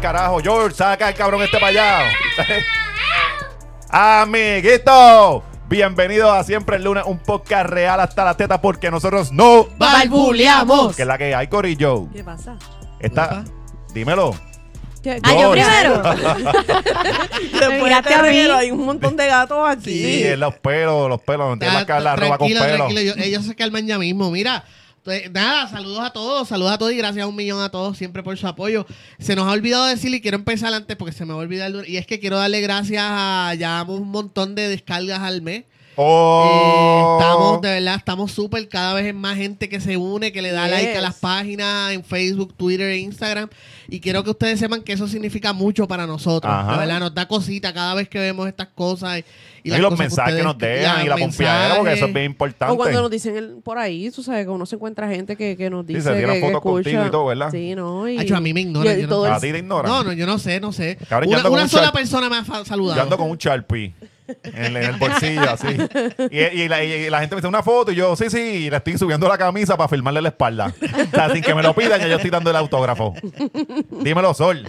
carajo. George, saca el cabrón este para allá. Amiguito, bienvenidos a Siempre el Lunes, un podcast real hasta la teta porque nosotros no. ¡Barbuleamos! Que es la que hay, Corillo. ¿Qué pasa? Está, Ufa. dímelo. ¿Qué- Ah, yo este George. primero. Me miraste a mí. Hay un montón de gatos aquí. Sí, es los pelos, los pelos. No entiendo más que la roba con tranquilo, pelos. tranquilo. yo- ellos se calman ya mismo. Mira, te- nada, saludos a todos, saludos a todos y gracias a un millón a todos siempre por su apoyo. Se nos ha olvidado decir y quiero empezar antes porque se me va a olvidar. Y es que quiero darle gracias a ya un montón de descargas al mes. Eh, Oh. estamos, de verdad, estamos súper cada vez es más gente que se une, que le da like Yes. a las páginas en Facebook, Twitter e Instagram. Y quiero que ustedes sepan que eso significa mucho para nosotros. Ajá. De verdad, nos da cosita cada vez que vemos estas cosas. Y, y y las los cosas mensajes que ustedes- nos dejan y la los pompeadera, porque eso es mensajes. bien importante. O cuando nos dicen el- por ahí, tú sabes que uno se encuentra gente que, que nos Sí, dice se tiran que, que fotos contigo escucha. y todo, ¿verdad? Sí, no. Y, Hacho, a mí me ignoran, y- y yo no- todo el- A ti te ignoran. No, no, yo no sé, no sé. Cabrón, yo una ando con una un sola char- persona me ha fa- Yo ando saludado. con un Sharpie en, en el bolsillo, así. Y, y la, y la gente me dice una foto y yo, sí, sí, y le estoy subiendo la camisa para firmarle la espalda. O sea, sin que me lo pidan, ya yo estoy dando el autógrafo. Dímelo, Sol.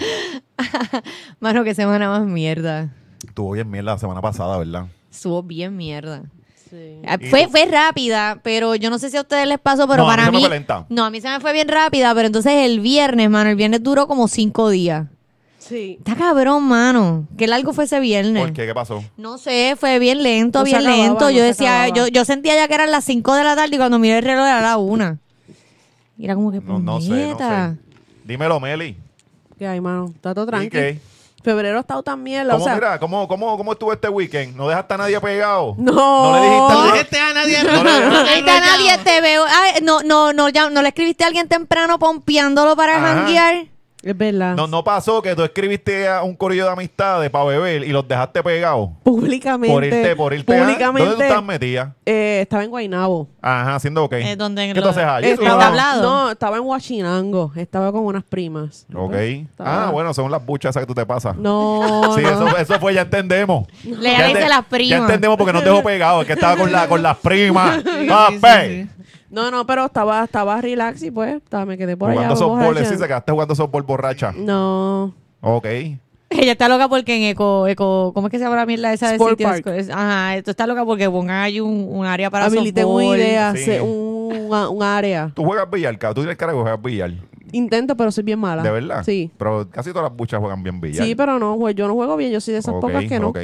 Mano, qué semana más mierda. Estuvo bien mierda la semana pasada, ¿verdad? Estuvo bien mierda. Sí. Ah, Y- Fue, fue rápida, pero yo no sé si a ustedes les pasó, pero No, a mí para se me mí. fue lenta. No, a mí se me fue bien rápida, pero entonces el viernes, mano, el viernes duró como cinco días. Sí. Está cabrón, mano. Qué largo fue ese viernes. ¿Por qué? ¿Qué pasó? No sé, fue bien lento, No se bien acababa, lento. no Yo se decía, acababa. yo, yo sentía ya que eran las 5 de la tarde y cuando miré el reloj era la una. Y era como que No, no sé, no puñeta. sé. Dímelo, Meli. ¿Qué hay, mano? Está todo ¿Y tranqui. qué? Febrero ha estado tan mierda. O ¿Cómo, sea, mira, ¿cómo, cómo, ¿Cómo estuvo este weekend? ¿No dejaste a nadie pegado? No. ¿No le dijiste No al- dejaste este a nadie. No le- Ahí está Este nadie, te veo. Ay, no, no, no, ya, no le escribiste a alguien temprano pompeándolo para Ajá. janguear. es verdad. No, no pasó que tú escribiste a un corillo de amistades para beber y los dejaste pegados. Públicamente. Por irte, por irte. a- Públicamente. ¿Dónde tú estás metida? eh, estaba en Guaynabo. Ajá, haciendo ok. Eh, ¿dónde ¿Qué lo- tú haces ahí? Ah, Eh, Tú estaba- vas- tablado? No, estaba en Huachinango. Estaba con unas primas. Ok. Estaba- Ah, bueno, son las buchas esas que tú te pasas. No, sí, no. eso, eso fue, ya entendemos. Le Ya dice ente- las Ya primas. entendemos porque no te dejó pegado, es que estaba con, la, con las primas. Papi. No, no, pero estaba, estaba relax y pues estaba, me quedé por Jugando allá. softball, borracha. sí, se quedaste jugando softball borracha. No. Ok. Ella está loca porque en Eco, Eco, ¿cómo es que se llama la mierda esa de Sport sitios? Park. Es- Ajá, esto está loca porque pongan ahí un, un área para Habilité softball. una idea, Sí. se- un, un área. Tú juegas billar, cabrón. Tú tienes cara que juegas billar. Intento, pero soy bien mala. ¿De verdad? Sí. Pero casi todas las buchas juegan bien billar. Sí, pero no, güey, yo no juego bien. Yo soy de esas Ok, pocas que no. ok.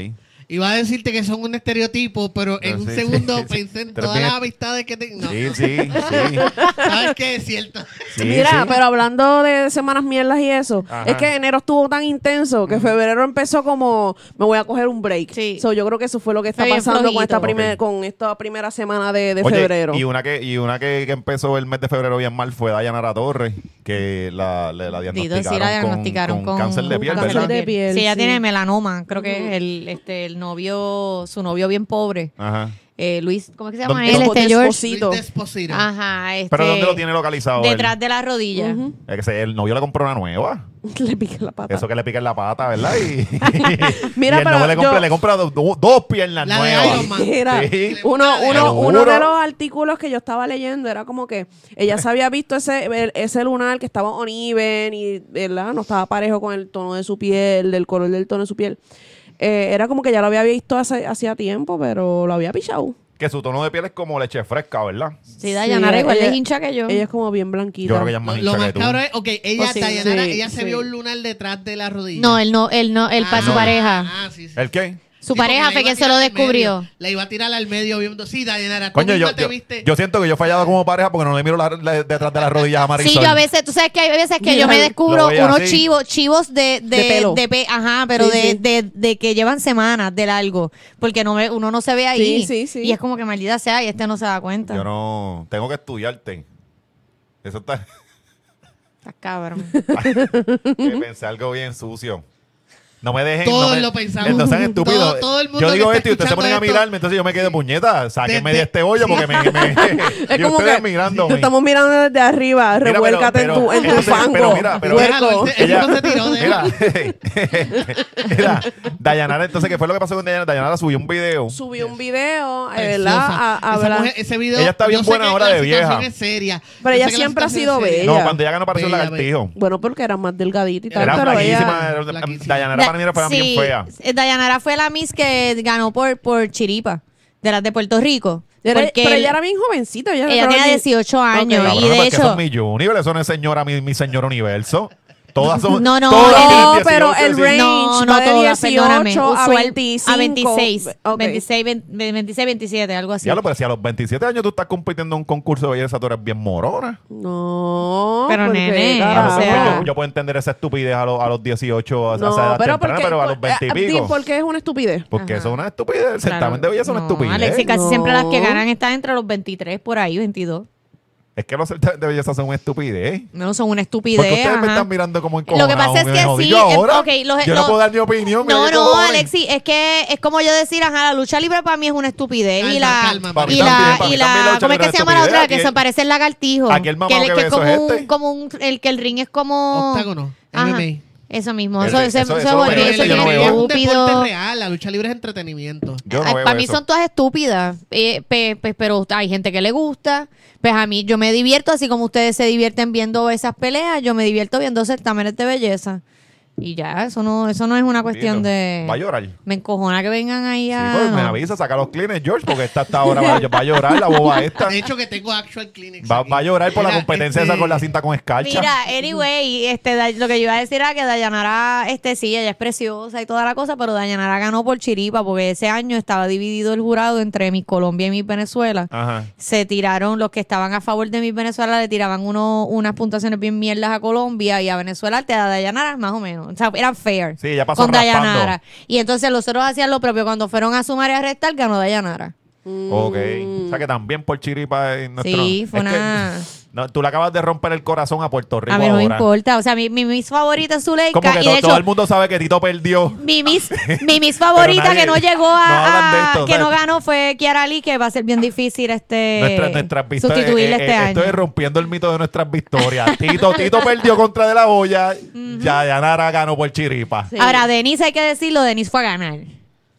Iba a decirte que son un estereotipo, pero en Sí, un sí, segundo sí, sí. pensé en Pero todas bien- las amistades que tengo. No, Sí, sí, sí. ¿Sabes qué? Es cierto. sí, Mira, sí. pero hablando de semanas mierdas y eso, Ajá. es que enero estuvo tan intenso que febrero empezó como me voy a coger un break. Sí. So, yo creo que eso fue lo que está Fue bien pasando con esta, flojito. primer, Ok. con esta primera semana de, de Oye, febrero. Y una que, y una que, que empezó el mes de febrero bien mal fue Dayanara Torres, que la, le- la Dito, diagnosticaron, sí, la diagnosticaron con, con, con cáncer de un piel, cáncer ¿verdad? de piel, Sí, ella sí. Mm. tiene melanoma. Creo que es el, este, el novio, su novio bien pobre. Ajá. Eh, Luis, ¿cómo es que se llama ¿Dónde- él? dónde- Este George. Luis Cito. Desposito. Ah. Ajá, este. Pero ¿dónde lo tiene localizado? él? Detrás de la rodilla. Ujú. Es que se- el novio le compró una nueva. Le piqué la pata. Eso que le pica en la pata, ¿verdad? Y, y Mira, el pero novio le compra, yo- le compra do- do- dos piernas La de nuevas. Iron Man. Era, Sí. uno, Te lo uno, uno juro. de los artículos que yo estaba leyendo era como que ella se había visto ese, el- ese lunar que estaba uneven y ¿verdad? no estaba parejo con el tono de su piel, del color del tono de su piel. Eh, era como que ya lo había visto hace- hacía tiempo, pero lo había pillado. Que su tono de piel es como leche fresca, ¿verdad? Sí, Dayanara Sí, igual ella- es hincha que yo. Ella es como bien Yo blanquita. creo que ella es más Lo, lo hincha más que tú. cabrón es, ok, ella, Oh, sí, Dayanara, sí, ella se sí. vio un lunar detrás de la rodilla. No, él no, él no, él para su no. pareja. Ah, sí, sí. ¿El qué? Su Sí, pareja porque la iba fue a quien se tirar lo al descubrió. medio. La iba a tirar al medio viendo. Sí, Dayanara, tú Coño, yo, misma te yo, viste. yo siento que yo he fallado como pareja porque no le miro la- la- detrás de las rodillas a Marisol. Sí, yo a veces, tú sabes que hay veces que yo me Mira, lo descubro voy a unos hacer. chivos, chivos de, de, De pelo. pe- ajá, pero Sí, de, sí. De, de que llevan semanas de largo, porque no ve- uno no se ve ahí. Sí, sí, sí. Y es como que maldita sea y este no se da cuenta. Yo no... Tengo que estudiarte. Eso está... Estás cabrón. que pensé algo bien sucio. No me dejen. Todos no me- lo pensamos. No sean estúpidos. Todo- todo el mundo yo que digo está esto y ustedes se escuchando ponen a esto- mirarme, entonces yo me quedo puñeta. Sáquenme de Desde- este hoyo porque me. me- y como ustedes que- mirándome. Te estamos mirando desde arriba, Mira, pero- revuélcate en pero- tu, en tu entonces- fango. pero mira, pero- puerco. Déjalo, Él no se tiró de él. Mira, mira, Dayanara, entonces, ¿qué fue lo que pasó con Dayanara? Dayanara subió un video. Subí un video, eh, ¿verdad? Preciosa. A- a- Esa ¿verdad? mujer- ese video. Ella está yo bien sé buena que ahora la de situación vieja. Es seria. Pero Yo ella sé que la siempre ha situación sido es seria. No, Ella. cuando ella ganó pareció un Bella, lagartijo. Bueno, porque era más delgadita y tal, Era pero flaquísima. ella... era- Flaquísima. Dayanara para mí era fue bien sí, fea. eh, Dayanara fue la Miss que ganó por, por Chiripa, de las de Puerto Rico. Era- porque pero él- ella era bien jovencita. Ella, ella creo tenía que- 18 años Ok. Cabrón, y pero de es que son hecho... mi junior, eso no es señora, mi, mi señor universo. Todas son. No, no, todas no, tienen 18, pero el sí. range No, no va de todas, 18 a usual- 25. a 26, Ok. 26, 20, 26, 27, algo así. Ya lo pero si a los 27 años tú estás compitiendo en un concurso de belleza, tú eres bien morona. No, Pero, porque, nene, A carajo. Ah, o lo mejor sea- yo, yo puedo entender esa estupidez a, los- a los 18, a esa No, edad pero, temprana, porque, pero a los 20 y eh, Abdi, pico. ¿Por qué es una estupidez? Porque Ajá. eso es una estupidez. El certamen de belleza es una no, estupidez. Alexis, casi No. siempre las que ganan están entre los 23, por ahí, 22. Es que los certámenes de belleza son una estupidez. No, son una estupidez. Porque ustedes me ajá. están mirando como en Lo que pasa es que sí, Yo, em, ahora, ok, los- yo no los- puedo dar mi opinión. mira No, qué no, cojones. Alexis, es que es como yo decir, ajá, la lucha libre para mí es una estupidez. Calma, y la, calma, Para mí y la, también, para y mí también la la, lucha ¿cómo es libre que es se llama la estupidez. otra? Que Aquí- se parece el lagartijo. aquí el mamá que le- que beso es como es un, este. como un, el que el ring es como. Octágono, Ajá, MMA. Eso mismo, El- eso, eso, eso- eso, eso lo volvió- Pero veo, eso eso el yo no tiene MMA es veo. un deporte estúpido. real, la lucha libre es entretenimiento. Yo no Ay, veo para mí eso. son todas estúpidas, eh, pe- pe- pero hay gente que le gusta. Pues a mí yo me divierto, así como ustedes se divierten viendo esas peleas, yo me divierto viendo certámenes de belleza. Y ya, eso no, eso no es una cuestión Dilo. de... Va a llorar. Me encojona que vengan ahí Sí, a... pues, me no. avisa, saca los clines, George, porque esta hasta ahora va, a- va a llorar la boba esta. De hecho, que tengo actual clinics. Va, aquí. va a llorar por la Mira, competencia este, esa con la cinta con escarcha. Mira, anyway, este, Da- lo que yo iba a decir era que Dayanara, este, sí, ella es preciosa y toda la cosa, pero Dayanara ganó por chiripa porque ese año estaba dividido el jurado entre mi Colombia y mi Venezuela. Ajá. se tiraron, los que estaban a favor de mi Venezuela le tiraban uno, unas puntuaciones bien mierdas a Colombia y a Venezuela te da Dayanara más o menos. O sea, eran fair. Sí, ya pasó con raspando. Dayanara. Y entonces los otros hacían lo propio. Cuando fueron a sumar y a restar, ganó Dayanara. Ok. O sea que también por chiripa en nuestro. Mm. Sí, fue es que- una- no, tú le acabas de romper el corazón a Puerto Rico a mí no me ahora. importa. O sea, mi, mi Miss favorita es Zuleika. Como que y to- de hecho, todo el mundo sabe que Tito perdió. mi Miss, mi Miss favorita nadie- que no llegó no hablan de a... a- esto, que ¿sabes? no ganó fue Kiara Lee, que va a ser bien difícil este Nuestras, nuestras victorias. sustituirle eh, este eh, año. Estoy rompiendo el mito de nuestras victorias. Tito, Tito perdió contra De La Hoya. Ya Dayanara ganó por chiripa. Sí. Ahora, Denise, hay que decirlo, Denise fue a ganar.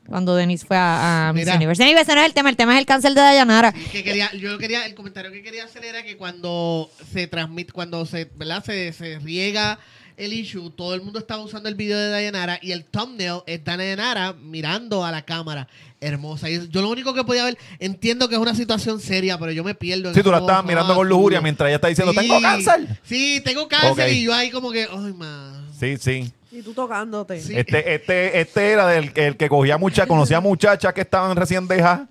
Cuando Denise fue a, a Miss Mira. Universe. Anyway, ese no es el tema, el tema es el cáncer de Dayanara. que quería, yo quería, el comentario que quería hacer era que cuando se transmite, cuando se, ¿verdad? Se, se riega el issue, todo el mundo estaba usando el video de Dayanara y el thumbnail es Dayanara mirando a la cámara. Hermosa. Y yo lo único que podía ver, entiendo que es una situación seria, pero yo me pierdo. en Sí, tú la esa estabas cosa. mirando con lujuria mientras ella está diciendo, Sí. tengo cáncer. Sí, tengo cáncer. Ok. Y yo ahí como que, ay, man. Sí, sí. Y tú tocándote. Sí. Este, este, este era del, el que cogía mucha, conocía muchachas que estaban recién dejadas.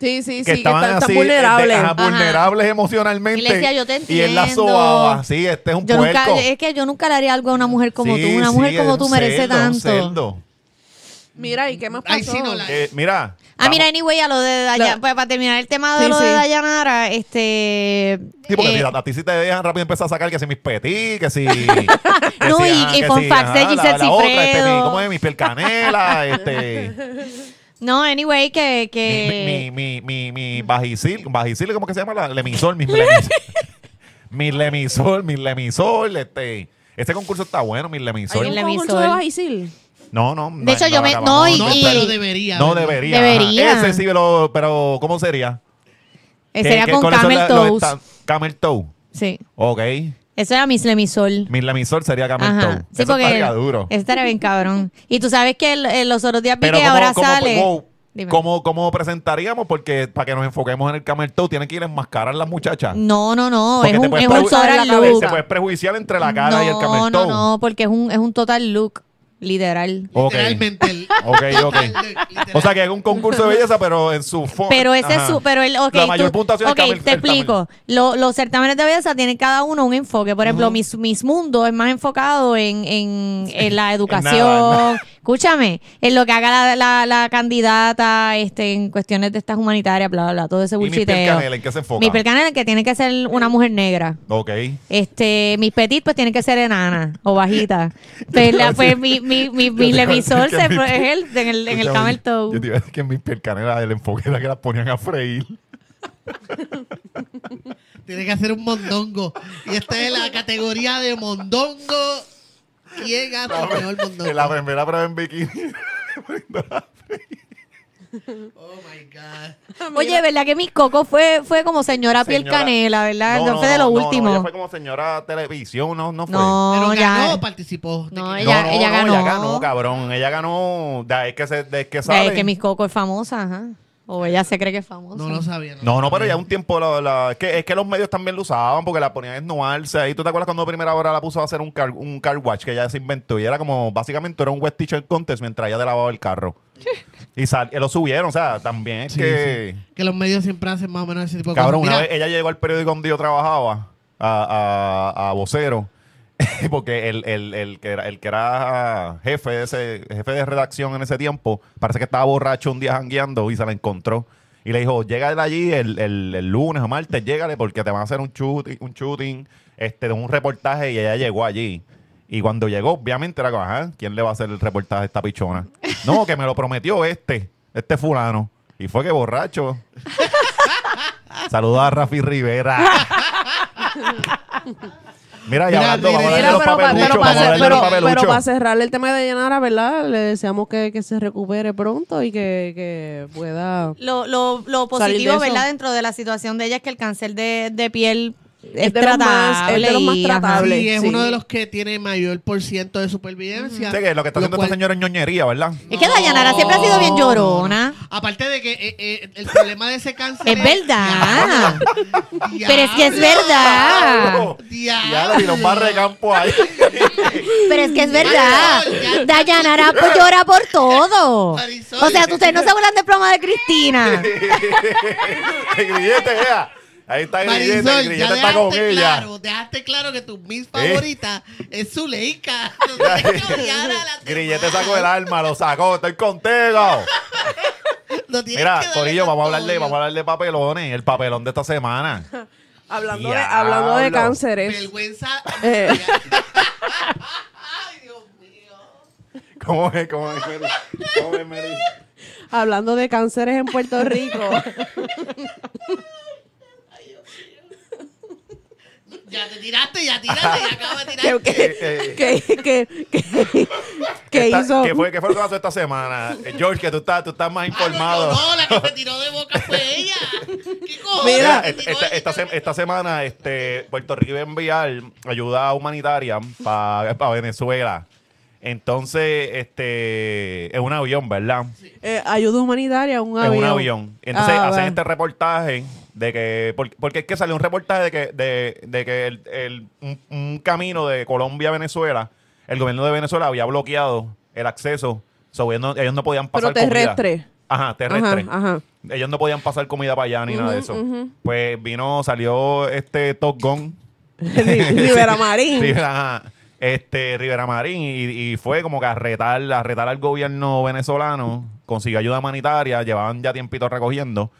Sí, sí, sí, que que estaban están, están así, vulnerables. eh, de- ajá, Ajá. vulnerables emocionalmente. Y le decía, yo te Y él la entiendo. sobaba. Sí, este es un Yo puerco. nunca, es que yo nunca le haría algo a una mujer como Sí, tú. Una sí, mujer es como un tú merece cerdo, un tanto. cerdo. Mira, ¿y qué más pasó? Ay, sí, no, la- Eh, mira. Ah, mira, vamos- anyway, a lo de Dayanara, La- para terminar el tema de Sí, lo de sí. Dayanara, este... Sí, porque eh, mira, a ti sí te dejan rápido empezar a sacar que si mis petí, que si. que No, si, y- ajá, y que fun si, facts de ajá, la- Giselle la otra, este, Cifredo. mi- ¿Cómo es? Mis pelcanela, este. no, anyway, que... eh, mi, mi, mi, que mi, mi bajisil, bajisil, ¿cómo que se llama? La, lemisol, mis lemisol. mis lemisol, mis lemisol, este. Este concurso está bueno, mis lemisol. Ay, ¿Un la concurso visor. de Bajisil? No, no. De hecho, yo me- la no, acabamos y- de No, empezar. pero debería. No ¿verdad? debería. Debería. ajá. Ese sí, lo- pero ¿cómo sería? ¿Qué- eh, sería qué- con cuáles son Camel la- los Toes. esta- Camel Toe. Sí, Ok. eso era Miss Lemisol. Mi lamisol sería Camel Toe. Ajá. Sí, Eso porque estaría duro. Este era bien cabrón. Y tú sabes que el- eh, los otros días vi Pero que ¿cómo, ahora cómo- sale... cómo- Dime. cómo- cómo presentaríamos? Porque para que nos enfoquemos en el Camel Toe, tienen que ir a enmascarar las muchachas. No, no, Ah. no. Porque Es te un, puedes es un preju- total la Eh, look. Se puede prejuiciar entre la cara no, y el Camel Toe. no, no, porque es un, es un total look, literal. Ok. Literalmente. el- Ok, ok. literal. O sea que es un concurso de belleza, pero en su forma. Pero ese es su, pero el, ok, Oh, La mayor tú- puntuación es ok, Camel- te el Camel. explico. Lo- los certámenes de belleza tienen cada uno un enfoque. Por ejemplo, mis, mis mundos es más enfocado en, en, en la educación, nada, en nada. escúchame, en lo que haga la, la- la candidata este, en cuestiones de estas humanitarias, bla, bla, bla, todo ese ¿Y Miss Piel bullshiteo. Canel, en qué se enfoca? Mi percanel que tiene que ser una mujer negra. Ok. Este, mis petit pues tiene que ser enana o bajita. Pero la- pues mi, mi, mi, mi Yo te iba a levisol decir que se mi- fue- es el, en el, en el Escúchame, camel toe. Yo te iba a decir que mis percanelas del enfoque era que las ponían a freír. Tiene que hacer un mondongo. Y esta es la categoría de mondongo. ¿Quién gana el mejor mondongo? En la primera prueba en bikini. Oh my God. Oye, ¿verdad que mi coco fue, fue como señora, piel Señora- canela, verdad? No, No, no, fue no, de no, lo no, último. ella No, fue como señora televisión, no, no fue. Pero ya. ganó o participó. No, Te- ella- no, ella no, ganó. cabrón. Ella ganó. Da, es que, se, de- es que Ya, sale. es que mis coco es famosa, ajá. O ella se cree que es famosa. no lo sabía. No, no, sabía. pero ya un tiempo. La, la- es, que, es que los medios también lo usaban porque la ponían en nuarse. ¿Y tú te acuerdas cuando a primera hora la puso a hacer un car, un car watch que ella se inventó? Y era como, básicamente, era un West Teacher Contest mientras ella te lavaba el carro. Y, sal- y lo subieron, o sea, también es Sí, que. Que los medios siempre hacen más o menos ese tipo de Cabrón, cosas. una Mira, vez ella llegó al periódico donde yo trabajaba, a, a- a vocero, porque el, el- el que era, el que era jefe de, ese, jefe de redacción en ese tiempo, parece que estaba borracho un día jangueando y se la encontró. Y le dijo, llega de allí el, el- el lunes o martes, llégale porque te van a hacer un shooting, un shooting este, de un reportaje y ella llegó allí. Y cuando llegó, obviamente era como, ajá, ¿quién le va a hacer el reportaje a esta pichona? No, que me lo prometió este, este fulano. Y fue que borracho. Saludos a Rafi Rivera. Mira, y Mira, hablando, vamos a hablar de Mira, los pero, pa- pero papeluchos. pa- Vamos a hablar de pero- los pero para papeluchos. cerrar el tema de Yanara, ¿verdad? Le deseamos que, que se recupere pronto y que, que pueda... Lo, lo, Salir de lo positivo, eso. ¿verdad? Dentro de la situación de ella es que el cáncer de, de piel es, Es de los más- tratable. es de los más y, ajá. tratables. sí, es sí. uno de los que tiene mayor por ciento de supervivencia. Sí, que lo que está lo haciendo cual- esta señora es ñoñería, ¿verdad? Es que Dayanara siempre ha sido bien llorona. Aparte de que eh, eh, el problema de ese cáncer Es verdad. Diablo. Pero es que es verdad. Diablo. Diablo, y los barres de campo ahí. Pero es que es verdad. Marisol, Dayanara pues, llora por todo. Marisol. O sea, ustedes no se burlan del programa de Cristina. El grillete, vea. Ahí está el grillete, el Marisol, ya grillete está con dejaste ella. claro, dejaste claro que tu mis Eh. favorita es Zuleika. No tienes que odiar a las Grillete demás. sacó el alma, lo sacó, estoy contigo. No tienes Mira, que darle Corillo, vamos a tanto hablar de, odio. vamos a hablar de papelones, el papelón de esta semana. Hablando, de, Diablo. hablando de cánceres. Vergüenza. Eh. Ay, Dios mío. ¿Cómo es? ¿Cómo es? Meli? ¿Cómo es, Meli? Hablando de cánceres en Puerto Rico. Ya te tiraste, ya tiraste, ya acabo de tirar. que, Eh, que, que, que, que- que Esta- hizo... ¿Qué fue, qué fue lo que pasó esta semana? Eh, George, que tú estás, tú estás más Ah, no, informado. yo no, la que se tiró de boca fue ella. ¿Qué cojones? Mira, Se et- tiró esta, ella. esta se- esta semana este, Puerto Rico iba a enviar ayuda humanitaria para Venezuela. Entonces, este, es un avión, ¿verdad? Eh, ayuda humanitaria, un en avión. un avión. Entonces Ah, hacen va. este reportaje de que. por- Porque es que salió un reportaje de que, de, de que el, el- un, un camino de Colombia a Venezuela, el gobierno de Venezuela había bloqueado el acceso. so, ellos, no, ellos no podían pasar. comida. terrestre. Ajá, terrestre. Ajá, ajá. Ellos no podían pasar comida para allá ni nada de eso. Pues vino, salió este Top Gun. Ri- Rivera Marín. Rivera, ajá. este, Rivera Marín y, y fue como que a retar, a retar al gobierno venezolano, consiguió ayuda humanitaria, llevaban ya tiempito recogiendo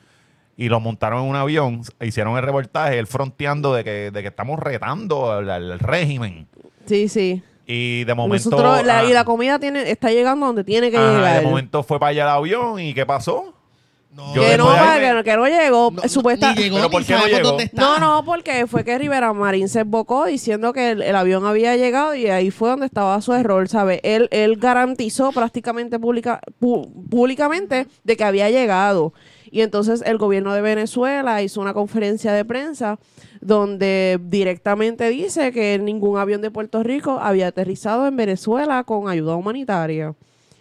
y lo montaron en un avión, hicieron el reportaje, el fronteando de que, de que estamos retando al, al régimen. Sí, sí. Y de momento... Nosotros, la, ajá, y la comida tiene, está llegando donde tiene que ajá, llegar. de momento fue para allá el avión y ¿qué pasó? No, yo que, después no, de ahí va, me- que, no- que no llegó. no, eh, supuesta- ni llegó, Pero ni ¿por qué no sabemos llegó? dónde está. No, no, porque fue que Rivera Marín se embocó diciendo que el, el avión había llegado y ahí fue donde estaba su error, ¿sabes? Él, él garantizó prácticamente pública, pu- públicamente de que había llegado. Y entonces el gobierno de Venezuela hizo una conferencia de prensa donde directamente dice que ningún avión de Puerto Rico había aterrizado en Venezuela con ayuda humanitaria.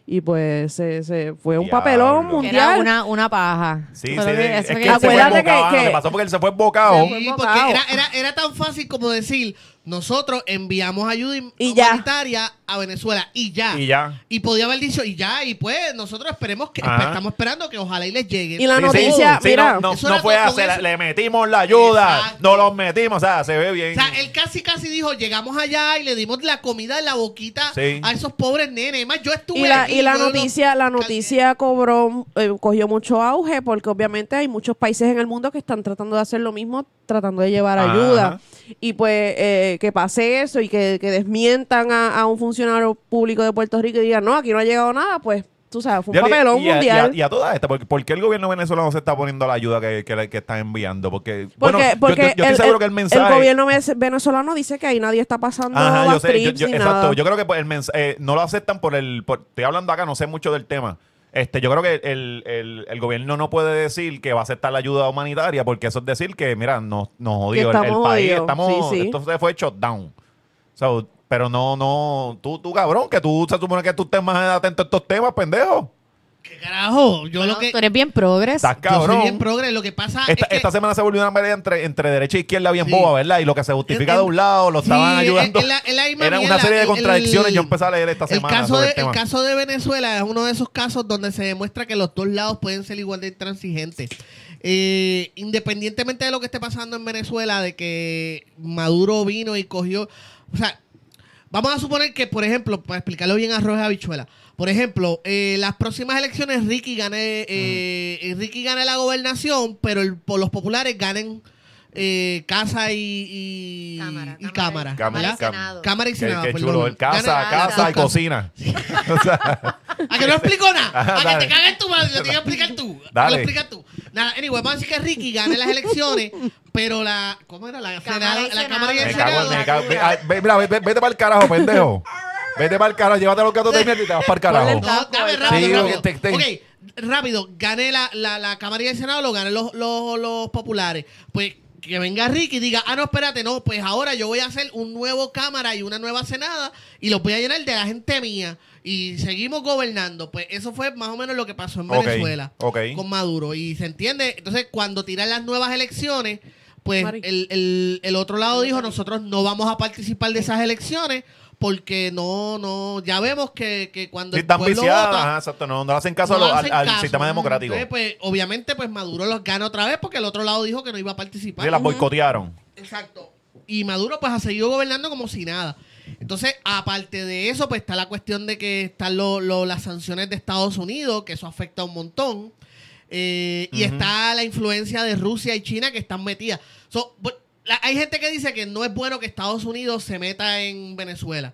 Y pues se, se fue un Diablo. papelón Que mundial. Era una, una paja. Sí, Pero sí, que- es eso que que- él se fue Acuérdate que- embocado, que- lo que pasó porque él se fue embocado. Sí, Fue porque bocado. era, era, era tan fácil como decir, Nosotros enviamos ayuda hum- Y ya. humanitaria a Venezuela y ya. Y ya. Y podía haber dicho, y ya, y pues nosotros esperemos que, Ajá. estamos esperando que ojalá y les llegue. Y la Sí, sí, noticia, sí, mira. no, no, Eso no era fue todo con hacer, eso. le metimos la ayuda, Exacto. no los metimos, o sea, se ve O bien. sea, él casi casi dijo, llegamos allá y le dimos la comida en la boquita Sí. a esos pobres nenes. Además, yo estuve Y la, aquí, y la yo no- noticia, la noticia cobró, eh, cogió mucho auge porque obviamente hay muchos países en el mundo que están tratando de hacer lo mismo, tratando de llevar Ajá. ayuda. Y pues eh, que pase eso y que, que desmientan a, a un funcionario público de Puerto Rico y digan, no, aquí no ha llegado nada, pues tú sabes, fue un Diablo, y- y a- papelón y a- mundial. Y a, todas estas, ¿por, por qué el gobierno venezolano se está poniendo la ayuda que, que, le- que está enviando? Porque, bueno, porque yo- porque yo, yo estoy el, seguro el- que el mensaje... el gobierno ve- venezolano dice que ahí nadie está pasando Ajá, yo backtrips sé, yo- yo- ni exacto. nada. Yo creo que pues, el mens- eh, no lo aceptan por el. por- estoy hablando acá, no sé mucho del tema. Este, yo creo que el, el- el gobierno no puede decir que va a aceptar la ayuda humanitaria, porque eso es decir que, mira, nos, nos jodió el- el, estamos país. jodidos. Estamos, Sí, sí. Esto se fue shutdown. So, pero no, no, tú, tú cabrón, que tú se supone que tú estés más atento a estos temas, pendejo. ¿Qué carajo? Yo lo que... Tú eres bien progres. Estás Yo soy cabrón. bien progre. Lo que pasa Esta, Ah, es que... esta semana se volvió una pelea entre, entre derecha e izquierda bien Sí. boba, ¿verdad? Y lo que se justifica En- de un lado, lo Sí, estaban ayudando. es la- es la misma Era una mierda. serie de El- el- contradicciones. Yo empecé a leer esta El semana caso, sobre de, el tema. el caso de Venezuela es uno de esos casos donde se demuestra que los dos lados pueden ser igual de intransigentes. Eh, independientemente de lo que esté pasando en Venezuela, de que Maduro vino y cogió... O sea, vamos a suponer que, por ejemplo, para explicarlo bien a Roja Habichuela, por ejemplo, eh, las próximas elecciones Ricky gane, eh, eh, Ricky gane la gobernación, pero el- por los populares ganen eh, casa y, y- y cámara. Cámara, ¿verdad? y Senado. Cámara y Qué, Senado, qué perdón. chulo. El casa, Gana- casa y dos casas. cocina. O sea, ¿A que no explico nada? Ajá, ¿A que dale. te cagas tu madre? Lo tienes que explicar tú. Dale. Lo explicas tú. Nada, anyway, vamos a decir que Ricky gane las elecciones, pero la... ¿Cómo era? La, Cámara y Senado- la Cámara y el me Senado. cago Senado... en- me cago- ve- ah, ve- mira, ve- ve- vete para el carajo, pendejo. Vete para el carajo, llévate los gatos de mierda y te vas para el carajo. Ponle No, dame Sí, rápido, digo rápido. que te- te- Ok, rápido. Gane la, la, la Cámara y el Senado, lo ganan los, los, los populares. Pues que venga Ricky y diga, ah, no, espérate, no, pues ahora yo voy a hacer un nuevo Cámara y una nueva Senada y los voy a llenar de la gente mía. Y seguimos gobernando. Pues eso fue más o menos lo que pasó en Ok, Venezuela ok. con Maduro. Y se entiende, entonces cuando tiran las nuevas elecciones, pues Mari. el, el- el otro lado dijo, nosotros no vamos a participar de esas elecciones porque no, no, ya vemos que, que cuando Sí, están pueblo viciadas, vota, ajá, exacto. No, no le hacen caso a no lo- al, hacen al caso. sistema democrático. Entonces, pues, obviamente, pues Maduro los gana otra vez porque el otro lado dijo que no iba a participar. Sí, las boicotearon. Exacto. Y Maduro, pues, ha seguido gobernando como si nada. Entonces, aparte de eso, pues está la cuestión de que están lo- lo- las sanciones de Estados Unidos, que eso afecta un montón. Eh, Y está la influencia de Rusia y China que están metidas. So, bu- la- hay gente que dice que no es bueno que Estados Unidos se meta en Venezuela.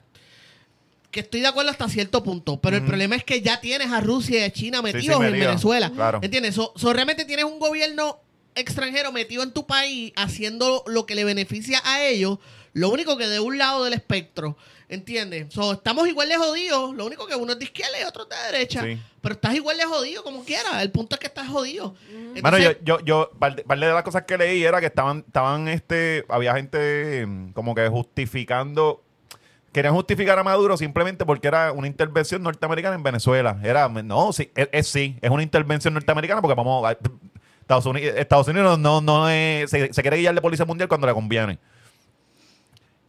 Que estoy de acuerdo hasta cierto punto, pero el problema es que ya tienes a Rusia y a China sí, metidos en metido. Venezuela. Claro. ¿Entiendes? So, so, realmente tienes un gobierno extranjero metido en tu país haciendo lo que le beneficia a ellos, lo único que de un lado del espectro, ¿entiendes? So, estamos igual de jodidos, lo único que uno es de izquierda y otro es de derecha, Sí. pero estás igual de jodido como quiera, el punto es que estás jodido. Entonces, Bueno, yo, yo, yo, par de, par de las cosas que leí era que estaban, estaban, este, había gente mm, como que justificando, querían justificar a Maduro simplemente porque era una intervención norteamericana en Venezuela. Era, no, sí, es, es sí, es una intervención norteamericana porque vamos, a- Estados Unidos, Estados Unidos no, no es, se, se quiere guiar de policía mundial cuando le conviene.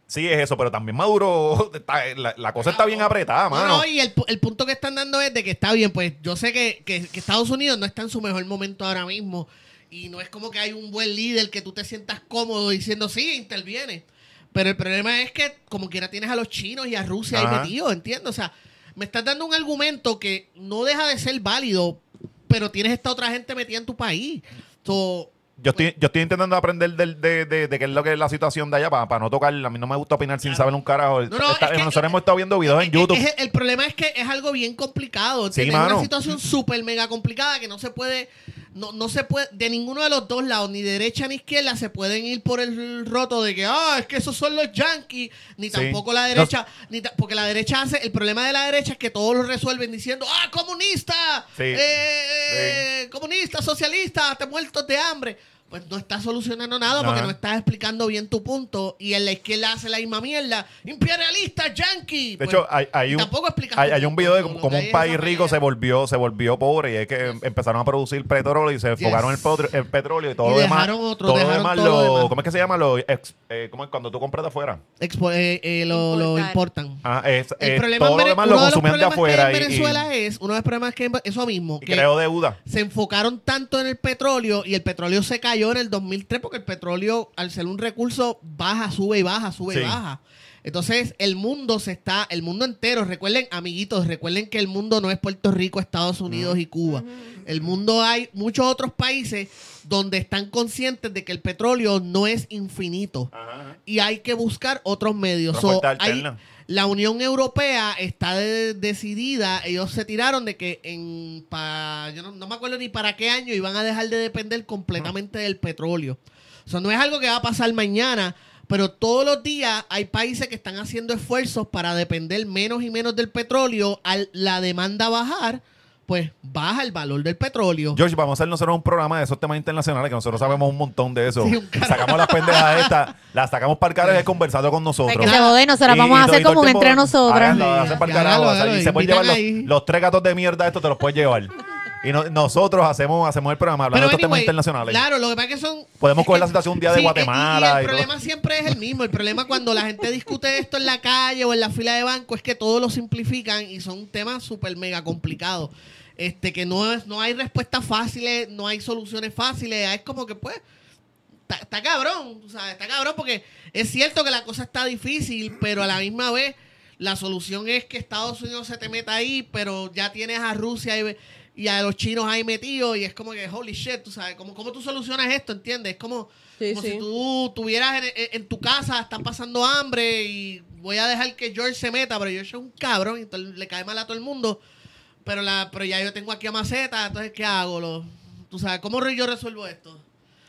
Sí, es eso, pero también Maduro, está- la, la cosa está bien apretada, No, mano. no, y el, pu- el punto que están dando es de que está bien, pues yo sé que, que- que Estados Unidos no está en su mejor momento ahora mismo y no es como que hay un buen líder que tú te sientas cómodo diciendo, sí, interviene. Pero el problema es que como quiera tienes a los chinos y a Rusia Ajá. ahí metidos, ¿entiendes? O sea, me estás dando un argumento que no deja de ser válido, pero tienes esta otra gente metida en tu país. So, Yo estoy, yo estoy intentando aprender del- de, de- de qué es lo que es la situación de allá para, no tocar. A mí no me gusta opinar sin saber un carajo. No, no, Está- es que- nosotros hemos estado viendo videos en Es- YouTube. es- el problema es que es algo bien complicado. Sí, Es mano. una situación súper mega complicada que no se puede, no, no se puede, de ninguno de los dos lados, ni derecha ni izquierda, se pueden ir por el roto de que, ah, es que esos son los yankees, ni tampoco la derecha, ni ta- porque la derecha hace, el problema de la derecha es que todos lo resuelven diciendo, ah, comunista, Sí. eh, comunista, socialista, te muertos de hambre. pues no estás solucionando nada porque Ajá. no estás explicando bien tu punto y en la izquierda hace la misma mierda. Imperialista, yankee. De hecho, hay, hay un, pues, tampoco explicas hay, tu hay un punto, video de lo cómo que cómo hay un es país esa rico se pelea. volvió, se volvió pobre y es que em- empezaron a producir petróleo y se enfocaron en el, Yes. potro- el petróleo y todo Y lo demás. dejaron otro, todo lo dejaron demás, todo lo lo- demás. ¿cómo es que se llama? Lo ex- eh, ¿cómo es cuando tú compras de afuera? Expo- eh, eh, lo, lo Importar. importan. Ah, es, El eh, problema todo en lo Vene- demás lo uno de los consumían de problemas que hay afuera y, en y- Venezuela es, uno de los problemas que hay en- eso mismo, y que creo deuda. se enfocaron tanto en el petróleo y el petróleo se cayó en el 2003 porque el petróleo, al ser un recurso, baja, sube y baja, sube Sí. y baja. Entonces, el mundo se está, el mundo entero, recuerden, amiguitos, recuerden que el mundo no es Puerto Rico, Estados Unidos y Cuba. El mundo hay muchos otros países donde están conscientes de que el petróleo no es infinito y hay que buscar otros medios. Otra So, fuente hay- alterna. la Unión Europea está de- decidida, ellos se tiraron de que en pa- yo no, no me acuerdo ni para qué año iban a dejar de depender completamente del petróleo. O sea, no es algo que va a pasar mañana, pero todos los días hay países que están haciendo esfuerzos para depender menos y menos del petróleo, al la demanda bajar, pues baja el valor del petróleo. George, vamos a hacer nosotros un programa de esos temas internacionales que nosotros sabemos un montón de eso. Sí, un carajo. Sacamos las pendejas estas, las sacamos para el carajo y es conversado con Para nosotros. que se joden, nosotras Y- vamos a y todo- hacer y todo como un el tiempo, entre nosotras. háganlo, háganlo pa'l carajo, Hágalo, o sea, hágalo, y se pueden llevar invitan los, ahí. los tres gatos de mierda, esto te los puedes llevar. Y no- nosotros hacemos, hacemos el programa hablando de estos temas anyway, internacionales. Claro, lo que pasa es que son. Podemos es coger que- la situación un día de Sí, y- y Guatemala y el todo. problema siempre es el mismo. El problema cuando la gente discute esto en la calle o en la fila de banco es que todos lo simplifican y son temas súper mega complicados. Este, que no, es, no hay respuestas fáciles, no hay soluciones fáciles. Es como que, pues, está- está cabrón. o sea, está cabrón porque es cierto que la cosa está difícil, pero a la misma vez la solución es que Estados Unidos se te meta ahí, pero ya tienes a Rusia y, y a los chinos ahí metidos y es como que, holy shit, tú sabes, ¿cómo, cómo tú solucionas esto? ¿Entiendes? Es como, Sí, como sí. si tú tuvieras en, en- en tu casa, están pasando hambre y voy a dejar que George se meta, pero George es un cabrón y to- le cae mal a todo el mundo, pero, la, pero ya yo tengo aquí a Maceta, entonces ¿qué hago? Lo, tú sabes, ¿cómo re- yo resuelvo esto?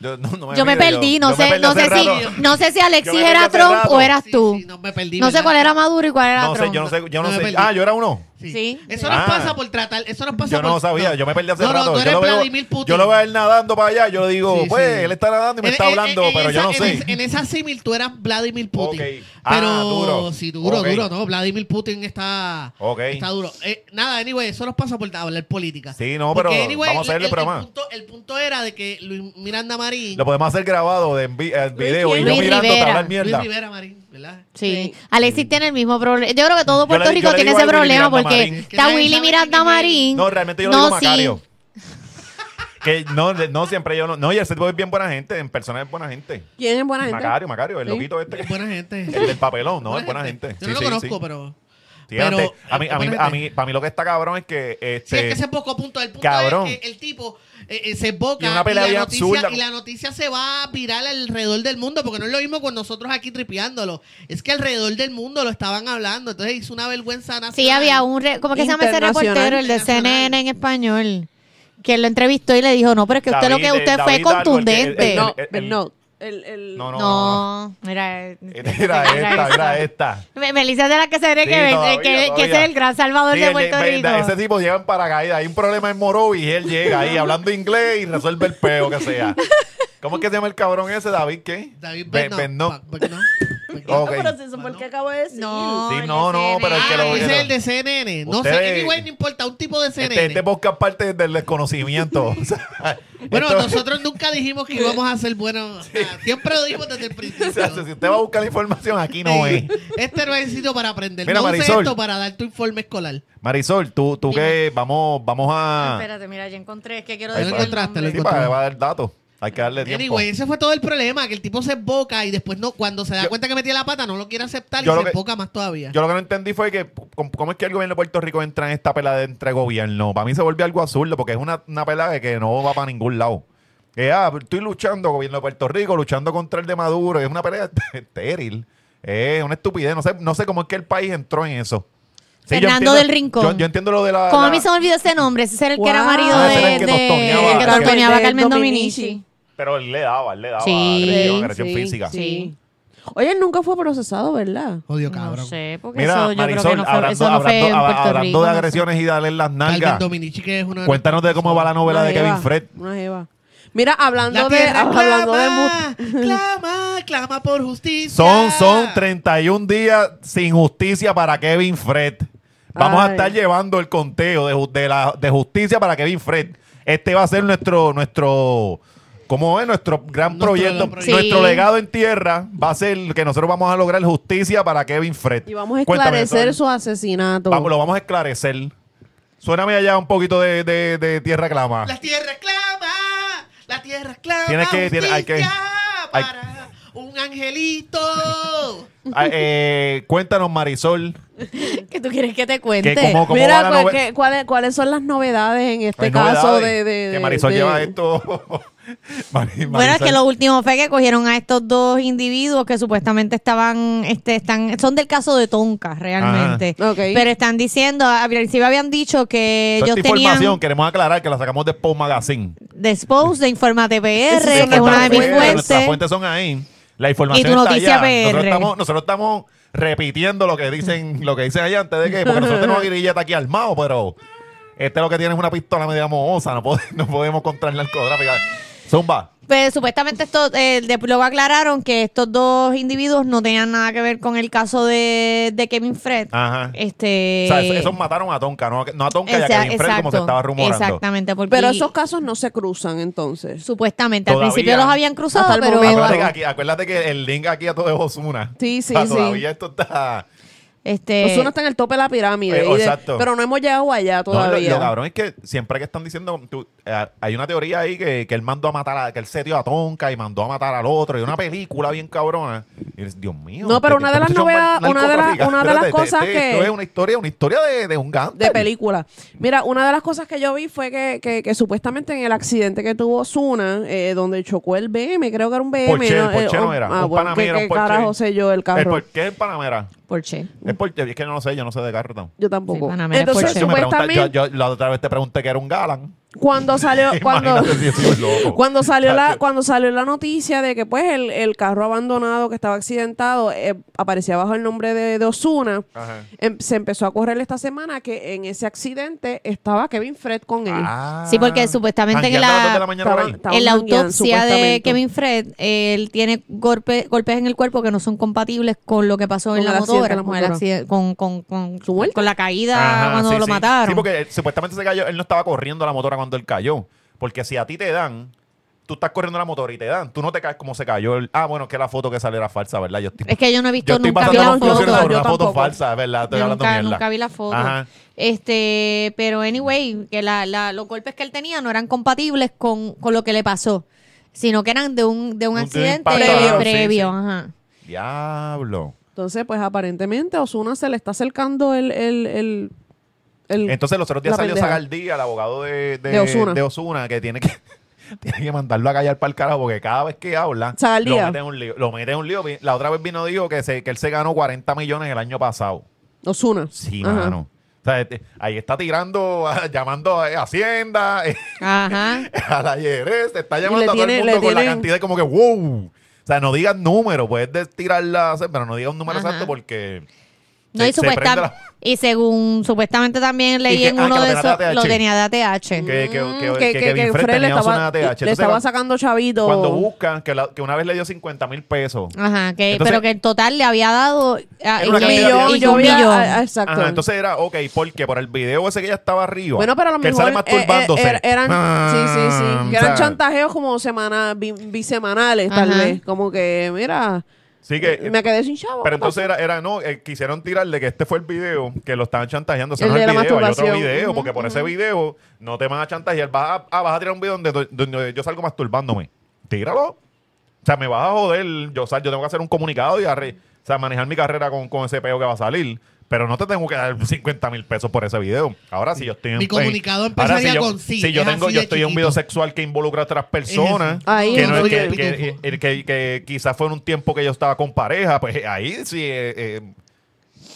Yo, no- no Yo me mire, perdí, yo- no yo me sé, perdí no hace sé si, rato. no sé si Alexis Yo me era perdí hace Trump rato. o eras Sí, Ah, tú. sí, no me perdí, No sé ¿verdad? cuál era Maduro y cuál era No sé, Trump. yo no sé, yo no No me sé. perdí. Ah, yo era uno. Sí. Sí. Eso Ah. nos pasa por tratar, eso nos pasa Yo no por- sabía, no. yo me perdí hace No, no, rato. tú yo, eres lo veo, Vladimir Putin. yo lo veo a él nadando para allá, yo le digo, Sí, pues, sí. él está nadando y me En- e, está en- hablando, en- en pero yo esa- no en sé. es- En, esa símil tú eras Vladimir Putin. Ok. Pero Ah, duro. sí, duro, Ok. duro, ¿no? Vladimir Putin está, Ok. está duro. Eh, nada, anyway, eso nos pasa por hablar política. Sí, no, pero vamos a hacerle el, el programa. punto, el punto era de que Luis Miranda Marín, Lo podemos hacer grabado de en vi- en video y yo Luis mirando Rivera. hablar Luis mierda. Rivera Marín, ¿verdad? Sí. Alexis tiene el mismo problema. Yo creo que todo Yo le- Puerto yo Rico le tiene digo ese a Willy problema Miranda porque Marín. está Nadie Willy sabe Miranda quién es Marín. No, realmente yo lo digo sí. Macario. Que no, de- no siempre yo no. No, y el tipo es bien buena gente, en persona es buena gente. ¿Quién es buena gente? Macario, Macario, el Sí. loquito este. Es que- buena gente. El del papelón, no, es buena gente. Sí, Yo no sí, lo conozco, sí. pero... Sí, pero- antes, a mí, a mí, buena a gente. mí, para mí lo que está cabrón es que Sí, este, es que ese es poco punto. El punto Cabrón. es que el tipo eh, eh, se boca Y una pelea bien la noticia, absurda. y la noticia se va a viral alrededor del mundo, porque no es lo mismo con nosotros aquí tripeándolo. Es que alrededor del mundo lo estaban hablando. Entonces hizo una vergüenza nacional. Sí, había un. re- ¿Cómo que se llama ese Internacional. reportero? El de Internacional. CNN en español. Que lo entrevistó y le dijo, no, pero es que usted lo David, que eh, usted fue David Darbo, el que- contundente. el- No, el- pero no. El, el, no, no, no, No, mira. eh, no. Era esta, era esta. Me- Melissa es de la que se cree Sí, que, todavía, que- que todavía. ese es el gran salvador Sí, de el- Puerto ve- Rico. Ese tipo llega en paracaídas. Hay un problema en Moro y él llega ahí hablando inglés y resuelve el peo que sea. ¿Cómo es que se llama el cabrón ese? David, ¿qué? David Be- Bernot. Bernot. Pa- Bernot. Bernot. Ok. pero si eso fue el que acabo de decir. No, Sí, el no, de no, CNN. pero el que Ah, lo- ese que es lo- el de CNN. No Ustedes- sé, anyway, no importa, un tipo de CNN. Este, este podcast parte del desconocimiento. o sea, bueno, esto- nosotros nunca dijimos que íbamos a ser buenos. o sea, siempre lo dijimos desde el o sea, si principio. usted va a buscar la información, aquí no es. Sí. Este no es el sitio para aprender. Mira, no Marisol. uses esto para dar tu informe escolar. Marisol, tú, tú que vamos, vamos a. Espérate, mira, ya encontré. Es que quiero Ahí decir. lo el encontraste, nombre. Sí, para, va a dar datos. Hay que darle tiempo. Anyway, ese fue todo el problema, que el tipo se emboca y después no, cuando se da Yo- cuenta que metía la pata, no lo quiere aceptar y Yo lo se que- emboca más todavía. Yo lo que no entendí fue que ¿cómo, cómo es que el gobierno de Puerto Rico entra en esta pelea de entre gobierno. Para mí se vuelve algo absurdo porque es una, una pelea de que no va para ningún lado. Que ah, estoy luchando, gobierno de Puerto Rico, luchando contra el de Maduro. Es una pelea estéril. Es una estupidez. No sé, no sé cómo es que el país entró en eso. Sí, yo Fernando entiendo- del Rincón. Yo, yo entiendo lo de la. Como la- a mí se me olvidó ese nombre, ese era el que era Wow. marido Ah, de, ese era el que de- tortoneaba. el que El que- tortoneaba a de Carmen Dominici. Dominici. Pero él le daba, él le daba. Sí, agresión, agresión sí, física. Sí. Oye, él nunca fue procesado, ¿verdad? Odio No cabrón. sé, porque Mira, eso yo creo que Marisol, no fue, hablando, eso no fue hablando- en Puerto hablando Rico, de no sé. agresiones y darle en las Carmen nalgas. Dominici, que es una Cuéntanos de cómo va la novela Una de jeva, Kevin Fred. Una jeva. Mira, La hablando de tierra hablando de mu- clama, clama, clama por justicia. Son, son 31 días sin justicia para Kevin Fred. Vamos a Ay. estar llevando el conteo de, ju- de la, de justicia para Kevin Fred. Este va a ser nuestro, nuestro, ¿cómo es? Nuestro gran Nuestro proyecto, gran proyecto. nuestro Sí. legado en tierra va a ser que nosotros vamos a lograr justicia para Kevin Fred. y vamos a Cuéntame, esclarecer eso- su asesinato. vamos- lo vamos a esclarecer. Suéname allá un poquito de, de- de tierra clama. La tierra clama, la tierra clama. Tienes que- tiene- hay que- justicia hay- para un angelito. Ah, eh, cuéntanos, Marisol, ¿Qué tú quieres que te cuente? que cómo, cómo va Mira, la ¿cuál- novela. qué- cuáles- ¿cuáles son las novedades en este Hay caso novedades, de, de- que de- Marisol de- lleva esto. Mari- Marisol. Bueno, es que lo último fue que cogieron a estos dos individuos que supuestamente estaban, este, están, son del caso de Tonka realmente. Ajá. Ok. Pero están diciendo, al principio habían dicho que Toda ellos esta tenían información queremos aclarar que la sacamos de Spawn Magazine. Despose de Informa TPR, Eso que es es una de mis fuente, Nuestras fuentes. fuentes son ahí. La información Y tu está noticia allá. Nosotros PR. estamos, nosotros estamos repitiendo lo que dicen, lo que dicen allá antes de que, porque nosotros tenemos guirilleta aquí armado, pero este lo que tiene es una pistola media mohosa, no, pod- no podemos contra el narcotráfico. Zumba. Pues supuestamente esto, eh, de- luego aclararon que estos dos individuos no tenían nada que ver con el caso de, de Kevin Fred. Ajá. Este, o sea, es- esos mataron a Tonka, no a, no a Tonka y a esa- Kevin Fred, como se exacto, estaba rumorando. Exactamente, porque Pero esos casos no se cruzan entonces. supuestamente Todavía. al principio los habían cruzado, Hasta el pero momento. Acuérdate que, aquí- acuérdate que el link aquí a todo es Osuna. Sí, sí, sí. Todavía esto está. este, Nosotros está en el tope de la pirámide. Eh, y de- exacto. pero no hemos llegado No, allá lo- todavía. lo, cabrón es que siempre que están diciendo, tú, eh, hay una teoría ahí que, que él mandó a matar, a, que él se dio a Tonka y mandó a matar al otro, y una película bien cabrona. Y dices, Dios mío. No, pero este- una de este las muchacho es novedades- una de las- narcotraficante. una de las Espérate, cosas este- que- Esto es una historia, una historia de, de un gánster. de película. Mira, una de las cosas que yo vi ffue que, que, que supuestamente en el accidente que tuvo Zuna, eh, donde chocó el BM, creo que era un BM. Porsche, ¿no? Porsche Eh, no era, Ah, un bueno, Panamera, ¿qué- un qué Porsche. carajo sé yo el El carro? por- ¿Qué es Panamera? Porsche. Es, por- es que no lo sé, yo no sé de carro tampoco. Yo tampoco. Sí, Panamera, Entonces, Porsche. Eso me pregunta- Pues supuestamente, yo, yo la otra vez te pregunté que era un galán. cuando salió, cuando, Imagínate si yo soy un loco. cuando salió la, cuando salió la noticia de que pues el, el carro abandonado que estaba accidentado eh, aparecía bajo el nombre de, de Osuna. Ajá. em- se empezó a correr esta semana que en ese accidente estaba Kevin Fred con él. Ah. Sí, porque supuestamente que Jangueando a las la- dos de la mañana por ahí. Estaban- En la mangueando, autopsia de supuestamente. Kevin Fred, él tiene golpe- golpes en el cuerpo que no son compatibles con lo que pasó Con en la el accidente de motora, la con, el motora. accidente- con, con, con, ¿Su muerte? con la caída Ajá, cuando sí, lo sí. mataron. Sí, porque él, supuestamente se cayó, él no estaba corriendo la motora cuando él cayó. Porque si a ti te dan, tú estás corriendo la motora y te dan, tú no te caes como se cayó. el- ah, bueno, es que la foto que sale era falsa, ¿verdad? Yo estoy, es que yo no he yo visto estoy nunca pasando yo- la yo- confusiones foto. sobre yo una foto tampoco. falsa, ¿verdad? Estoy Yo hablando nunca, mierda. nunca vi la foto. Ajá. Este, pero anyway, que la, la- los golpes que él tenía no eran compatibles con, con lo que le pasó, sino que eran de un, de un Un- de un accidente impacto, previo. claro, sí, sí. ajá. Diablo. Entonces, pues aparentemente Osuna se le está acercando el, el, el, el- Entonces, los otros días La salió pendeja. Zagaldía, el abogado de, de, De Ozuna. de Ozuna, que tiene que. Tiene que mandarlo a callar para el carajo porque cada vez que habla Zagaldía. lo mete en un lío. Lo mete en un lío. La otra vez vino dijo que, se, que él se ganó 40 millones el año pasado. Osuna. Sí, Ajá. mano. O sea, este, ahí está tirando, ah, llamando a eh, Hacienda, eh, Ajá. a la IRS, te está le llamando a todo tiene- el le mundo con la tienen- cantidad como que wow. O sea, no digas número, puedes de- tirarla, pero no digas un número Ajá. exacto porque... No, se- y, se pues, prende supuestam- la- y según supuestamente también leí que- en ah, uno que lo de tenía esos, de ATH. lo tenía de ATH. Que, que, Mm, que, que Kevin Fred Fred le tenía estaba, una TH. le Entonces, estaba cuando- sacando chavito. Cuando buscan, que, la- que una vez le dio 50 mil pesos. Ah, Ajá, que, Entonces- pero que en total le había dado ah, Era una y- cantidad y- de- y yo un vi a- millón. a- a- exacto. Ajá, entonces era, ok, porque por el video ese que ella estaba arriba. bueno, pero a lo que él mejor sale masturbándose. eh, eh, eran, sí, sí, Ah, sí, que eran o sea, chantajeos como semana, bi- bisemanales, tal Ajá. vez. Como que, mira, Sí que, me quedé sin Eh, chavo. Pero entonces era, era no, eh, quisieron tirarle que este fue el video, que lo estaban chantajeando. Ese El no es de el video, la hay otro masturbación. video, Ujú, porque por ese video no te van a chantajear. Vas a, ah, vas a tirar un video donde, do- donde yo salgo masturbándome. Tíralo. O sea, me vas a joder. Yo, sal- yo tengo que hacer un comunicado y arre- o sea, manejar mi carrera con, con ese peo que va a salir. Pero no te tengo que dar 50 mil pesos por ese video. Ahora si yo estoy en Mi comunicado ahora, empezaría si yo- con sí, Si yo es tengo, así yo de estoy en un chiquito. video sexual que involucra a otras personas. Ahí Que, es no, otro que, nivel. que- que- que- que quizás fue en un tiempo que yo estaba con pareja, pues ahí sí. eh, eh,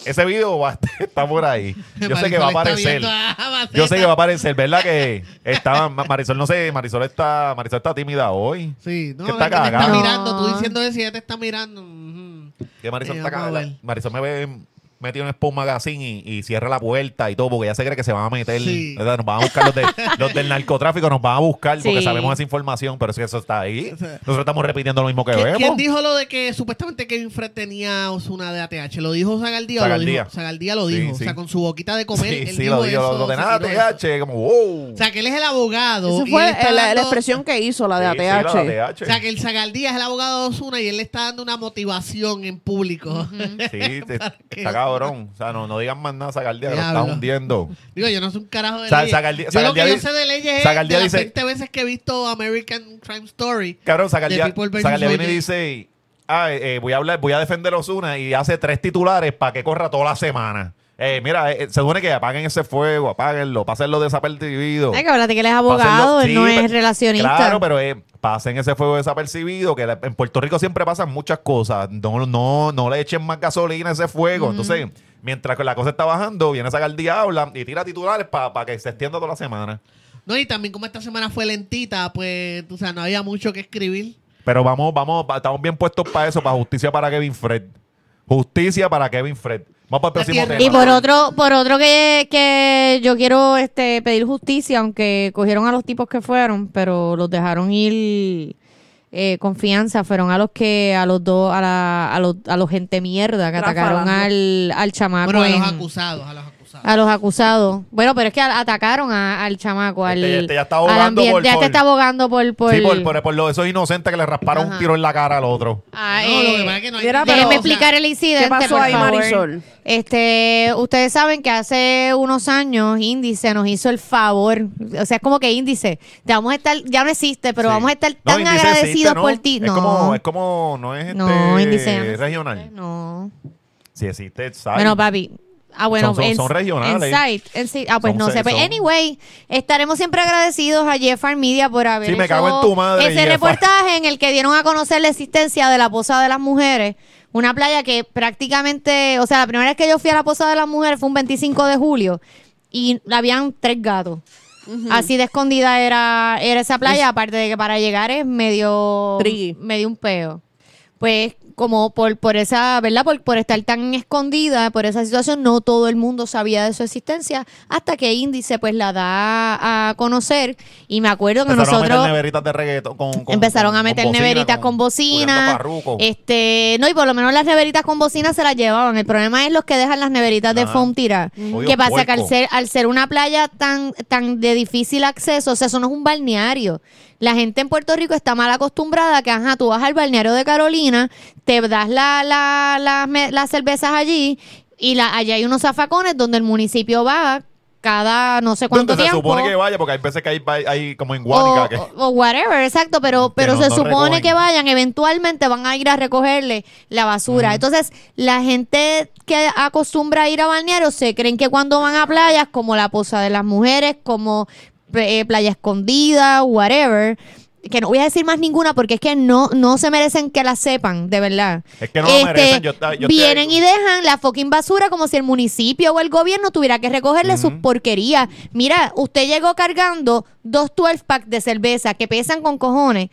ese video va, está por ahí. Yo sé que va a aparecer. Yo sé que va a aparecer, ¿verdad? Que estaba Ma- Marisol, no sé, Marisol está, Marisol está tímida hoy. Sí, no, que a está ver, que me está cagada. mirando, tú No. diciendo eso y ella te está mirando. ujú. Que Marisol Eh, está vamos a cagada. ver. Marisol me ve metido en Spawn Magazine y, y cierra la puerta y todo, porque ya se cree que se van a meter. Sí. ¿verdad? Nos van a buscar los, de- los del narcotráfico, nos van a buscar porque Sí. sabemos esa información, pero es que eso está ahí. Nosotros estamos repitiendo lo mismo que ¿Qui- vemos. ¿Quién dijo lo de que supuestamente Kevin Fred tenía Osuna de ATH? ¿Lo dijo Zagaldía? Zagaldía. O lo dijo, Zagaldía lo Sí, dijo. sí. O sea, con su boquita de comer. Sí, él sí, dijo lo digo, eso, lo, lo de se nada, tiró eso. TH, como wow. O sea, que él es el abogado. Esa y fue él está la, la dando- expresión que hizo, la de Sí, sí, ATH. lo de ATH. O sea, que el Zagaldía es el abogado de Osuna y él le está dando una motivación en público. Sí, te- que- está cabrón. O sea, no, no digan más nada, Zagaldía, que lo está Diablo. hundiendo. Digo, yo no sé un carajo de Sa- leyes. Zagaldía- yo lo Zagaldía que yo di- sé de leyes es Zagaldía de las dice- 20 veces que he visto American Crime Story. Cabrón, Zagaldía, The People versus Zagaldía viene y OJ. dice, ah, eh, voy a hablar, voy a defender a Osuna y hace tres titulares para que corra toda la semana. Eh, mira, eh, se supone que apaguen ese fuego, apáguenlo, pásenlo desapercibido. Ay, que hablaste que él es Pásenlo- abogado, él sí, no pe- es relacionista. Claro, pero eh, pasen ese fuego desapercibido, que la- en Puerto Rico siempre pasan muchas cosas. No, no, no le echen más gasolina a ese fuego. Entonces, mientras que la cosa está bajando, viene Zagaldía, habla y tira titulares para que se extienda toda la semana. No, y también como esta semana fue lentita, pues, o sea, no había mucho que escribir. Pero vamos, vamos, pa- estamos bien puestos para eso, para justicia para Kevin Fred. Justicia para Kevin Fred. Vamos para el La próximo tierra. tema. Y por otro, por otro que, que yo quiero este pedir justicia, aunque cogieron a los tipos que fueron, pero los dejaron ir eh, confianza, fueron a los que, a los dos, a, la, a los, a los gente mierda que atacaron al, al chamaco. Bueno, a los en- acusados, a los acusados. a los acusados. Bueno, pero es que a- atacaron a- al chamaco, al, Este- este ya está al abogando ambiente. por- ya te por- está abogando por... por, Sí, por, por, por lo de esos inocentes que le rasparon un Ajá. tiro en la cara al otro. Ah, No, lo eh, que pasa es que no hay mira, ningún- Déjeme Pero, explicar el incidente. ¿qué pasó por ahí, favor. Marisol? Este, ustedes saben que hace unos años Índice nos hizo el favor. O sea, es como que Índice, te vamos a estar, ya no existe, pero Sí. vamos a estar No, tan índice agradecidos existe, ¿no? por ti. Es No, como, es como, no es este, no, Índice ya no existe, regional. No. Si existe, ¿sabes? Bueno, papi. Ah, bueno, Son- son- en- son regionales. en site, en site. ah, pues Son no sé. se- Pues, son- anyway, estaremos siempre agradecidos a Jeffar Media por haber Sí, me hecho cago en tu madre, ese Jeffar. reportaje en el que dieron a conocer la existencia de la Posada de las Mujeres. Una playa que prácticamente, o sea, la primera vez que yo fui a la Posada de las Mujeres fue un 25 de julio y habían tres gatos. Así de escondida era, era esa playa, aparte de que para llegar es medio, Tricky. medio un peo pues como por, por esa, ¿verdad? Por, por estar tan escondida, por esa situación, no todo el mundo sabía de su existencia, hasta que Índice pues la da a conocer. Y me acuerdo que empezaron a meter nosotros neveritas de reggaetón con, con- empezaron con- a meter con bocina, neveritas con, jugando bocina. parruco. Este, no, y por lo menos las neveritas con bocina se las llevaban. El problema es los que dejan las neveritas de Ajá. foam tiradas. Odio Que pasa que puerco. al ser, al ser una playa tan, tan de difícil acceso, o sea, eso no es un balneario. La gente en Puerto Rico está mal acostumbrada que, ajá, tú vas al balneario de Carolina, te das la, la- la- me- las cervezas allí y la, allá hay unos zafacones donde el municipio va cada no sé cuánto Donde se tiempo supone que vaya, porque hay veces que hay, hay como en Guánica. que- o, o whatever, exacto, pero, pero no- se no supone recogen. que vayan, eventualmente van a ir a recogerle la basura. Entonces, la gente que acostumbra a ir a balnearios se creen que cuando van a playas como la Poza de las Mujeres, como eh, Playa Escondida, whatever, que no voy a decir más ninguna porque es que no, no se merecen que la sepan, de verdad. Es que no lo merecen, yo ta- yo te- este, vienen y dejan la fucking basura como si el municipio o el gobierno tuviera que recogerle sus porquerías. Mira, usted llegó cargando dos 12 pack de cerveza que pesan con cojones.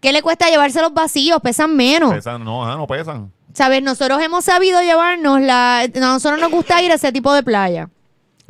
¿Qué le cuesta llevarse los vacíos? Pesan menos. Pesan, no, ajá, no pesan. ¿Sabes? Nosotros hemos sabido llevarnos la... A nosotros nos gusta ir a ese tipo de playa.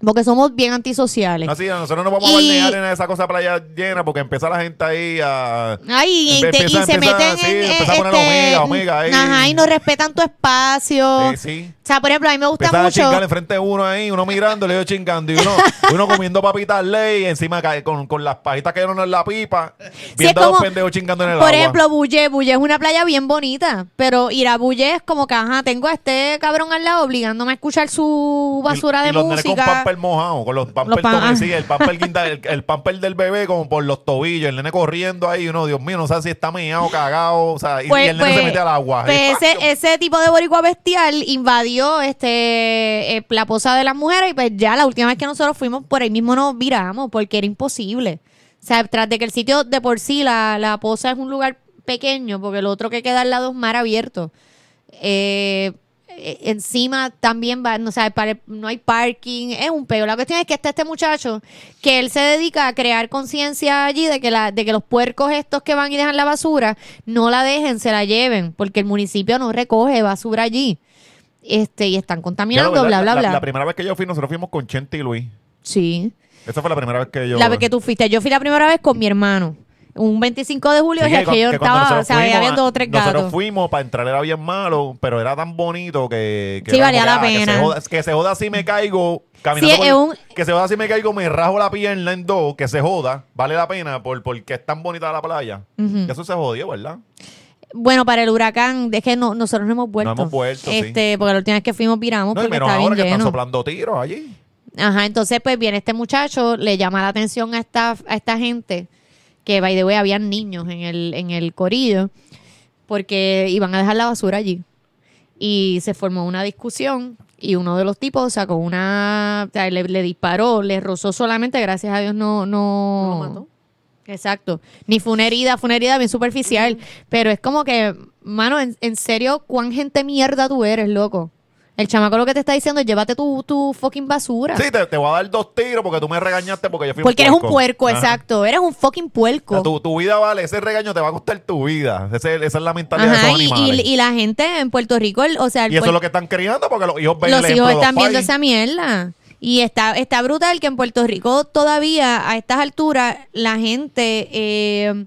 Porque somos bien antisociales. Así, nosotros no vamos a Y- balnear en esa cosa playa llena porque empieza la gente ahí a. Ay, y, Empe- te- y empieza- se empieza- meten sí, en... eh, empieza a poner este, omega, omega ahí. Ajá, y no respetan tu espacio. Sí, eh, sí. O sea, por ejemplo, a mí me gusta Empezaba a mucho... chingar enfrente de uno ahí, uno mirando, le chingando y uno, uno comiendo papitas ley y encima cae con, con las pajitas que dieron en la pipa, Sí, es viendo a dos como- pendejos chingando en el Por agua. ejemplo, Bulle. Bulle es una playa bien bonita, pero ir a Bulle es como que, ajá, tengo a este cabrón al lado obligándome a escuchar su basura y, de y los nenes música. con pamper mojado, con los pamper pam- tomes, ah. sí, el pamper guinda- el, el pamper del bebé como por los tobillos, el nene corriendo ahí, uno, Dios mío, no sabe si está meado, cagado, o sea, y, Pues- y el nene se pues- mete al agua. pues Y- ese, ese tipo de boricua bestial invadió este eh, la posada de las mujeres y pues ya la última vez que nosotros fuimos por ahí mismo nos viramos porque era imposible. O sea, tras de que el sitio de por sí, la, la posa es un lugar pequeño porque lo otro que queda al lado es mar abierto. Eh, eh, encima también va, no, o sea, para- no hay parking, es un peo. La cuestión es que está este muchacho que él se dedica a crear conciencia allí de que, la, de que los puercos estos que van y dejan la basura no la dejen, se la lleven, porque el municipio no recoge basura allí. este, y están Ya contaminando, lo- bla, la- bla, la- bla. La primera vez que yo fui, nosotros fuimos con Chente y Luis. sí. Esa fue la primera vez que yo. La vez que tú fuiste. Yo fui la primera vez con mi hermano. Un 25 de julio, Sí, y que cu- aquello que cuando estaba, o nosotros sea, había fuimos, habido dos o tres Nosotros gatos. fuimos, para entrar era bien malo, pero era tan bonito que... que Sí, era valía como la que, ah, que pena. se joda- Que se joda si me caigo caminando Sí, por- es un- Que se joda si me caigo, me rajo la pierna en dos, que se joda, vale la pena por, porque es tan bonita la playa. Ujú. Eso se jodió, ¿verdad? Bueno, para el huracán, es que no, nosotros no hemos vuelto. No hemos vuelto, sí. este, Porque la última vez que fuimos viramos No, y porque menos estaba ahora bien que están lleno. soplando tiros allí. Ajá, entonces pues viene este muchacho, le llama la atención a esta, a esta gente, que by the way habían niños en el, en el corillo, porque iban a dejar la basura allí. Y se formó una discusión y uno de los tipos sacó una, o sea, le, le disparó, le rozó solamente, gracias a Dios no... Lo no mató. Exacto. Ni fue una herida, fue una herida bien superficial. Pero es como que, mano, en, en serio, cuán gente mierda tú eres, loco. El chamaco lo que te está diciendo es llévate tu, tu fucking basura. Sí, te, te voy a dar dos tiros porque tú me regañaste porque yo fui Ah. Porque eres un puerco, Ajá. exacto. Eres un fucking O sea, puerco. tu, tu vida vale, ese regaño te va a costar tu vida. Ese- esa es la mentalidad de Ajá, esos y, animales. y- y la gente en Puerto Rico, el- o sea, el Y eso es puer- lo que están criando porque los hijos ven el los ejemplo hijos de los están viendo pais. esa mierda. Y está, está brutal que en Puerto Rico todavía, a estas alturas, la gente, eh,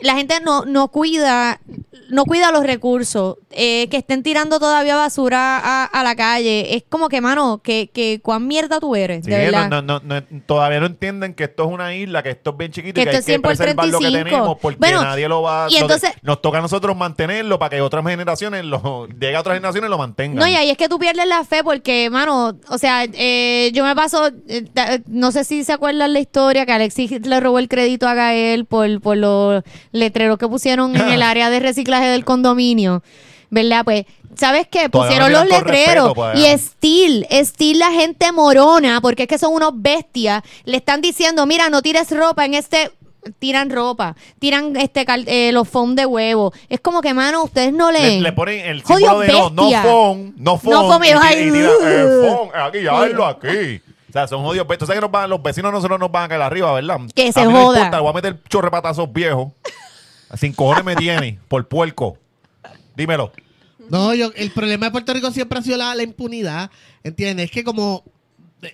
la gente no, no cuida, no cuida los recursos, eh, que estén tirando todavía basura a, a la calle. Es como que, mano, que, que cuán mierda tú eres, Sí, de no- verdad. no- no- no- todavía no entienden que esto es una isla, que esto es bien chiquito Que y que hay esto es que 100 por preservar lo que 35. tenemos porque Bueno, nadie lo va y lo de- entonces- Nos toca a nosotros mantenerlo para que otras generaciones, lo, llegue a otras generaciones y lo mantengan. No, y ahí es que tú pierdes la fe porque, mano, o sea, eh, yo me paso, eh, ta- eh, no sé si se acuerdan la historia que Alexis le robó el crédito a Gael por, por los letreros que pusieron en el área de reciclaje del condominio. ¿Verdad? Pues, ¿sabes qué? Todavía no Pusieron los tiran con letreros respeto, pues. y Steel, Steel la gente morona, porque es que son unos bestias, le están diciendo, mira, no tires ropa en este tiran ropa, tiran este cal- eh, los foam de huevo. Es como que, mano, ustedes no le, leen. le ponen el Jodido símbolo de no, no bestia. phone, no phone, phone, y, y uh. vas y- ahí, y tira, "Ugh". eh, phone, aquí, ya Jodido. hazlo aquí. O sea, son jodidos. Entonces que nos van, los vecinos nosotros nos van a caer arriba, ¿verdad? Que se a mí No joda. importa, le voy a meter chorrepatazos viejos. Sin cojones me tiene, por puerco. Dímelo. No, yo, el problema de Puerto Rico siempre ha sido la, la impunidad, ¿entiendes? Es que como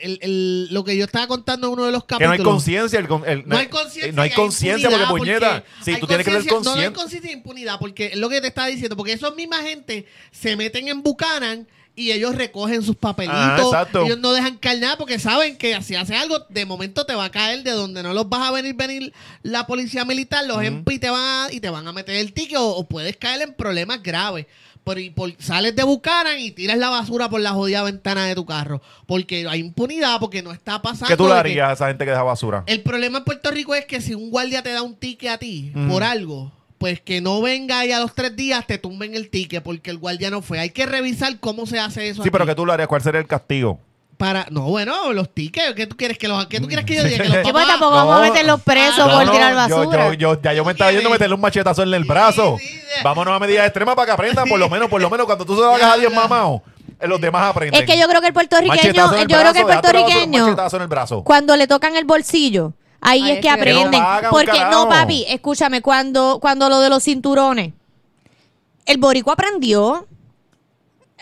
el- el- lo que yo estaba contando en uno de los Que no capítulos... hay conciencia. el con- el- eh, No hay conciencia. No hay y conciencia porque, impunidad, puñeta. porque Si hay tú tienes que ser conciencia- No, no hay consciente. conciencia de impunidad porque es lo que te estaba diciendo. Porque esos misma gente se meten en Bucanan y ellos recogen sus papelitos. Ah, exacto. ellos no dejan caer nada porque saben que si haces algo, de momento te va a caer de donde no los vas a venir venir la policía militar, los EMPI y te van a, y te van a meter el ticket o, o puedes caer en problemas graves. Por, y por- sales de Bucanan y tiras la basura por la jodida ventana de tu carro. Porque hay impunidad, porque no está pasando. ¿Qué tú le de que- harías a esa gente que deja basura? el problema en Puerto Rico es que si un guardia te da un ticket a ti Ujú. por algo, pues que no venga y a los tres días te tumben el ticket porque el guardia no fue. Hay que revisar cómo se hace eso. Sí, pero aquí ¿qué tú le harías? ¿Cuál sería el castigo? para no bueno los tickets ¿qué tú quieres que los que tú quieres que yo diga que Sí, los Sí, papás- pues tampoco vamos a No. meterlos presos No, por no, tirar yo- basura. Yo, yo- ya yo me ¿Tú estaba yendo a quieres? meterle un machetazo en el Sí, brazo. sí, sí. Vámonos a medidas extremas para que aprendan, por lo menos, por lo menos, cuando tú se lo hagas a 10 Diabla. mamados, eh, los demás aprenden. Es que yo creo que el puertorriqueño, Machetazo en yo creo que el brazo, déjate la basura, puertorriqueño, Machetazo en el brazo. cuando le tocan el bolsillo, ahí es que Que no aprenden. pagan un Porque carajo. no, papi, escúchame, cuando, cuando lo de los cinturones, el boricua aprendió.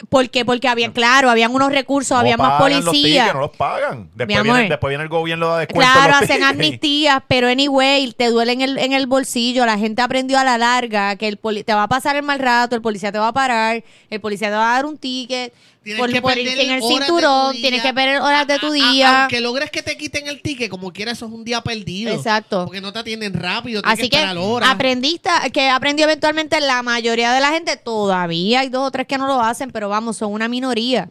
¿Por qué? Porque había, claro, habían unos recursos, No había más pagan los policía. tickets, no los pagan. Después, amor. viene, después viene el gobierno da descuento. en Claro, los hacen tickets. amnistías, pero anyway, te duele en el, en el bolsillo. La gente aprendió a la larga que el poli- te va a pasar el mal rato, el policía te va a parar, el policía te va a dar un ticket. Tienes que perder en el horas de tu cinturón, día. Ah, tienes que perder horas de tu A- a- día. aunque logres que te quiten el ticket como quiera eso es un día perdido Exacto. porque no te atienden rápido tienes Así que, que esperar horas. aprendiste, que aprendió eventualmente la mayoría de la gente, todavía hay dos o tres que no lo hacen, pero vamos, son una minoría.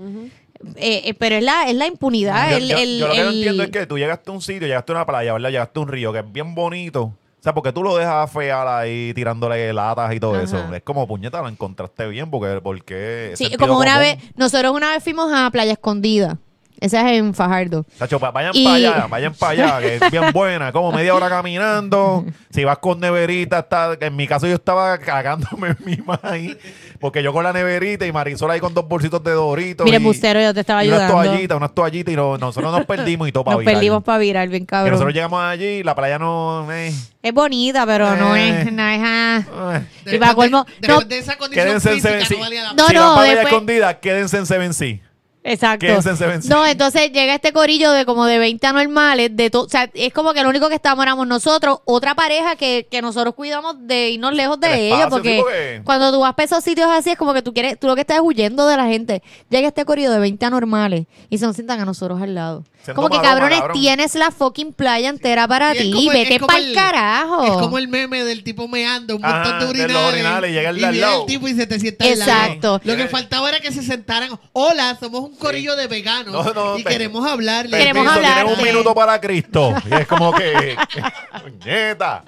Eh, eh, pero es la, es la impunidad. Yo, el- yo- el- yo lo que no el- entiendo es que tú llegaste a un sitio, llegaste a una playa, ¿verdad? Llegaste a un río que es bien bonito. O sea, porque tú lo dejas fear ahí tirándole latas y todo Ajá. eso. Es como puñeta, lo encontraste bien porque porque Sí, sentido como una común. vez, nosotros una vez fuimos a Playa Escondida Esa es en Fajardo. Tacho, pa- vayan Y- para allá, vayan para allá, que es bien buena, como media hora caminando. Si vas con neverita, está, en mi caso yo estaba cagándome en mi maíz, porque yo con la neverita y Marisol ahí con dos bolsitos de doritos. Mire, y- Bustero, yo te estaba y unas ayudando. toallitas, unas toallitas, y no- nosotros nos perdimos y todo para Nos perdimos para virar, bien Y cabrón. nosotros llegamos allí y la playa no. eh, Es bonita, pero no es. No es ah. eh. Y para colmo, de, no- de, esa condición Quédense en física Seven no valía la No, si van para allá después- escondida, quédense en Seven Sea. Exacto. Quédense en Seven Seas. No, entonces llega este corillo de como de 20 anormales, de to- o sea, es como que lo único que estábamos éramos nosotros, otra pareja que, que nosotros cuidamos de irnos lejos de El espacio, ellos, sí, porque porque- cuando tú vas para esos sitios así es como que tú quieres, tú lo que estás es huyendo de la gente. Llega este corillo de 20 anormales y se nos sientan a nosotros al lado. Siendo como que paloma, cabrones, cabrón. tienes la fucking playa entera para Y es ti, como- vete es como para el carajo. Es como el meme del tipo meando un montón Ajá, de de los urinales. urinales, llega el de y al viene lado. tipo y se te sienta al lado. Exacto. Lo que faltaba era que se sentaran. Hola, somos un corillo de veganos No, no, y pe- queremos hablarle. Queremos Permiso, tienen hablarte. un minuto para Cristo. Y es como que. ¡Puñeta!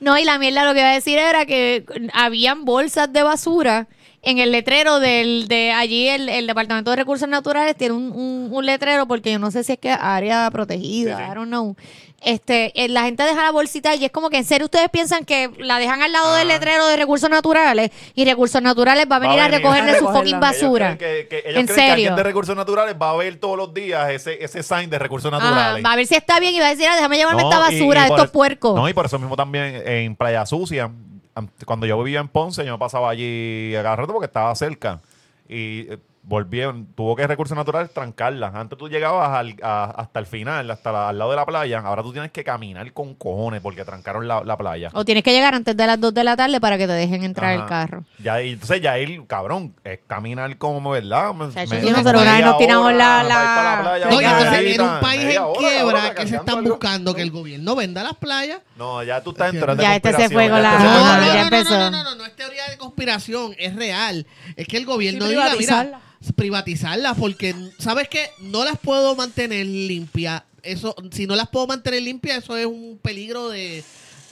No, y la mierda lo que iba a decir era que habían bolsas de basura en el letrero del de allí el, el Departamento de Recursos Naturales tiene un, un- un letrero porque yo no sé si es que área protegida, Sí, sí. I don't know. Este, eh, la gente deja la bolsita y es como que en serio ustedes piensan que la dejan al lado del Ah. letrero de Recursos Naturales y Recursos Naturales va a venir a, venir. recogerle A su recogerla. fucking Ellos Ellos basura. creen que- que- ellos creen en que alguien serio. de recursos naturales va a ver todos los días ese, ese sign de recursos Ajá, naturales. va a ver si está bien y va a decir, "Ah, déjame llevarme esta y- basura y de por estos eso- puercos. No, y por eso mismo también en Playa Sucia, an- cuando yo vivía en Ponce, yo me pasaba allí a cada rato porque estaba cerca. Y eh, volví, tuvo que recursos naturales trancarla. Antes tú llegabas al- a- hasta el final, hasta la- al lado de la playa. Ahora tú tienes que caminar con cojones porque trancaron la, la playa. O tienes que llegar antes de las 2 de la tarde para que te dejen entrar Ajá. el carro. Ya, y entonces ya ir, cabrón, es caminar como, ¿verdad? Me- sea, yo media sí, nosotros hora, una vez nos tiramos la- para ir para la- playa, No, y una entonces horita, era un país media en hora, quiebra cabrón, que se están cargando algo. buscando que el gobierno venda las playas. No, ya tú estás entrando Ya, este se fue con la- pues, No, Ese no, fue María, no, no, no, empezó. no, no, no, no es teoría de conspiración, es real. Es que el gobierno Sí, diga, mira, privatizarla. privatizarlas, porque, ¿sabes qué? No las puedo mantener limpias. Eso, si no las puedo mantener limpias, eso es un peligro de,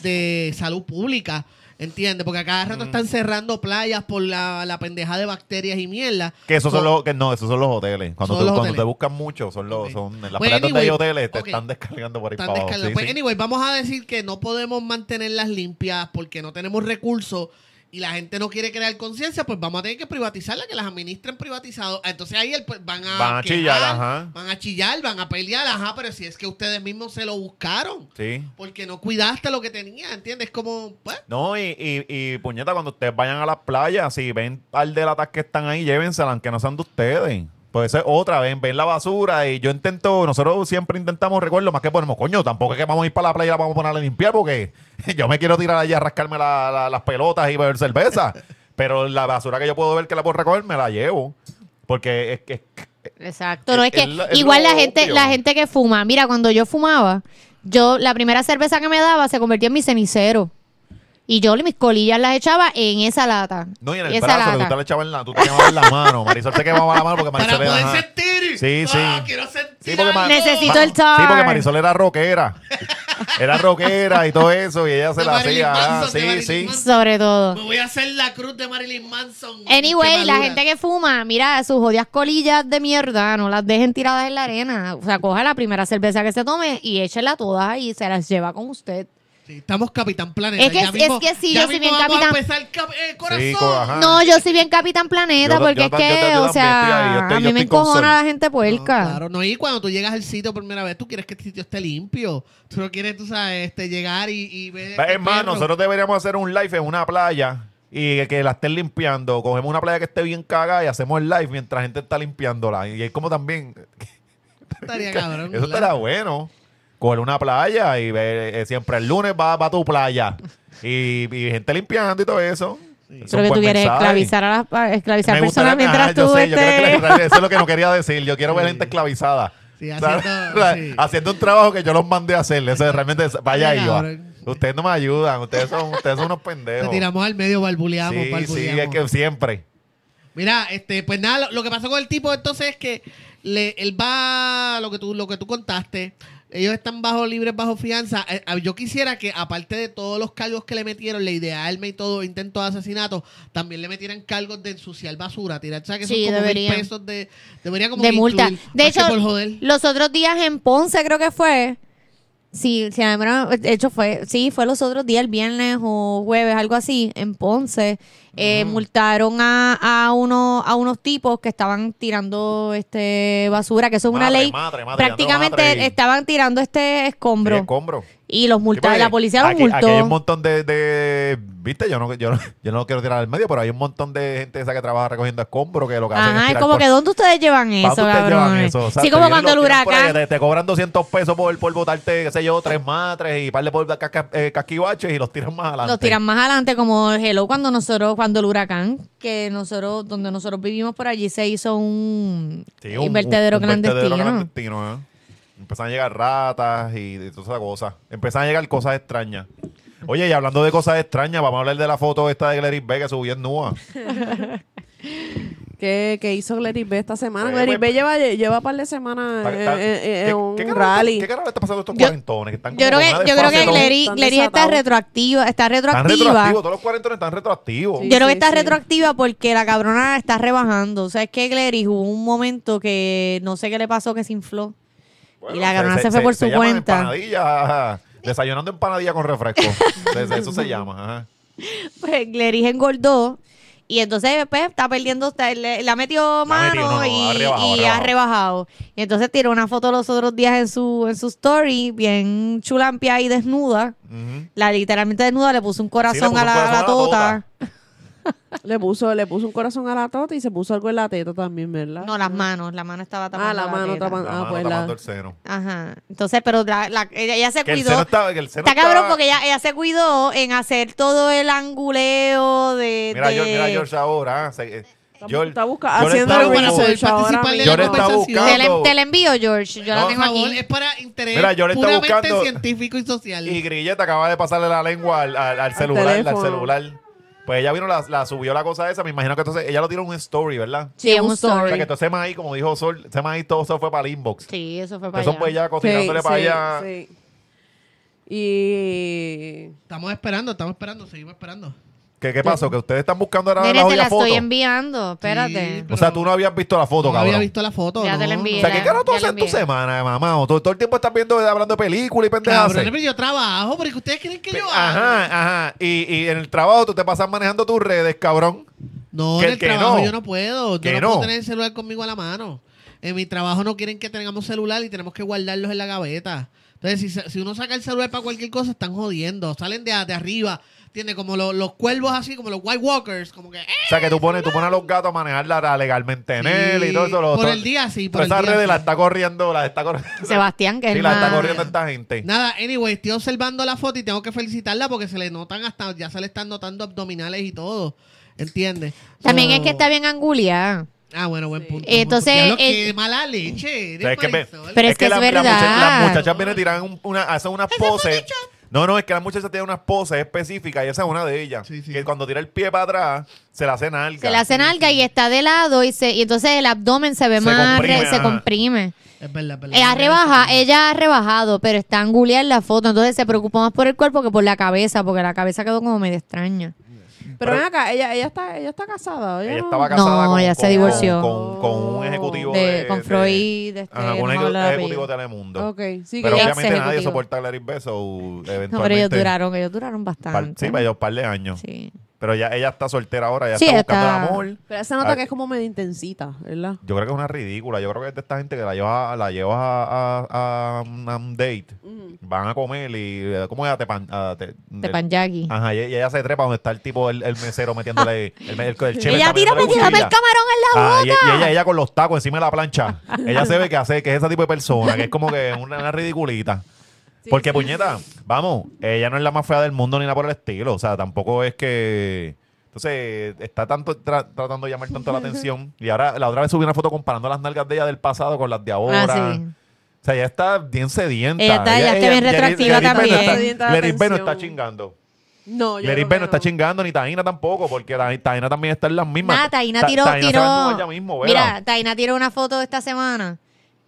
de salud pública. ¿Entiendes? Porque a cada rato están cerrando playas por la, la pendejada de bacterias y mierda. Que esos son So- los, que no, esos son los hoteles. Cuando, Son tú- los cuando hoteles. te buscan mucho, son los, Ok. son en las Pues, playas donde hay anyway, hoteles, te ok. están descargando por ahí Están para abajo. descargando. Sí, Pues, sí. anyway, vamos a decir que no podemos mantenerlas limpias porque no tenemos recursos y la gente no quiere crear conciencia, pues vamos a tener que privatizarlas, que las administren privatizados. Ah, Entonces ahí el- pues, van a, Van a quejar, chillar, ajá. van a chillar, van a pelear, ajá, pero si es que ustedes mismos se lo buscaron Sí. porque no cuidaste lo que tenía, ¿entiendes? Como, pues, No, y, y, y, puñeta, cuando ustedes vayan a las playas, si ven par de latas que están ahí, llévenselas, aunque no sean de ustedes. Pues esa es otra, ven, ven la basura y yo intento, nosotros siempre intentamos, recuerdo, más que ponemos, coño, tampoco es que vamos a ir para la playa y la vamos a poner a limpiar porque yo me quiero tirar allá a rascarme la- la- las pelotas y beber cerveza. Pero la basura que yo puedo ver que la puedo recoger, me la llevo. Porque es que Exacto, no es, Es- que es la- es igual lo la gente obvio. la gente que fuma, mira, cuando yo fumaba, yo la primera cerveza que me daba se convertía en mi cenicero. Y yo mis colillas las echaba en esa lata. No, y en el esa brazo, le lata. gustaba le echaba en la, tú te quemabas la mano. Marisol te quemaba la mano porque Marisol para era. poder ajá. sentir. Sí, Ah, sí. quiero sentir. Sí, porque ma- algo. Necesito el Sí, porque tar. Marisol era rockera. Era rockera y todo eso, y ella se De la Marilyn hacía. ajá, Manson, de Sí, Marilyn sí. Manson. Sobre todo. Me voy a hacer la cruz de Marilyn Manson. Anyway, la Quemadura. gente que fuma, mira, sus jodidas colillas de mierda, no las dejen tiradas en la arena. O sea, coja la primera cerveza que se tome y échela todas y se las lleva con usted. Sí, estamos Capitán Planeta. Es que- Ya mismo- es que sí, ya yo soy mismo bien vamos Capitán- a empezar cap- eh, corazón. Sí, co- ajá. No, yo soy bien Capitán Planeta Ah. Yo ta- porque yo es ta- que, yo ta- yo también o estoy ahí, yo sea, estoy- a yo mí me estoy con encojona Sol. la gente No, puerca. claro, no. Y cuando tú llegas al sitio por primera vez, tú quieres que el sitio esté limpio. Tú no quieres, tú sabes, este, llegar y, y ver. este Es más, perro. nosotros deberíamos hacer un live en una playa y que la estén limpiando. Cogemos una playa que esté bien cagada y hacemos el live mientras la gente está limpiándola. Y es como también. Estaría cabrón, Eso ¿verdad? estará bueno. Coger una playa y ver, eh, siempre el lunes va, va a tu playa. Y, y gente limpiando y todo eso. Es un Creo que tú buen quieres mensaje. esclavizar a, las, a esclavizar Me gustaría- personas mientras Ajá, tú yo sé, yo estés- creo que la- eso es lo que no quería decir. Yo quiero ver Sí. gente esclavizada. Sí, O sea, haciendo- la- sí. haciendo un trabajo que yo los mandé a hacer. Eso es realmente, vaya Mira, iba. cabrón. Ustedes no me ayudan. Ustedes son, ustedes son unos Te pendejos. tiramos al medio, barbuleamos, sí, sí, barbuleamos. es que siempre. Mira, este, pues nada, lo, lo que pasó con el tipo entonces es que le, él va, lo que tú, lo que tú contaste, ellos están bajo libres, bajo fianza. Eh, ah, Yo quisiera que, aparte de todos los cargos que le metieron, la idea de arma y todo, intento de asesinato, también le metieran cargos de ensuciar basura, tirar, ¿sabes? Que Sí, son como mil debería. pesos de, debería como de que multa. incluir, De más que hecho, por joder. los otros días en Ponce creo que fue. Sí, si no me equivoco, de hecho fue, sí, fue los otros días, el viernes o jueves, algo así, en Ponce, eh, multaron a, a, uno, a unos tipos que estaban tirando este basura, que eso es una Madre, ley, madre, madre, prácticamente tirando madre. estaban tirando este Sí, escombro escombro. y los Sí, multaron, porque la policía los aquí, multó. aquí hay un montón de, de- viste, yo no, yo, no, yo no lo quiero tirar al medio, pero hay un montón de gente esa que trabaja recogiendo escombros que lo que hacen es Ajá, es tirar como por- que ¿dónde ustedes llevan ¿Para dónde eso, ustedes llevan cabrones? eso? Exacto, sí, como y cuando ellos el lo tiran por ahí, huracán, Te, te cobran 200 pesos por, por botarte, qué sé yo, tres matres y par de por casca- eh, casquivaches y los tiran más adelante. Los tiran más adelante, como el Hello, cuando nosotros, cuando el huracán, que nosotros, donde nosotros vivimos por allí, se hizo un, Sí, un- un vertedero un clandestino. vertedero clandestino, ¿eh? Empezaron a llegar ratas y de todas esas cosas. Empezaron a llegar cosas extrañas. Oye, y hablando de cosas extrañas, vamos a hablar de la foto esta de Gleris B que subió en Nua. Eh, ¿Qué, qué hizo Gleris B esta semana? Eh, Gleris pues- B lleva, lleva un par de semanas Está- en, está- en- en- en eh, un ¿Qué carajo rally. le- qué carajo le está pasando a estos Yo- cuarentones? Que están Yo creo como que, con una yo creo que desfase, ¿no? Glery, Están Glery está desatados. retroactiva, está Están retroactiva. retroactivos, todos los cuarentones están retroactivos. Sí. Yo creo que está sí. retroactiva porque la cabrona está rebajando. O sea, es que Glery hubo un momento que no sé qué le pasó, que se infló. y la cabrona se, fue por su llaman cuenta. empanadillas, ajá. Desayunando empanadilla con refresco. Entonces, Eso se llama. Ajá. Pues Glery engordó. Y entonces pues, está perdiendo, está- le, le ha metido mano metido, no, no, y, ha rebajado, y ha ha rebajado. Y entonces tiró una foto los otros días en su, en su story, bien chulampia y desnuda. Ujú. La literalmente desnuda le puso un Sí, corazón, le puso a, la, un corazón a la tota. Le puso, le puso un corazón a la tota y se puso algo en la teta también, tota. ¿verdad? No, las manos, la mano estaba tapando. Ah, la mano teta. tapando. La Ah, mano pues, tapando la- el seno. Ajá. Entonces, pero la- la- ella, ella se Que el cuidó. seno está, que el seno Está cabrón porque ella, ella se cuidó en hacer todo el anguleo de... Mira, de- George, mira George ahora. ah, se- eh, Está, bu- George, está busca- yo le haciendo estaba para poder research ahora participar de Yo la le mismo. estaba conversación. Te, la, buscando. te la envío, George. Yo No, la Por tengo favor, aquí. es para interés Mira, yo le estaba puramente buscando- científico y social. y Grilleta acaba de pasarle la lengua al, al- al celular, al teléfono. celular. Pues ella vino, la, la subió la cosa esa. Me imagino que entonces ella lo tiró en un story, ¿verdad? Sí, es un O sea, story. que entonces más ahí, como dijo Sol, ese más ahí todo se fue para el inbox. Sí, eso fue para Eso allá. fue ella cocinándole Sí, para sí, Pues, allá. sí. Y Estamos esperando, estamos esperando, seguimos esperando. ¿Qué, qué pasó? Que ustedes están buscando ahora Nene, la te olla la foto. estoy enviando. Espérate. Sí, O sea, tú no habías visto la foto, No cabrón. había visto la foto. Ya no, te la no. O envié. sea, ¿qué carajo tú Ya la haces en tu envié. semana, mamá? O Todo, todo el tiempo estás viendo, eh, hablando de películas y pendejas. Cabrones, pero yo trabajo, porque ustedes creen que yo hago. Ajá, ajá. Y, y en el trabajo tú te pasas manejando tus redes, cabrón. No, Que- en el que trabajo no. yo no puedo. Yo Que no, no. puedo tener el celular conmigo a la mano. En mi trabajo no quieren que tengamos celular y tenemos que guardarlos en la gaveta. Entonces, si, se- si uno saca el celular para cualquier cosa, están jodiendo. Salen de, de arriba. Tiene como lo- los cuervos así, como los White Walkers, como que... ¡eh! O sea, que tú pones, tú pones a los gatos a manejar la, la legalmente en él y todo eso. Los, Por todo- el día, sí, por toda el esa día, red sí. la está corriendo, la está corriendo. Sebastián, que es Sí, el la está más- corriendo esta gente. Nada, anyway, estoy observando la foto y tengo que felicitarla porque se le notan hasta, ya se le están notando abdominales y todo. ¿Entiendes? También So- es que está bien anguleada. Ah, bueno, buen punto. Entonces, Diablo, eh, qué mala leche. O sea, eres, es que me- Marisol. Pero es que es la- la mucha- verdad. las muchachas vienen y tiran un- una, hacen unas poses. No, no, es que las muchachas tienen unas poses específicas y esa es una de ellas. Sí, sí. Que cuando tira el pie para atrás, se la hace nalga. Se la hace nalga y está de lado y, se, y entonces el abdomen se ve Se más, comprime, re- se ajá. comprime. Es verdad, es verdad. Ella rebaja, ella ha rebajado, pero está anguleada en la foto, entonces se preocupa más por el cuerpo que por la cabeza, porque la cabeza quedó como medio extraña. Pero- pero ven acá, ella, ella está, ella está casada, Ella no- estaba casada No, con, ella se con- divorció. Con, con un ejecutivo De- de, con eh, de- Freud, de este, ajá, con eh, un no me acuerdo el ejecutivo apellido. ejecutivo de Telemundo. Ok, sí, pero que ella- obviamente nadie Ex-ejecutivo. soporta a Larry Beso eventualmente. No, pero ellos duraron, ellos duraron Par- bastante. sí, pues, pero un par de años. Sí. Pero ya ella está soltera ahora, ella Sí, está buscando está- el amor. Pero se nota Ah. que es como medio intensita, ¿verdad? Yo creo que es una ridícula. Yo creo que es de esta gente que la lleva, la llevas a, a- a un- a un date. Van a comer y. eh, ¿Cómo era? Te pan, ah, te- De el- Panjaki. Ajá, y, y ella se trepa donde está el tipo, el, el mesero metiéndole. el, el, el chef está Ella tira, metiéndole me tira el cuchilla. camarón en la Ah, boca. y, y ella, ella con los tacos encima de la plancha. Ella se ve que hace, que es ese tipo de persona, que es como que una, una ridiculita. Porque, puñeta, vamos, ella no es la más fea del mundo ni nada por el estilo. O sea, tampoco es que. Entonces, está tanto tra- tratando de llamar tanto la atención. Y ahora, la otra vez subí una foto comparando las nalgas de ella del pasado con las de ahora. Ah, sí. O sea, ella está bien sedienta. Ella está- ella está bien retroactiva también. Sedienta de Leris B no atención. está chingando. No, yo Leris creo B que no está chingando, ni Taina tampoco, porque Ta- Taina también está en las mismas. Nada, Taina Ta- tiró, Taina se tiró. va a desnudar ella mismo, ¿verdad? Mira, Taina tiró una foto esta semana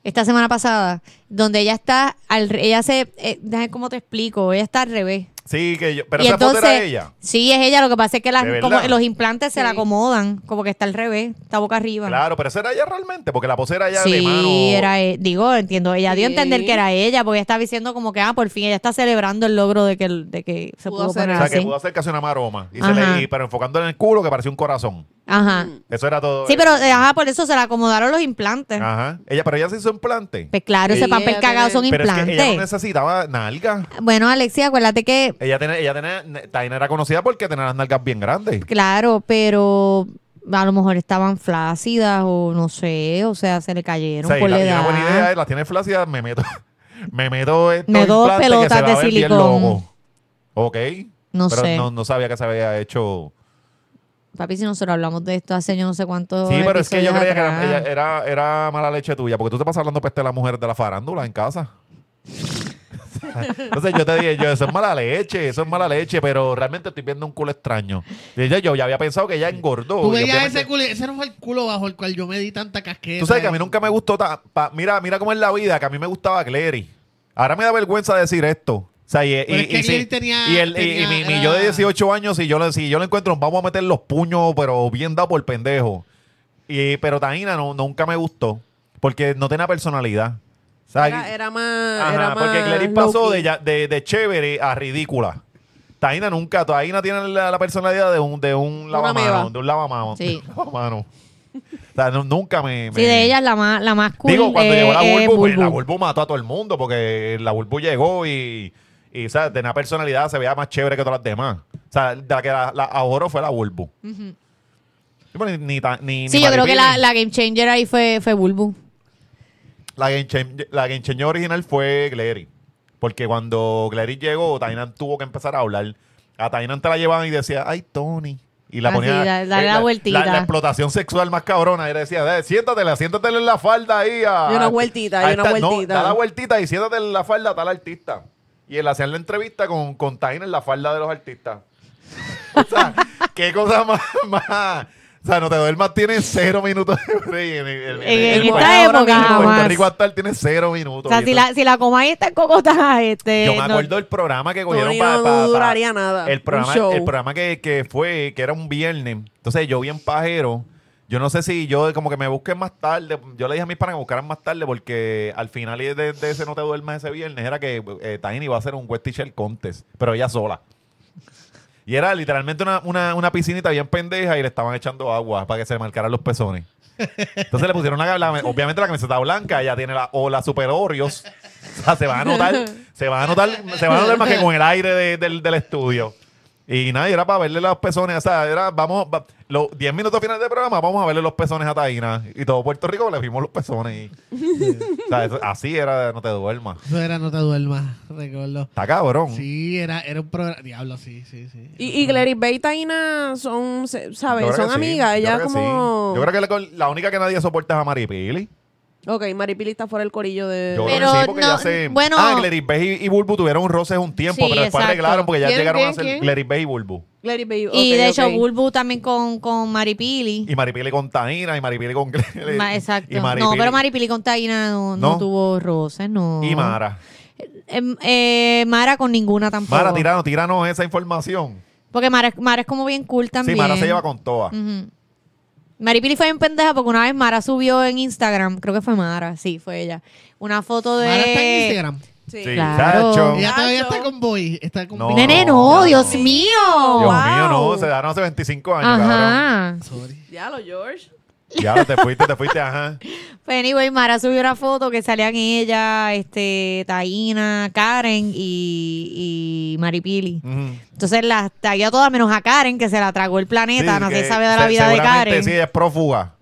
esta semana pasada, donde ella está al re- ella se eh, déjame cómo te explico, ella está al revés. Sí, que yo. Pero y esa entonces, foto era ella. Sí, es ella, lo que pasa es que las- ¿De como verdad? los implantes se la Sí. acomodan, como que está al revés, está boca arriba. Claro, pero esa era ella realmente, porque la pose era ella de Sí, mano. era, e- digo, entiendo, ella dio a entender Sí. que era ella, porque ella estaba diciendo como que, ah, por fin, ella está celebrando el logro de que, el- de que se Pudo pudo, hacer poner O sea, así. que pudo hacer casi una maroma. Y se Ajá. le, y- pero enfocando en el culo que parecía un corazón. Ajá. Eso era todo. Sí, pero, eh, ajá, por eso se la acomodaron los implantes. Ajá. Ella, pero ella se hizo implante. Pues claro, ese Ella papel cagado son pero es que implantes. ella no necesitaba nalgas. Bueno, Alexia, acuérdate que, Ella tenía, ella tenía, Taina era conocida porque tenía las nalgas bien grandes. claro, pero a lo mejor estaban flácidas o no sé, o sea, se le O cayeron sea, y por la, la y una buena idea edad. es, las tiene flácidas, me meto, me meto estos Me dos implantes que pelotas se va de a ver bien silicón. loco. Ok. No pero sé. No, no sabía que se había hecho. Papi, si nosotros hablamos de esto hace yo no sé cuánto. Sí, pero es que yo creía que era, ella- eh, era, era mala leche tuya, porque tú te pasas hablando peste de la mujer de la farándula en casa. Entonces yo te dije, yo, eso es mala leche, eso es mala leche, pero realmente estoy viendo un culo extraño. Y ella- yo ya había pensado que ella engordó. Tú y veías obviamente- ese culo, ese no fue el culo bajo el cual yo me di tanta casqueta. Tú sabes que a mí nunca me gustó ta- pa- mira, mira cómo es la vida, que a mí me gustaba Clary. Ahora me da vergüenza decir esto. O sea, y, y- Pero es que y sí, Clary tenía- y el- y- tenía- y mi, mi era- yo de 18 años, si yo, le- si yo lo encuentro, vamos a meter los puños, pero bien dado por pendejo. Y, pero Taina no, nunca me gustó, porque no tenía personalidad. O sea, Era, era más. ajá, era más porque Clary pasó low-key. de, ya- de, de chévere a ridícula. Taina nunca, Taina tiene la, la personalidad de un, de un Una ameba. lavamano, de un lavamano. Sí. O sea, no- nunca me... Sí, me- de ella la más, la más cool. Digo, cuando eh, llegó la eh, Bulbu, pues, Bulbu. la Bulbu mató a todo el mundo porque la Bulbu llegó y, y o sea, tenía personalidad, se veía más chévere que todas las demás. O sea, de la que la, la ahorró fue la Bulbu. Sí, pero ni, ni ta- ni- Sí, ni yo creo que la, Maripili. la game changer ahí fue, fue Bulbu. La Game Changer- la Game Changer original fue Glary. Porque cuando Glary llegó, Tainan tuvo que empezar a hablar. A Tainan te la llevaban y decía, ay, Tony. Y la Ah, ponía. sí, da- dale eh, la vueltita. La, explotación sexual más cabrona. Y le decía, "Eh, siéntatela, siéntatela en la falda ahí. A, Y una vueltita, y a una esta- no, vueltita. da la vueltita y siéntate en la falda a tal artista. Y él hacía la entrevista con, con Tainan en la falda de los artistas. O sea, qué cosa más. más- o sea, no te duermas, tiene cero minutos de break en, el- en- En- en en el esta país ahora época, mismo, en Puerto jamás. Rico hasta él tiene cero O minutos. sea, Y si esto- la, si la coma ahí está en cocotada, este. yo me no- acuerdo el programa que cogieron Tony para, no duraría nada, El un programa, show. el programa que, que fue, que era un viernes. Entonces yo bien pajero. Yo no sé si yo como que me busquen más tarde. Yo le dije a mis panas que me buscaran más tarde porque al final de, de ese No Te Duermas ese viernes era que eh, Tiny iba a hacer un West T-shirt Contest, pero ella sola. Y era literalmente una, una, una piscinita bien pendeja y le estaban echando agua para que se le marcaran los pezones. Entonces le pusieron una, la- obviamente la camiseta blanca, ella tiene la ola super Oreos. O sea, se va a notar, se va a notar, se va a notar más que con el aire de- del, del estudio. Y nada, y era para verle los pezones, o sea, era, vamos, va- los 10 minutos finales del programa, vamos a verle los pezones a Taina. Y todo Puerto Rico le vimos los pezones. Y, o sea, eso- así era, no te duermas. Eso era No te duermas, recuerdo. Está cabrón. Sí, era, era un programa. Diablo, sí, sí, sí. Y, y Clary Bay y Taina son, se- ¿sabes? Yo creo Son que sí, amigas. yo Ella creo que como. sí. Yo creo que la, la única que nadie soporta es a Maripili. Ok, Maripili está fuera del corillo de. Yo Pero creo que sí, porque no, ya se... bueno- ah, Gleris Bay y, y Bulbu tuvieron un roce un tiempo, Sí, pero después exacto. arreglaron porque ya ¿Quién, llegaron a quién, ser quién? Gleris Bay y Bulbu. Clary Bay. ok, y de hecho, ok. Bulbu también con, con Maripili. Y Maripili con Taina, y Maripili con Gleris. Ma- exacto. Y Maripili- No, pero Maripili con Taina no, no ¿No? tuvo roces, no. Y Mara. Em, eh, Mara con ninguna tampoco. Mara, tiranos, tiranos esa información. Porque Mara, es- Mara es como bien cool también. Sí, Mara se lleva con todas. Ujú. Maripili fue bien pendeja porque una vez Mara subió en Instagram, creo que fue Mara, sí, fue ella. Una foto de. Mara está en Instagram. Sí. Sí, Claro. Sacho. Ella todavía Gacho. está con Boy. Está con No. Boy. Nene, no, no, Dios no. mío. Dios Wow. mío, no, se daron hace 25 años, cabrón. Ajá. Sorry. Ya lo, George. Ya, te fuiste, te fuiste, ajá. Pues anyway, Mara subió una foto que salían ella, este, Taina, Karen y, y Maripili. Ujú. Entonces las tagué todas menos a Karen, que se la tragó el planeta, Sí, nadie que sabe de la se- vida de seguramente Karen. Sí, es prófuga.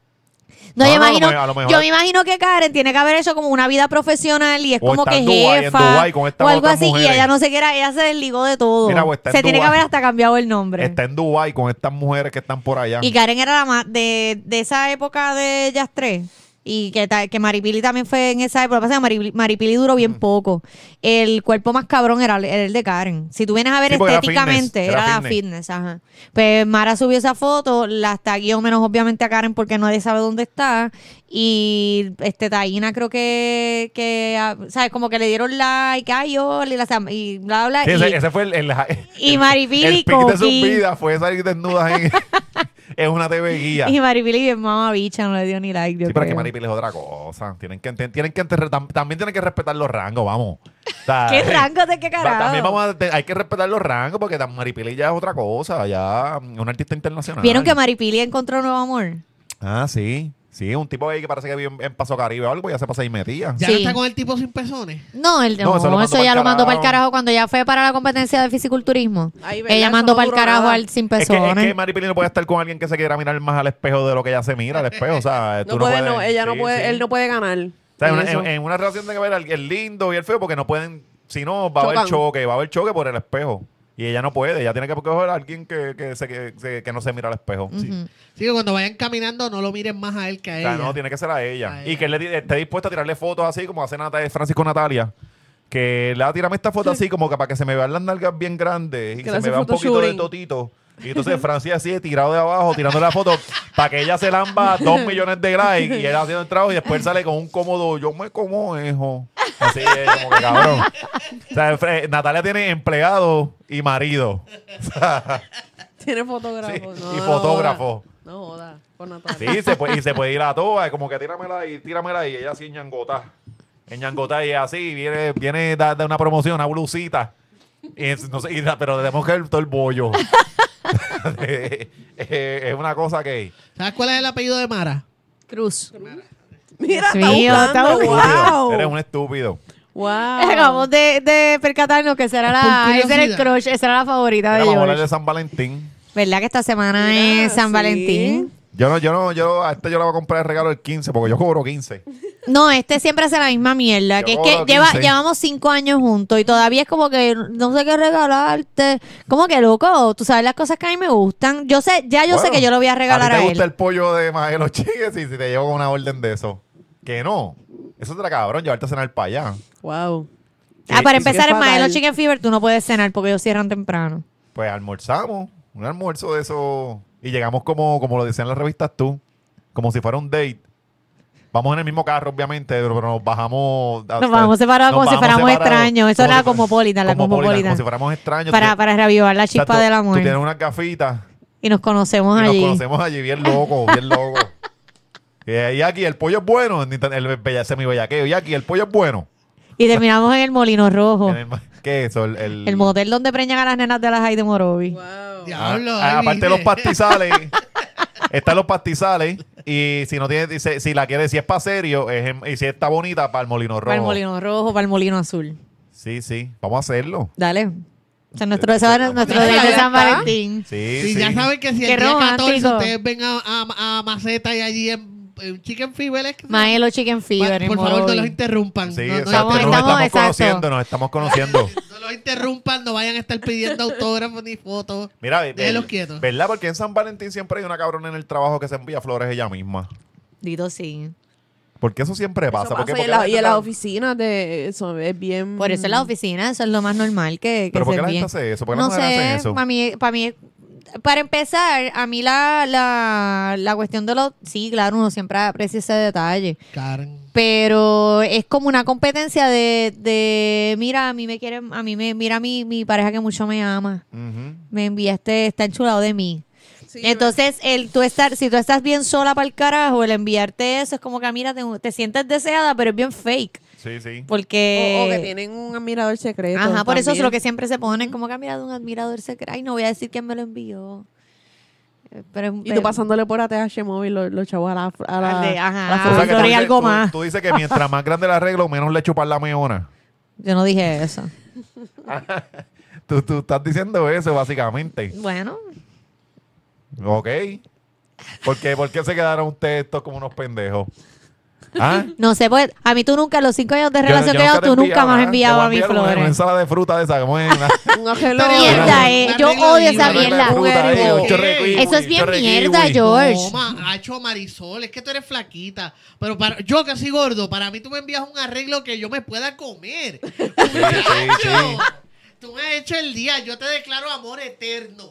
No, No, yo, no, a lo imagino, mejor- a lo mejor- yo me imagino que Karen tiene que haber hecho como una vida profesional y es O como está que en Dubái, en jefa Dubái con estas o algo otras así mujeres. y ella no se quiera, ella se desligó de todo. Mira, o está en se tiene que Dubái. haber hasta cambiado el nombre. Está en Dubai con estas mujeres que están por allá. Y Karen era la más de, de esa época de Jazz 3. y que, ta- que Maripili también fue en esa época. Lo que pasa es que Maripili, Maripili duró bien poco. El cuerpo más cabrón era el, era el de Karen. Si tú vienes a ver Sí, porque era estéticamente, fitness, era, era la fitness. fitness, ajá. Pues Mara subió esa foto, la taguió menos obviamente a Karen porque nadie sabe dónde está. Y este Taina creo que, que ah, ¿sabes? Como que le dieron like, ay, hola, y, la sam- y bla, bla. Sí, y- ese, ese fue el, el, y el- Maripili el pic de su Coquín. vida fue salir desnuda en, en una TV guía. Y Maripili bien mamá bicha, no le dio ni like. yo Sí, pero es que creo. Maripili es otra cosa. Tienen que, enten- tienen que enter- tam- también tienen que respetar los rangos, vamos. O sea, ¿Qué eh, rango de qué carajo? va- También vamos a, te- hay que respetar los rangos porque tam- Maripili ya es otra cosa, ya mm, una artista internacional. ¿Vieron que Maripili encontró nuevo amor? Ah, sí. Sí, un tipo ahí que parece que vive en, en Paso Caribe o algo, ya se pasa ahí metía. Ya Sí. no está con el tipo sin pezones. No, el, No, no, eso eso, lo mandó ya pa'l lo mandó para el carajo. carajo cuando ya fue para la competencia de fisiculturismo. Ay, ¿verdad? Ella Eso mandó no para el duró carajo nada. al sin Es que, es pezones. que Maripili no puede estar con alguien que se quiera mirar más al espejo de lo que ella se mira al espejo. O sea, tú No puede, no, puedes- ella no sí, puede, sí. él no puede ganar. O sea, en, en una, eso. en- en una relación tiene que haber el, el lindo y el feo porque no pueden, si no, va a haber Chocan. choque, va a haber choque por el espejo. Y ella no puede, ella tiene que coger a alguien que, que, se, que, se- que no se mira al espejo. Sí. Ujú. Así que cuando vayan caminando, no lo miren más a él que a O ella. sea, no, tiene que ser a ella. A y ella. que él le, di- esté dispuesta a tirarle fotos así como hace Natalia, Francisco Natalia. Que le va a tirarme esta foto así como que para que se me vean las nalgas bien grandes y se Que le me hace vea un poquito de photoshooting. totito. Y entonces Francis así tirado de abajo, tirando la foto para que ella se lamba dos millones de likes y él haciendo el trabajo y después sale con un cómodo, yo me como hijo. Así es, como que cabrón. O sea, Fre- Natalia tiene empleado y marido. Tiene fotógrafo. Sí, no, y no fotógrafo. joda. No joda. Con Natalia. Sí, se puede, y se puede ir a toa, es como que tíramela y tíramela y ella así en ñangotá. En ñangotá y así, viene, viene da, da una promoción, una blusita. Y es- no sé, y da- pero tenemos que ver todo el bollo. Eh, eh, es una cosa que... ¿Sabes cuál es el apellido de Mara? Cruz. Mira, Dios mío, está está buscando. Estúpido. wow. Eres un estúpido. Wow. Acabamos de, de percatarnos que será Por la, ese era el curiosidad. crush, esa era la favorita de Era para hablar George. de San Valentín. ¿Verdad que esta semana Mira, es San sí. Valentín? Yo no, yo no, yo a este yo le voy a comprar el regalo el 15 porque yo cobro 15. No, este siempre hace la misma mierda. Yo Que es cobro que lleva, 15. llevamos cinco años juntos y todavía es como que no sé qué regalarte. Como que loco, tú sabes las cosas que a mí me gustan. Yo sé, ya yo sé Bueno, que yo lo voy a regalar ti a, te él. gusta el pollo de Maelo Chiques y si te llevo una orden de eso? Que no. Eso te la cabrón, llevarte a cenar para allá. Wow. Ah, para Sí, sí, empezar, qué en Maelo fatal. Chicken Fever tú no puedes cenar porque ellos cierran temprano. Pues almorzamos, un almuerzo de eso. Y llegamos como, como lo decían las revistas tú, como si fuera un date. Vamos en el mismo carro, obviamente, pero pero nos bajamos. Nos vamos separados como si fuéramos extraños. Eso era la cosmopolita, Cosmopolitan, la Cosmopolitan. Como si fuéramos extraños. Para, para reavivar la O sea, chispa tú- del amor. Tú tienes unas gafitas Y nos y conocemos nos allí. conocemos allí bien loco, bien loco. y ahí aquí el pollo es bueno, ni tan- el bella- semibellaqueo. Y aquí el pollo es bueno. Y terminamos en el Molino Rojo. En el ma- ¿Qué es eso? El, el- Oh. El motel donde preñan a las nenas de las high de Morovi. Wow. Ah, Diablo. ah, ahí aparte de vive. los pastizales. están los pastizales. Y si no tiene, dice, si la quiere, si es para serio, es en- y si está bonita, para el molino Para el rojo. Molino Rojo, para el Molino Azul. Sí, sí. Vamos a hacerlo. Dale. O sea, nuestro deseo es nuestro Ya deseo de está. San Valentín. Sí, Y sí. ya saben que si Qué el día 14 romántico. ustedes ven a, a- a Maceta y allí en, en Chicken Fever es que- Maelo Chicken Fever. Por- en por favor, no los Morovi. interrumpan. Sí, no, no- exacto. estamos- Nos estamos, estamos- conociendo, nos estamos conociendo. no los interrumpan, no vayan a estar pidiendo autógrafos ni fotos. Mira, el- Déjenlos quietos. ¿verdad? Porque en San Valentín siempre hay una cabrona en el trabajo que se envía flores ella misma. Dito sí. Porque eso siempre pasa. Eso porque, pasa, y porque en la- y en las gente- oficinas de eso es bien. Por eso en la oficina, eso es lo más normal que, que ¿Pero por se qué la gente envíen. hace eso? ¿Por qué no las mujeres sé, hacen eso? Para mí, para mí, para empezar, a mí la, la, la cuestión de los... Sí, claro, uno siempre aprecia ese detalle. Karen. Pero es como una competencia de, de mira, a mí me quieren, a mí me, mira mi, mi pareja que mucho me ama. Ujú. Me enviaste, está enchulado de mí. Sí, Entonces, el tú estar, si tú estás bien sola para el carajo, el enviarte eso es como que mira, te, te sientes deseada, pero es bien fake. Sí, sí. Pues, Porque O, o que tienen un admirador secreto. eh, Ajá, por eso es también. lo que siempre se ponen, como que ha mirado un admirador secreto. Ay, no voy a decir quién me lo envió. Eh, Pero, Y tú pasándole por ATH móvil los, los chavos a la. A la, Al de- ajá. a la Ah, O sea flor. que flor y dices- algo más. Tú dices que mientras más grande el arreglo, menos le chupan la meona. Yo no dije eso. Tú, tú estás diciendo eso, básicamente. Bueno, Ok. ¿Por qué, por qué se quedaron ustedes estos como unos pendejos? ¿Ah? No sé, pues a mí tú nunca, los cinco años de Yo- relación yo que he nunca dado, te tú enviaba, nunca me has ¿ah? Te enviado a mí voy enviar una- Una flores. ensalada de fruta de esa, como es una- Un ajelo. Mierda, eh. Yo Una odio esa regla una de mierda. dibujo. fruta ahí, un Eh, chorro de kiwi, Eso es bien chorro de mierda, kiwi. George. No, ma, hacho, Marisol, es que tú eres flaquita. Pero para, yo que soy gordo, para mí tú me envías un arreglo que yo me pueda comer. Tú me, has sí, hecho, sí. tú me has hecho el día, yo te declaro amor eterno.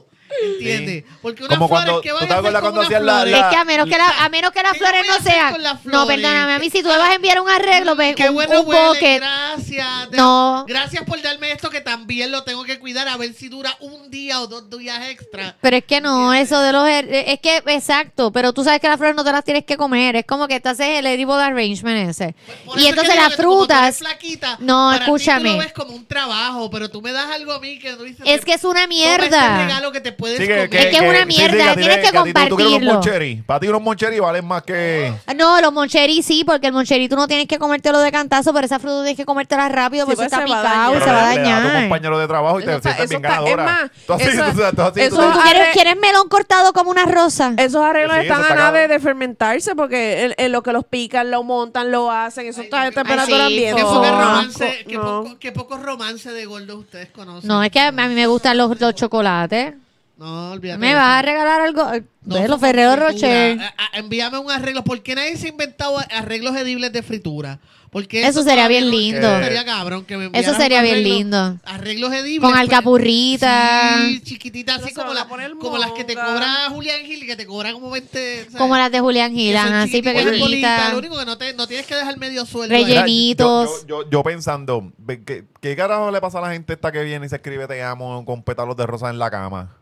¿Entiendes? Porque unas Como flores cuando- que ¿tú van te a hacer acuerdas con cuando unas hacían la- flores? la- Es que a menos que, la- a menos que las ¿Qué yo flores voy a no hacer sean. con las No, flores? perdóname. A mí, si tú me vas a enviar un arreglo, ve, Mm, Qué un, bueno un huele, bouquet. gracias. De- No. Gracias por darme esto que también lo tengo que cuidar a ver si dura un día o dos días extra. Pero es que no, eso de los. er- Es que, exacto, pero tú sabes que las flores no te las tienes que comer. Es como que te haces el edible arrangement ese. Pues Por eso Y es que entonces digo las que tú, como tú eres frutas. flaquita, No, para ti Tú escúchame. lo ves como un trabajo, pero tú me das algo a mí que no dices. Es que es una Este mierda. regalo que te puedes Sí, comer. Es que es una sí, sí, mierda, a ti tienes te- que a ti tú- tú quieres unos compartirlo. moncheris. Para ti unos moncheris valen más que... No, los moncheris sí, porque el moncheri tú no tienes que comértelo de cantazo, pero esa fruta tienes que comértela Sí, rápido, porque pues eso está se va a picado y dañar. Oh, se va a le- le das tu dañar. compañero de trabajo y te Eso está- sientes eso bien está- es ganadora. más, Tú así, eso- tú- tú así, eso- tú- ¿Tú eh, quieres, quieres melón cortado como una rosa? Esos arreglos Sí, eso están está a nada de, cabrón. de fermentarse porque en, en lo que los pican, lo montan, lo hacen, eso está a Ay, temperatura sí, ambiente. Qué po. eso poco, es un romance, asco, qué, no. poco, qué poco romance de gordo ustedes conocen. No, es que a a mí me gustan los, los chocolates. No, olvídate. ¿Me de vas a eso. regalar algo? No, de los somos Ferrero fritura. Rocher. A- a- envíame un arreglo. ¿Por qué nadie se ha inventado arreglos edibles de fritura? Porque Eso sería todavía bien no- lindo. Eso sería cabrón que me enviaran un sería bien arreglo- lindo. Arreglos edibles. Con pues- alcapurrita. Sí, chiquitita, Pero así se como, van a la- poner como las que te monga. cobra Julián Gil, que te cobra como 20. ¿sabes? Como las de Julián Que son Gilán, así chiquititas, bolitas, pequeñitas. Lo único que no, te, no tienes que dejar medio sueldo. ahí. Relleno. Mira, llenitos. Yo, yo- yo- yo pensando, ve, ¿qué, ¿qué carajo le pasa a la gente esta que viene y se escribe te amo con pétalos de rosa en la cama?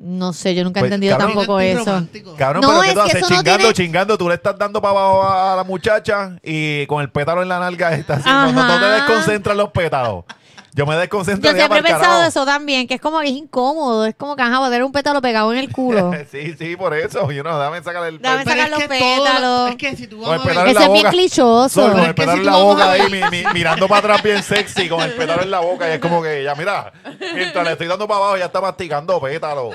No sé, yo nunca he Pues, entendido cabrón, tampoco eso. Antirromántico. Cabrón, No, pero ¿qué es tú que haces? eso no chingando, tiene- chingando, tú le estás dando para abajo a a la muchacha y con el pétalo en la nalga está así. No, no, no te Ajá. desconcentras los pétalos. Yo me desconcentro. Yo ya siempre he pa'l pensado carajo. eso también, que es como que es incómodo, es como que ajá, va a tener un pétalo pegado en el culo. Eh, sí, sí, por eso. Yo no, dame sacar el Dame pétalo. Pero es sacar los que todo lo- pétalos. Es que si tú Con el vas a pétalo ver, en Eso la es bien boca. clichoso. Solo con Pero el es que pétalo si en tú la vamos boca a ahí, ver- mi- mi- mirando para atrás bien sexy, con el pétalo en la boca. Y es como que ella, mira, mientras le estoy dando para abajo, ya está masticando pétalo.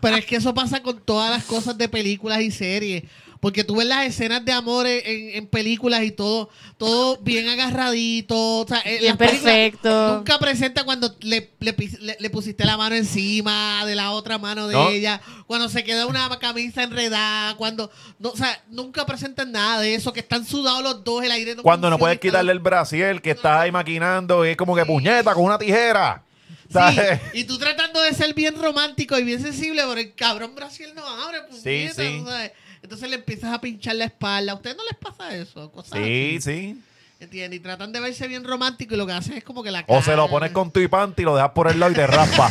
Pero es que eso pasa con todas las cosas de películas y series. Porque tú ves las escenas de amor en, en películas y todo, todo bien agarradito. O sea, eh, Bien las películas perfecto. Nunca presenta cuando le, le pis- le- le pusiste la mano encima de la otra mano de No. ella, cuando se queda una camisa enredada, cuando. No, o sea, nunca presentan nada de eso, que están sudados los dos, el aire no Cuando no funciona, puedes están- quitarle el brasier que estás ahí maquinando, y es como que puñeta con una tijera. Sí, Ah, ¿Sabes? y tú tratando de ser bien romántico y bien sensible, pero el cabrón Brasil no abre, pues, puñeta, sí. tú sabes. Entonces le empiezas a pinchar la espalda. ¿A ustedes no les pasa eso? Cosas Sí, así, sí. ¿Entiendes? Y tratan de verse bien romántico y lo que hacen es como que la O se lo pones cara- con tu hipante y lo dejas por el lado y te raspa.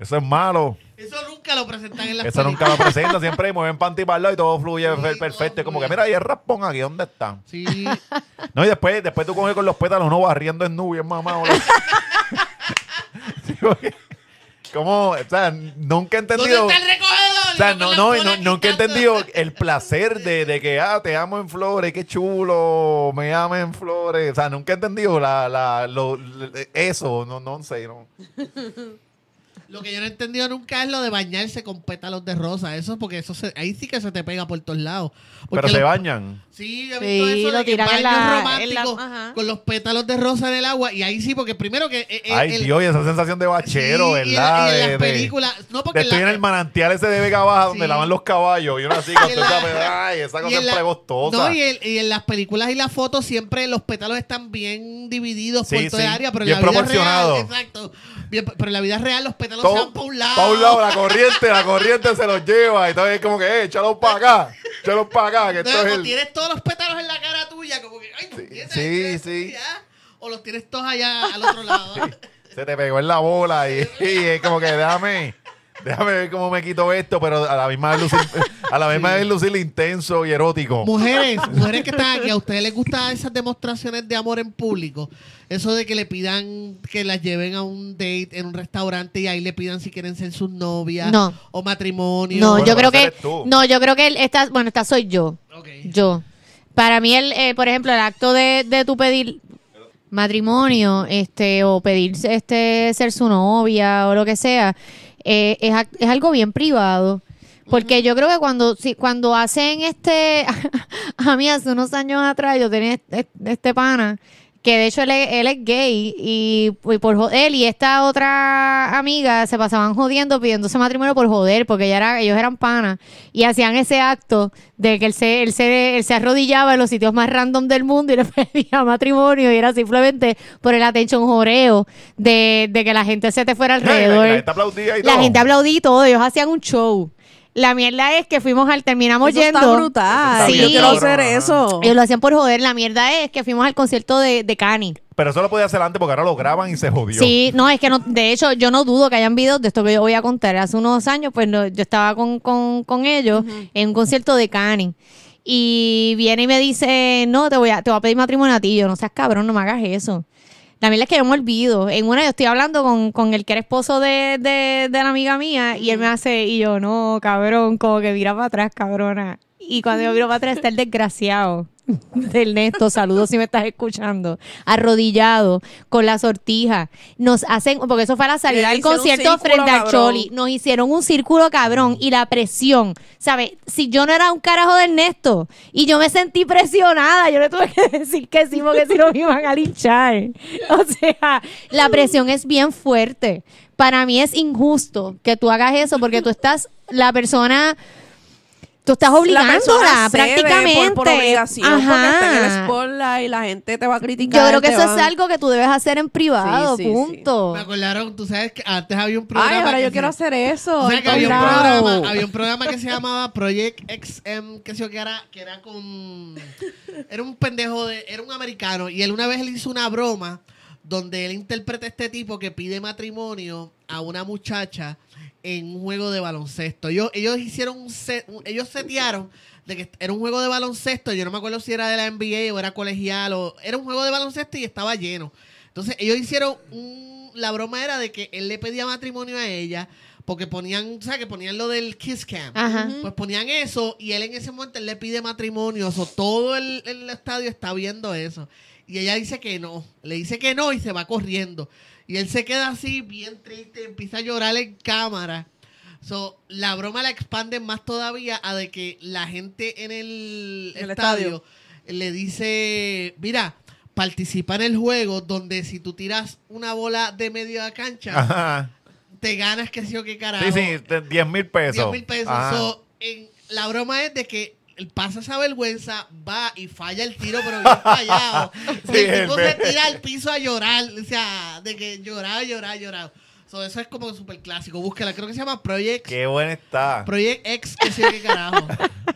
Eso es malo. Eso nunca lo presentan en la Eso nunca lo presenta. Siempre mueven panty para el lado y todo fluye Sí, per- todo perfecto. Es como que, fluye. mira, y el raspón aquí, ¿dónde están? Sí. No, y después, después tú coges con los pétalos, uno barriendo en nubes, mamá. como, o sea, nunca he ¿Dónde entendido. está el recogedor? O sea, Y no, con no, la cola no, nunca he quitando. entendido el placer de, de que, ah, te amo en flores, qué chulo, me amen en flores. O sea, nunca he entendido la, la, lo- eso, no, no sé, no. Lo que yo no he entendido nunca es lo de bañarse con pétalos de rosa. Eso porque eso se- ahí sí que se te pega por todos lados. Porque Pero se los- bañan. Sí, yo he Sí, visto eso lo de que tiran baños en la- en la- románticos ajá. con los pétalos de rosa en el agua. Y ahí sí, porque primero que... eh, eh, Ay, el- Dios, y esa sensación de sí, bachero, y en ¿verdad? la- y en De- de- las películas... No, de porque en estoy en la- el manantial ese de Vega Baja donde Sí. lavan los caballos. Y uno así, con Y en toda la- esa- ay, esa y cosa en es la- pregostosa. No, y, el- y en las películas y las fotos siempre los pétalos están bien divididos Sí, por todo el sí. área, pero en Bien la vida proporcionado. real, exacto. Bien, pero en la vida real los pétalos se Todo- van para un lado. pa' un lado, la corriente, la corriente se los lleva. Y entonces es como que, eh, échalos para acá, échalos para acá, que esto es Entonces, o el- tienes todos los pétalos en la cara tuya, como que, ay, puñeta, sí, ¿qué es sí. esto ya? O los tienes todos allá al otro lado. Se te pegó en la bola y, y es como que déjame, déjame ver cómo me quito esto, pero a la misma vez lucir, a la misma vez lucir intenso y erótico. Mujeres, mujeres que están aquí, ¿a ustedes les gustan esas demostraciones de amor en público? Eso de que le pidan que las lleven a un date en un restaurante y ahí le pidan si quieren ser sus novias No. o matrimonio. No, Bueno, yo pero creo que esa eres tú. no, yo creo que el- esta, bueno, esta soy yo, Ok. yo. Para mí el, eh, por ejemplo, el acto de, de tu pedir matrimonio, este, o pedir este ser su novia o lo que sea, eh, es, ac- es algo bien privado. Porque yo creo que cuando, si, cuando hacen este, a mí hace unos años atrás yo tenía este, este pana, que de hecho él, es- él es gay y, y por jo- él y esta otra amiga se pasaban jodiendo pidiéndose matrimonio por joder, porque ella era, ellos eran panas y hacían ese acto de que él se, él, se, él se arrodillaba en los sitios más random del mundo y le pedía matrimonio y era simplemente por el attention joreo de, de que la gente se te fuera La, alrededor. la gente aplaudía y La todo. gente aplaudí y todo, ellos hacían un show. La mierda es que fuimos al, terminamos Eso yendo. está brutal. Sí. Yo quiero cabrón, hacer ajá. eso. Ellos lo hacían por joder. La mierda es que fuimos al concierto de, de Cani. Pero eso lo podía hacer antes porque ahora lo graban y se jodió. Sí, no, es que no, de hecho, yo no dudo que hayan videos de esto que yo voy a contar. Hace unos años, pues no, yo estaba con, con, con ellos en un concierto de Cani. Y viene y me dice, no, te voy a, te voy a pedir matrimonio a ti. Yo, no seas cabrón, no me hagas eso. La mierda es que yo me olvido. En una yo estoy hablando con, con el que era esposo de, de, de la amiga mía y él me hace, y yo, no, cabrón, como que mira para atrás, cabrona. Y cuando yo miro para atrás está el desgraciado de Ernesto, saludos si me estás escuchando, arrodillado, con la sortija. Nos hacen, porque eso fue a la salida Le del hicieron un concierto círculo, frente al cabrón. Choli. Nos hicieron un círculo cabrón y la presión, ¿sabes? Si yo no era un carajo de Ernesto y yo me sentí presionada, yo le tuve que decir que sí porque si no me iban a linchar. O sea, la presión es bien fuerte. Para mí es injusto que tú hagas eso porque tú estás la persona tú estás La persona obligándola cede por- prácticamente Por, obligación, porque está en el Ajá. spotlight y la gente te va a criticar. Yo creo que te eso es van- algo que tú debes hacer en privado, Sí, sí, sí. punto. Me acordaron, tú sabes que antes había un programa. Ay, ahora que yo se- quiero hacer eso. O sea, en que había, un todos lados. programa, había un programa que se llamaba Project XM, que sé yo, que era, que era con... Era un pendejo, de, era un americano, y él una vez le hizo una broma donde él interpreta a este tipo que pide matrimonio a una muchacha en un juego de baloncesto. Ellos, ellos hicieron un set, un- ellos setearon de que era un juego de baloncesto, yo no me acuerdo si era de la NBA o era colegial o era un juego de baloncesto y estaba lleno. Entonces ellos hicieron un, la broma era de que él le pedía matrimonio a ella porque ponían, o sea, que ponían lo del kiss cam. Ajá. Pues ponían eso y él en ese momento él le pide matrimonio, o sea, todo el, el estadio está viendo eso. Y ella dice que no, le dice que no y se va corriendo. Y él se queda así bien triste, empieza a llorar en cámara. So, la broma la expanden más todavía a de que la gente en el, En el estadio, le dice, mira, participa en el juego donde si tú tiras una bola de media cancha, Ajá. te ganas que sé yo qué carajo. Sí, sí, te- 10 mil pesos. Ah, 10 mil pesos. Ajá. So, en- la broma es de que él pasa esa vergüenza, va y falla el tiro, pero bien fallado. Sí, y el tipo el- se tira al piso a llorar. O sea, de que lloraba, lloraba, lloraba. So, eso es como súper clásico. Búscala, creo que se llama Project, Qué buena está. Project X, que sé yo qué carajo.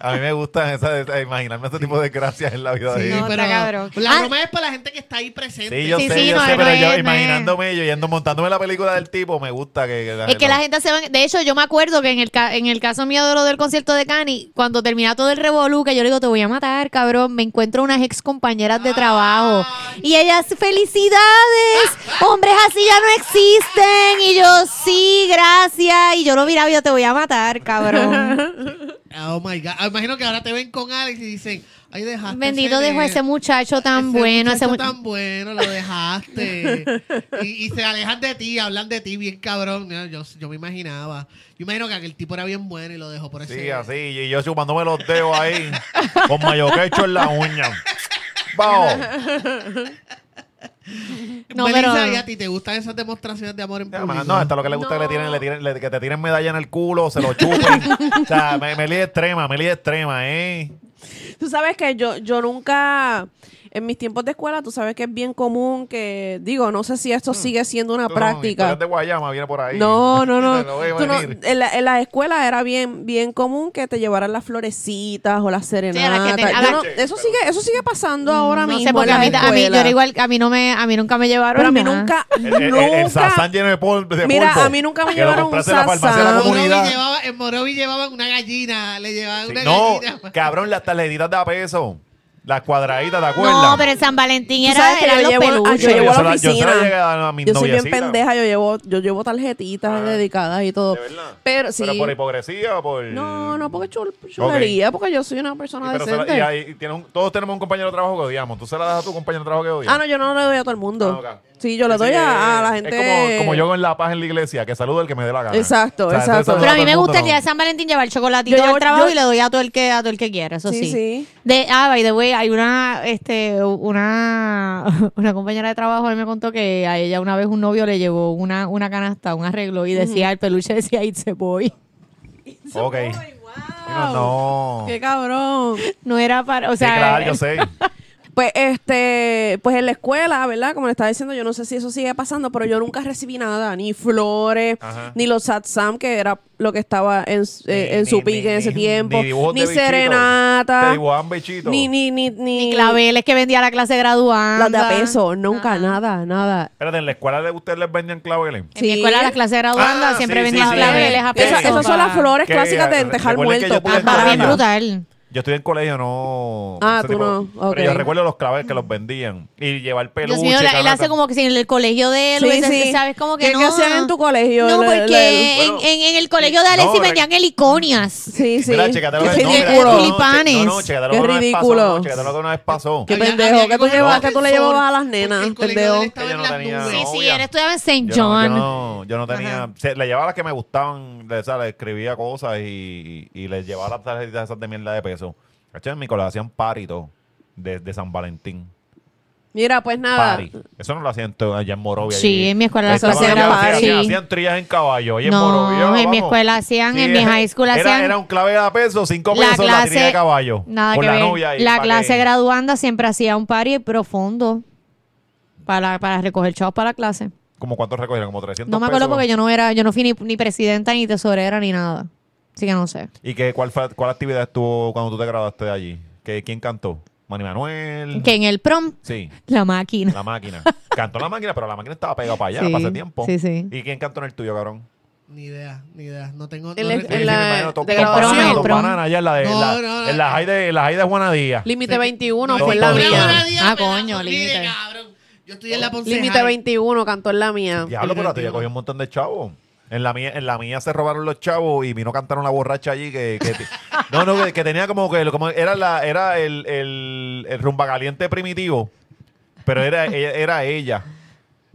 A mí me gustan esas, esas- imaginarme ese tipo de gracias en la vida Sí, pues, de ellos. No, está cabrón. La Ah. broma es para la gente que está ahí presente. Sí, yo Sí, sé, sí, yo no, sé, no pero es, yo no es. imaginándome, yo yendo montándome la película del tipo, me gusta que, que Es que la gente se va. De hecho, yo me acuerdo que en el, ca- en el caso mío de lo del concierto de Cani, cuando termina todo el revolú, que yo le digo, te voy a matar, cabrón, me encuentro unas ex compañeras de trabajo. Y ellas, felicidades, hombres así ya no existen. Y yo, sí, gracias. Y yo lo miraba y yo, te voy a matar, cabrón. Oh my God. Ah, Imagino que ahora te ven con Alex y dicen, ay, dejaste. Bendito dejó a ese nene, muchacho tan ese bueno. muchacho ese mu- tan bueno, lo dejaste. y, y se alejan de ti, hablan de ti bien cabrón. Mira, Yo, yo me imaginaba. Yo imagino que aquel tipo era bien bueno y lo dejó por ese. Sí, así, y yo chupándome los dedos ahí, con mayo quecho en la uña. Vamos. No, Melissa, pero- ¿y a ti te gustan esas demostraciones de amor en Ya, público? man, No, hasta lo que le gusta que le tiren, le tiren- le- que te tiren medalla en el culo, se lo chupen. o sea, me, Meli es extrema, Meli es extrema, ¿eh? Tú sabes que yo, yo nunca, en mis tiempos de escuela, tú sabes que es bien común que, digo, no sé si esto sigue siendo una Mm. Tú no, práctica. historias de Guayama viene por ahí. No, no, no. Lo veo Tú no- venir. en, la, en la escuela era bien, bien común que te llevaran las florecitas o las serenatas. que te- Yo a la- no- eso sigue, eso sigue pasando ahora no mismo. sé, porque en a las mí, a mí- yo escuelas. era igual, a mí, no me, a mí nunca me llevaron. Pero a mí nada. nunca, El, el, el- el nunca. sazán lleno de pol- de polvo. Mira, a mí nunca me Que lo llevaron un compraste en la farmacia de la sazán. Morovi comunidad. llevaba, en Morovi llevaban una gallina, le llevaban Sí, una No, gallina. cabrón, las tarjetitas de a peso. Las cuadraditas, ¿te acuerdas? No, pero en San Valentín Tú era, sabes que eran yo los llevo- ah, peluches. yo llevo a se la la- yo se la oficina. llegué a- a mi yo soy bien noviecita. pendeja, yo llevo, yo llevo tarjetitas Ah. dedicadas y todo. ¿De verdad? Pero sí. ¿Pero por hipocresía o por...? no, no, porque chul- chulería, porque yo soy una Y persona pero se la- decente. y ahí tiene un- todos tenemos un compañero de trabajo que odiamos. Tú se la das a tu compañero de trabajo que odia. Ah, no, yo no le doy a todo el mundo. Ah, ok. Sí, Ah, yo le doy Sí, a, a la es gente. como, como yo en La Paz en la iglesia, que saludo al que me dé la gana. Exacto, entonces exacto. saludo Pero a mí todo me el mundo, gusta el ¿no? día de San Valentín llevar chocolatito Yo llevo- al trabajo yo- y le doy a todo el que a todo el que quiera, eso Sí, sí. sí. De, ah, by the way, hay una este una una compañera de trabajo a mí me contó que a ella una vez un novio le llevó una una canasta, un arreglo y decía el peluche decía It's a boy. Ok. Mira, no. Ah, ¡Qué cabrón! No era para, o Sí, sea, claro, yo sé. Pues este, pues en la escuela, ¿verdad? Como le estaba diciendo, yo no sé si eso sigue pasando, pero yo nunca recibí nada, ni flores, Ajá. ni los satsam, que era lo que estaba en, s- eh, Ni- en su ni- pique en ni- ese ni- tiempo, dibujos ni, de bichitos. Te serenata, dibujaban bichitos. ni, ni, ni, ni, ni claveles que vendía la clase graduada. las de a peso, nunca nada, nada. Espérate, ¿en la escuela de ustedes les vendían claveles? En mi escuela las clases graduandas Ah, siempre sí, sí, vendían sí. claveles a Eso- peso. Esas, esas son pa- las flores Que, clásicas eh, de entejar recuerden que yo muerto. pude Ah, para bien Claro. brutal. Yo estudié en colegio, no. Ah, ese tú tipo- no, ok. Pero yo recuerdo los claveles que los vendían. Y llevar peluche. Dios mío, la- él canasta. hace como que si en el colegio de él, Sí, o ese- sí. ¿sabes? Como que ¿Qué- no. qué hacían en tu colegio? No, Le- porque le- en, en- en el colegio de Alexis no, vendían heliconias. Sí, sí. Mira, chécate lo Qué que- no, mira, ridículo. no, no, Tulipanes. che- No, no, chécate lo Qué que una vez pasó, ridículo. no, chécate lo que una vez pasó. Qué Había- pendejo, había ¿qué tú coger llevas- el qué tú le ascensor, llevabas a las porque nenas, el colegio pendejo? de él estaba Ella no en las tenía nubes. Sí, sí, Obvia. él estudiaba en St. Yo no, John. yo no, yo no tenía. Ajá. se- le llevaba las que me gustaban, le, o sea, le escribía cosas y, y les llevaba las tarjetitas esas de mierda de peso. Cacho, En mi colegio hacían party y todo, de, de San Valentín. Mira, pues nada. Party. Eso no lo hacían todo allá en Morovia. Ah. Sí, allí. en mi escuela Ahí lo estaban hacían allá, party. Hacían, Sí. hacían trillas en caballo. Ahí en No, Morovia. en mi vamos. escuela hacían, en mi era- high school hacían. Era, era un clave de peso, cinco La pesos la trilla de clase- caballo. Nada con que la ver. novia. ahí, la pa' clase que- graduanda siempre hacía un party profundo para, para recoger chavos para la clase. ¿Como cuánto recogieron? Como 300 No me acuerdo pesos. porque yo no era, yo no fui ni, ni presidenta ni tesorera ni nada. Así que no sé. ¿Y qué, cuál, fue- cuál actividad estuvo cuando tú te graduaste de allí? ¿Qué, ¿Quién cantó? ¿Mani Manuel? Que en el prom, Sí, la máquina. la máquina. Cantó la máquina, pero la máquina estaba pegada para allá, Sí, para ese tiempo. sí, sí. ¿Y quién cantó en el tuyo, cabrón? Ni idea, ni idea. No tengo. En no la- recuerdo. en la- Top, de top graduación. banana, El top prom. banana allá en la de, No, la- no, en la high de, la high de Juana Díaz. Límite 21 No, fue la no, Una no, hora mía. no. día, Ah, pedazo, coño, mire, límite. cabrón. Yo estoy en la Ponce Límite High. 21 cantó en la mía. Diablo, pero a ti ya Divertido. cogió un montón de chavos. En la, mía, en la mía se robaron los chavos y vino a cantar una borracha allí que, que te- no, no, que, que tenía como que como era la, era el, el, el rumba caliente primitivo, pero era, ella- era ella.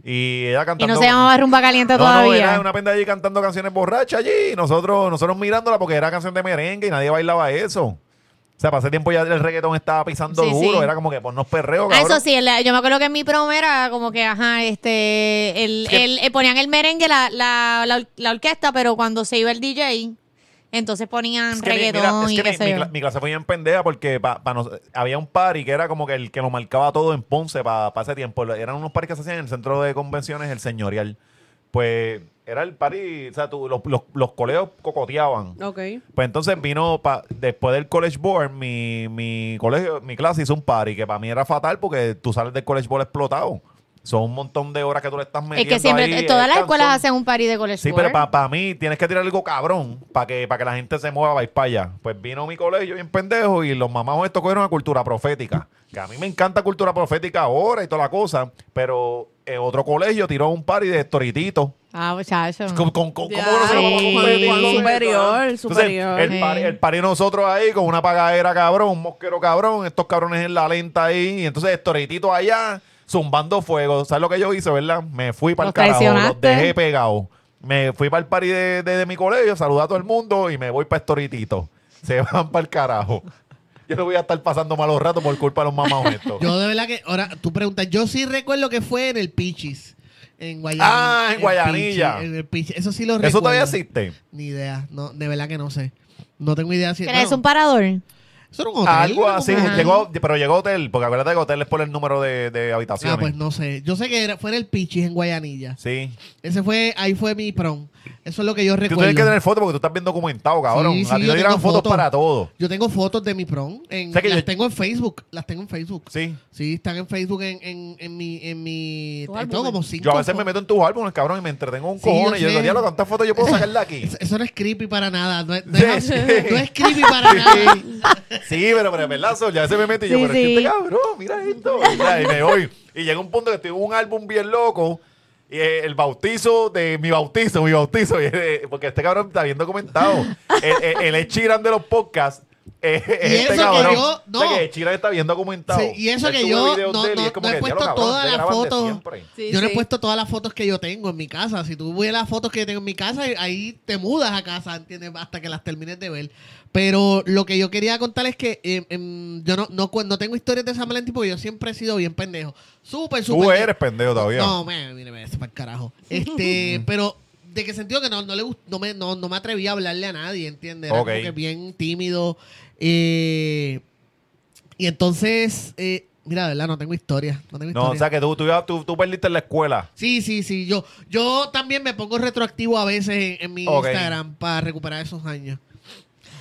Y ella Y cantando. no se llamaba rumba caliente No, no, todavía. era una penda allí cantando canciones borrachas allí. y Nosotros, nosotros mirándola porque era canción de merengue y nadie bailaba eso. O sea, para ese tiempo ya el reggaetón estaba pisando Sí, duro. sí. Era como que ponnos perreo, Ah, cabrón. eso sí, el- yo me acuerdo que en mi prom era como que, ajá, este, el, el- eh, ponían el merengue, la, la, la, or- la orquesta, pero cuando se iba el DJ, entonces ponían Es que mi- mira, reggaetón es y que qué mi, sé mi yo. cla- mi clase fue bien pendeja porque pa- pa nos- había un party que era como que el que lo marcaba todo en Ponce para ese tiempo. Lo- Eran unos parties que se hacían en el centro de convenciones, el señorial. Pues era el party, o sea, tú- los, los, los coleos cocoteaban. Ok. Pues entonces vino, pa- después del College Board, mi, mi colegio, mi clase hizo un party que para mí era fatal porque tú sales del College Board explotado. Son un montón de horas que tú le estás Es metiendo que siempre, ahí, todas el las escuelas canzón. hacen un party de college Sí, board. pero para mí tienes que tirar algo cabrón para que, pa' que la gente se mueva para ir para allá. Pues vino mi colegio bien pendejo y los mamás estos cogieron a cultura profética. Que a mí me encanta cultura profética ahora y toda la cosa, pero en otro colegio tiró un party de estorititos. Ah, muchacho. Con, con, con, Ya, ¿cómo nosotros vamos a sí. competir con eso, Superior, eh? Entonces, superior. el, pari, el pari nosotros ahí con una pagadera cabrón, un mosquero cabrón, estos cabrones en la lenta ahí. Y entonces estorititos allá, zumbando fuego. ¿Sabes lo que yo hice, verdad? Me fui para el Los carajo, los traicionaste. dejé pegados. Me fui para el party de, de- de mi colegio, saludé a todo el mundo y me voy para estorititos. Se van para el carajo. Yo no voy a estar pasando malos ratos por culpa de los mamás estos. Yo de verdad que, ahora, tú preguntas, yo sí recuerdo que fue en el Pichis, en Guayanilla. Ah, en Guayanilla. En el Pichis, eso sí lo recuerdo. Eso todavía existe. Ni idea, no, de verdad que no sé. No tengo idea si... ¿Crees bueno, un parador? Eso era un hotel. Algo ¿no? así. Como- Ajá. Llegó, pero llegó hotel, porque acuérdate que hotel es por el número de, de Ah, habitaciones. pues no sé. Yo sé que era, fue en el Pichis, en Guayanilla. Sí. Ese fue, ahí fue mi prom. Eso es lo que yo Tú recuerdo. tienes que tener fotos porque tú estás bien documentado, cabrón. Sí, a sí, ti yo te tiran tengo fotos fotos. para todo. Yo tengo fotos de mi prom. En, O sea que las yo- tengo en Facebook. Las tengo en Facebook. Sí, Sí. están en Facebook en, en, en mi... En mi Tus tengo álbumes. como cinco Yo a veces fotos. me meto en tus álbumes, cabrón, y me entretengo un Sí, cojones. yo Yo digo, sé. diablo, ¿cuántas fotos yo puedo sacar de aquí? Eso- Eso no es creepy para nada. No es, no Sí, es- sí. no es creepy para nada. Sí, pero, pero, ¿verdad? Sol? Yo a veces me meto y yo, Sí, pero es que sí. este cabrón, mira esto. Mira, y me voy. Y llega un punto que estoy en un álbum bien loco. Y eh, el bautizo de mi bautizo, mi bautizo. y, eh, porque este cabrón está bien documentado. el, el, el Ed Sheeran de los podcasts Eh, Y este eso que cabrón, yo- no. de que Chira está viendo comentado. Sí, y eso Él que sube yo videos no- de él y no- es como no he que, puesto "Diablo, cabrón, todas ustedes las graban de fotos". siempre". Sí, yo no he sí. puesto todas las fotos que yo tengo en mi casa. Si tú ves las fotos que yo tengo en mi casa, ahí te mudas a casa, ¿entiendes? Hasta que las termines de ver. Pero lo que yo quería contar es que eh, em, yo no, no, cu- no tengo historias de San Valentín porque yo siempre he sido bien pendejo. Súper, súper. Tú eres pendejo todavía. No, me, mire, me para el carajo. Este, pero de qué sentido que no, no le gust- no me, no, no me atreví a hablarle a nadie, ¿entiendes? Era Ok. como que bien tímido. eh, y entonces, eh, mira, de verdad, no tengo historia. No tengo No, historia. o sea que tú, tú, tú, tú perdiste en la escuela. Sí, sí, sí. Yo, yo también me pongo retroactivo a veces en, en mi Ok. Instagram para recuperar esos años.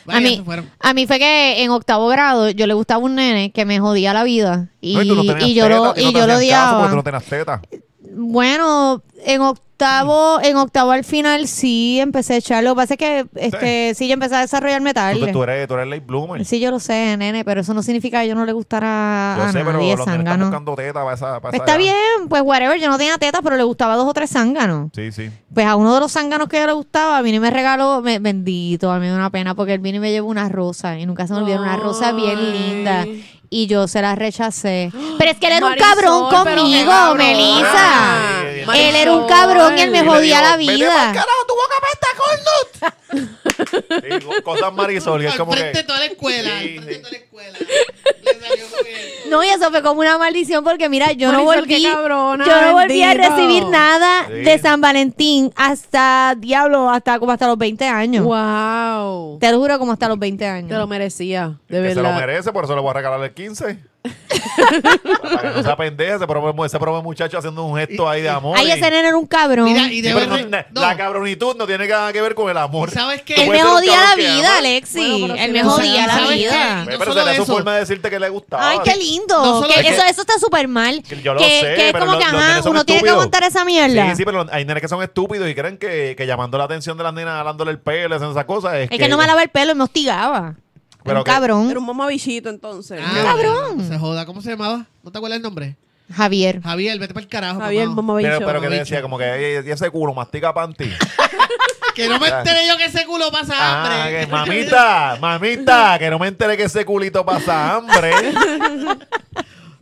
A Vaya, mí, se fueron. a mí fue que en octavo grado yo le gustaba un nene que me jodía la vida. Y, No, y tú no tenías y yo teta, lo, a ti y no te yo lo hacían caso odiaba. porque tú no tenías teta. Bueno, en octavo, en octavo al final sí empecé a echar. Lo que pasa es que este, sí, yo empecé a desarrollarme Tú, tarde. tú eres, tú eres late bloomer. Sí, yo lo sé, nene, pero eso no significa que yo no le gustara Yo a sé, pero Ah, nadie, los nenes están zángano. buscando teta para esa, para esa Está edad. bien, pues whatever, yo no tenía tetas, pero le gustaba dos o tres zánganos. Sí, sí. Pues a uno de los zánganos que yo le gustaba, vino y me regaló, me- bendito, a mí me da una pena, porque él vino y me llevó una rosa, y nunca se me olvidó, una rosa bien Ay. linda, y yo se la rechacé. Pero es que él era Marisol, un cabrón pero qué conmigo, cabrón. Melissa. Ay, Marisol. Él era un cabrón y él me Y le jodía digo, la "Vete pa'l vida. carajo, tu boca apesta, cornut". Sí, co- cosas marisol. Y es Al como frente de que... toda la escuela. Sí, al frente de sí. toda la escuela. Le salió muy bien. No, y eso fue como una maldición porque mira, yo no Marisol, qué volví, cabrona, yo no volví a bendito. recibir nada Sí. de San Valentín hasta diablo, hasta como hasta los 20 años. Wow. Te lo juro como hasta los 20 años. Te lo merecía, de Que se lo verdad. merece, por eso le voy a regalar el 15. Para que no sea pendeja, ese pobre, ese pobre muchacho haciendo un gesto ahí de amor. Ay, y- ese nene era un cabrón. Mira, y Sí, de pero no- verdad. no. La cabronitud no tiene nada que ver con el amor. ¿Sabes qué? Tú él puedes ser me un jodía cabrón la que vida, ama. Alexi. Bueno, pero él si me no jodía sabes la qué, vida. no Pero solo será su eso. forma de decirte que le gustaba. Ay, qué lindo. No solo que eso. eso, eso está súper mal. Que yo lo que, sé, que es pero como lo- que, los ajá, nenes uno son tiene que estúpidos. aguantar esa mierda. Sí, sí, pero hay nenes que son estúpidos y creen que, que llamando la atención de las nenas, hablando el pelo, haciendo esas cosas. Es, es que, no me lavaba el pelo y me hostigaba. Pero un que- cabrón. Era un mamabichito entonces. Ah, cabrón. no Se joda. ¿Cómo se llamaba? ¿No te acuerdas el nombre? Javier. Javier, vete para el carajo. Javier, mamá. mamabicho. Pero, pero que le mamabicho. decía, como que "Ey, ese culo mastica panty. Que no me enteré yo que ese culo pasa ah, hambre. que, mamita, mamita, que no me enteré que ese culito pasa hambre.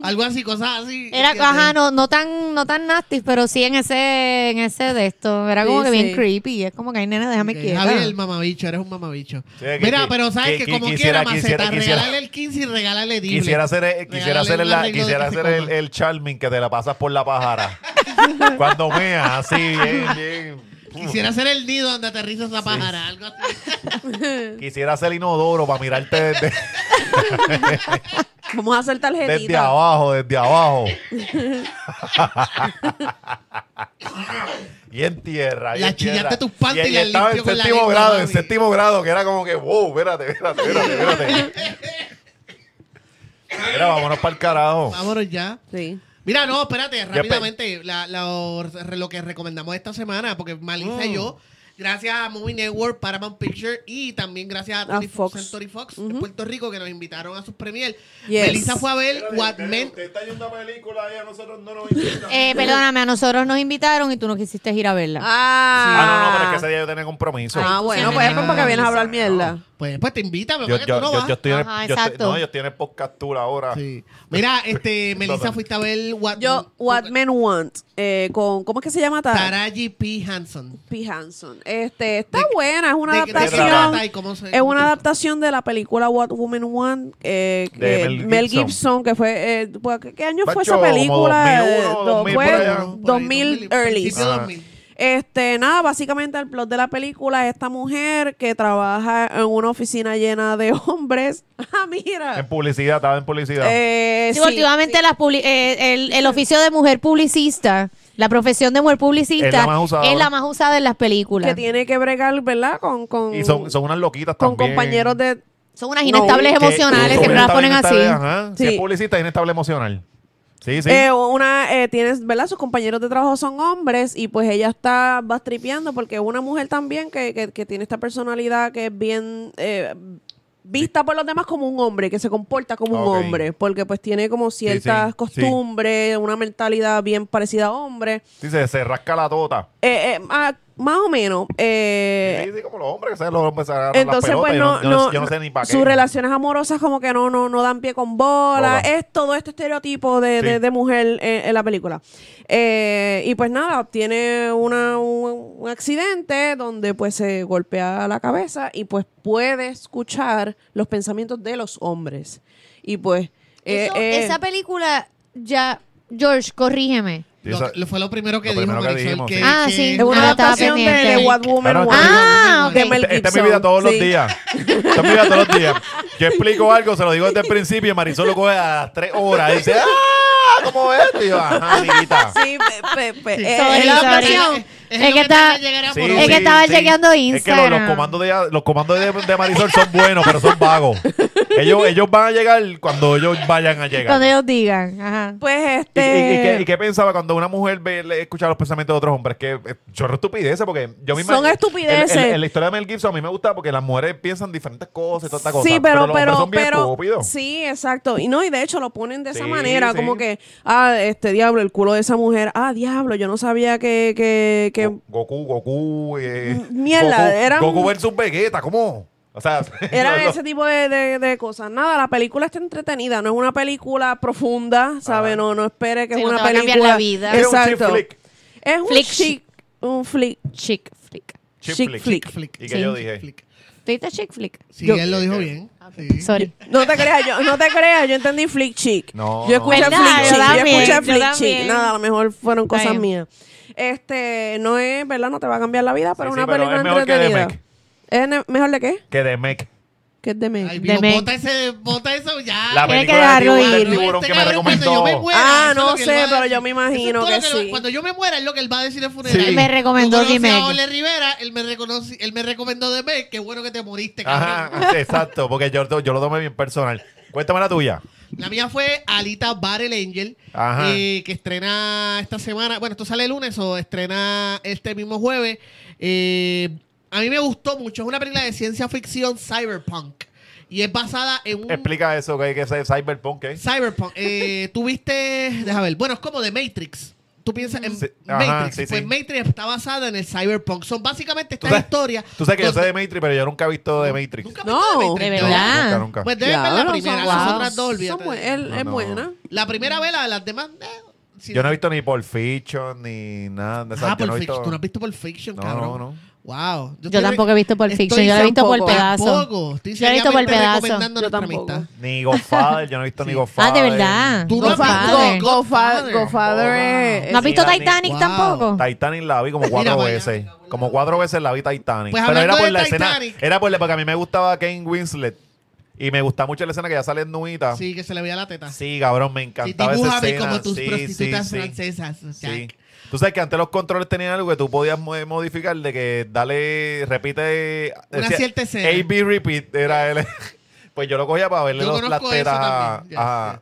Algo así, cosas así. Era, ¿entiendes? ajá, no, no tan, no tan nasty, pero sí en ese, en ese de esto. Era como Sí, que sí. bien creepy. Es como que, ay, nena, déjame Ok, quieta. Javier, el mamabicho, eres un mamabicho. Sí, que- Mira, que- pero que- sabes que, que como quisiera- quiera, maceta, quisiera- quisiera- regálale el 15 y regálale Dible. Quisiera ser, eh, quisiera Regálale ser, un el, la- arreglo de quisiera que ser se el, eh, coma. el charming que te la pasas por la pájara. Cuando mea, así, bien, bien. Quisiera ser el nido donde aterrizas la pájara. Algo así. Quisiera ser inodoro para mirarte desde, Vamos a hacer tarjetita. desde abajo, desde abajo. y en tierra. y La en tierra. chillaste tus panties y las estaba en limpió con la séptimo lengua, grado, en mami. séptimo grado, que era como que, wow, espérate, espérate, espérate, espérate. Mira, vámonos para el carajo. Vámonos ya. Sí. Mira, no, espérate, rápidamente, la- la- lo que recomendamos esta semana, porque Malisa Mm. y yo, gracias a Movie Network, Paramount Picture y también gracias a Tony Fox, Fox. Century Fox en Puerto Rico, que nos invitaron a sus premier, Yes. Melissa fue a ver What Men... está yendo a película y a nosotros no nos Eh, perdóname, a nosotros nos invitaron y tú no quisiste ir a verla. Ah. Ah, no, no, pero es que ese día yo tenía compromiso. Ah, bueno, pues es para que vienes a hablar mierda. Pues, pues te invita, pero yo, que yo, tú no yo- vas. yo estoy en el- Ajá, yo estoy- exacto. no, yo estoy en el podcast tour ahora. Sí. Mira, este, Melissa, fuiste a ver What... Yo, What Men Want, eh, con, ¿cómo es que se llama? Tara? Taraji P. Hanson. P. Hanson. Este, está buena, es una de- de qué adaptación. trata y cómo se- es una adaptación de la película What Women Want, eh, De que- Mel Mel, Gibson. Gibson. que fue, eh, pues, ¿qué, qué año fue Macho, esa como película? 2001, Eh, 2000 fue por Ah. allá. 2000 early. Principio Ajá. 2000. Este, nada, básicamente el plot de la película es esta mujer que trabaja en una oficina llena de hombres. Ah, En mira. publicidad, estaba en publicidad. Eh, Sí, sí, últimamente las publi- eh, el, el oficio de mujer publicista, la profesión de mujer publicista, Es la más usada es ahora. la más usada en las películas. que tiene que bregar, ¿verdad? Con, con, y son, son unas loquitas con también. compañeros de Son unas No, inestables que- emocionales, que- siempre las inestable, ponen así. inestable, ajá. Si Sí. es publicista, es inestable emocional. Sí, sí. Eh, una, eh, tienes, ¿verdad? Sus compañeros de trabajo son hombres y pues ella está bastripeando porque es una mujer también que, que- que tiene esta personalidad que es bien eh, vista por los demás como un hombre, que se comporta como Ok. un hombre, porque pues tiene como ciertas sí, sí. costumbres, una mentalidad bien parecida a hombre. Dice, se rasca la tota. Eh, eh, ah, más o menos. eh, Sí, sí, como los hombres que se los hombres se agarran entonces, las pelotas, pues yo no, yo no- yo no sé ni para qué. sus relaciones amorosas como que no, no, no dan pie con bola. Bola. Es todo este estereotipo de, de- Sí. de mujer eh, en, la película. Eh, y pues nada, tiene una, un, un accidente donde pues se golpea la cabeza y pues puede escuchar los pensamientos de los hombres. Y pues... eh, Eso- eh, esa película ya... George, corrígeme. Sí, Lo- esa- lo- fue lo primero que lo dijo primero que Marisol, dijimos, que- sí. Ah, que- sí. es una Ah, estaba adaptación de, pendiente. de What Woman, Claro, What sí. Woman, Ah, de ok. Mel Esta este, es mi Gibson. vida todos Sí. los días. Esta es mi vida todos los días. Yo explico algo, se lo digo desde el principio y Marisol lo coge a las tres horas. Y dice, ¡ah! ¿Cómo es? Y yo, ajá, amiguita. Sí, pe- pe- pe- eh, Ah. Sorry, eh, la- sorry. es Es lo que que está- te llegará Sí, por Es hoy. que estaba chequeando Es que lo- los, Instagram. comandos de, ella- los comandos de, de Marisol son buenos, pero son vagos. Ellos, ellos van a llegar cuando ellos vayan a llegar. Cuando ellos digan. Ajá. Pues ¿Y, y- y este... qué, y qué pensaba cuando una mujer ve, le escucha los pensamientos de otros hombres? Que eh, chorro estupideces, porque yo misma. Son el- el- estupideces. el- En la historia de Mel Gibson a mí me gusta porque las mujeres piensan diferentes cosas y todas estas cosas. Sí, pero, los hombres pero, son bien pero, estúpidos. sí, exacto. Y no, y de hecho lo ponen de esa Sí, manera, sí. como que, ah, este diablo, el culo de esa mujer, ah, diablo, yo no sabía que, que, que Go- Goku, Goku. eh, Mierda, Goku, eran- Goku versus Vegeta, ¿cómo? O sea, eran no, no. ese tipo de, de- de cosas. Nada, la película está entretenida, no es una película profunda, ¿sabes? Ajá. No, no espere que Sí, es no una te va a cambiar película. la vida. Es un chick Exacto. flick. Es un Flick flick chic. un flick, Chick flick. Chick chick flick. flick. Flick. Y que yo dije. Flick. ¿Tú dijiste chick flick? Sí, él lo dijo bien. Ah, Sí. Sorry. No te creas, yo, no te creas, yo entendí flick chic. No, yo no. escuché ¿Verdad? flick Yo chic, yo, también, escuché yo flick chic. también. Nada, a lo mejor fueron Está cosas bien. mías. Este, no es, ¿verdad? No te va a cambiar la vida, pero Sí, sí, es una pero película es mejor que entretenida. DMX. ¿Es ne- mejor de qué? Que de Mec. Que es de mí. Ay, De Vivo, Meg. bota, ese, bota eso ya. La Tiene que película dejarlo de tiburón, ir. del tiburón Este que me cabrón, cuando recomendó. yo me muera, Ah, eso es no lo que él sé, va a pero decir. yo me imagino Eso es todo que lo él- sí. Cuando yo me muera, es lo que él va a decir en el funeral. Sí. Él me recomendó Yo conocí de a Meg. Ole Rivera, él me, reconoce- él me recomendó de Meg. Qué bueno que te moriste, cabrón. Ajá, exacto, porque yo, yo lo tomé bien personal. Cuéntame la tuya. La mía fue Alita Battle Angel, Ajá. eh, que estrena esta semana. Bueno, esto sale el lunes o estrena este mismo jueves. Eh, a mí me gustó mucho. Es una película de ciencia ficción cyberpunk. Y es basada en un... Explica eso, que hay que ser cyberpunk, ¿eh? Cyberpunk. Eh, Tuviste, déjame ver. Bueno, es como de Matrix. Tú piensas en Sí, Matrix. ajá, sí, pues sí. Matrix está basada en el Cyberpunk. Son básicamente Tú estas sabes- historias. Tú sabes que yo sé donde- de Matrix, pero yo nunca he visto de Matrix. ¿Nunca No, viste Matrix? de No, verdad. Nunca, nunca. Pues debes ver la Claro, primera, son las guau. otras dos, Son olvídate. buen- él- No, es no. buena. La primera vela, las demás. eh, si Yo no he visto ni Pulp Fiction, ni nada. de esas, Ah, yo Pulp no he Fiction. visto- Tú no has visto Pulp Fiction, No, cabrón. no, no. Wow. Yo tampoco he visto Pulp Fiction, yo la he visto por tampoco. pedazo. Tampoco. Estoy Yo la he visto por seriamente pedazo. recomendando Yo nuestra tampoco. amistad. Ni Godfather, yo no he visto ni Godfather. Ah, de verdad. Tú no has Gofa- visto- Godfather. Go- Gofa- Godfather. Godfather es- ¿No has Sí, visto la ni- Titanic Wow. tampoco? Titanic la vi como cuatro Mira, vaya. veces. Como cuatro veces la vi Titanic. Pues Pero era hablando por de la Titanic. escena. Era por la, porque a mí me gustaba Kane Winslet. Y me gusta mucho la escena que ya sale nuita. Sí, Sí, que se le veía la teta. cabrón, me Sí, encantaba esa dibújame escena. como tus Sí, prostitutas sí, sí. francesas, Sí. Jack. Tú sabes que antes los controles tenían algo que tú podías mo- modificar de que dale, repite. Una decía, cierta escena. AB repeat era él. Pues yo lo cogía para verle Yo los, las conozco eso tetas a- también, ya a-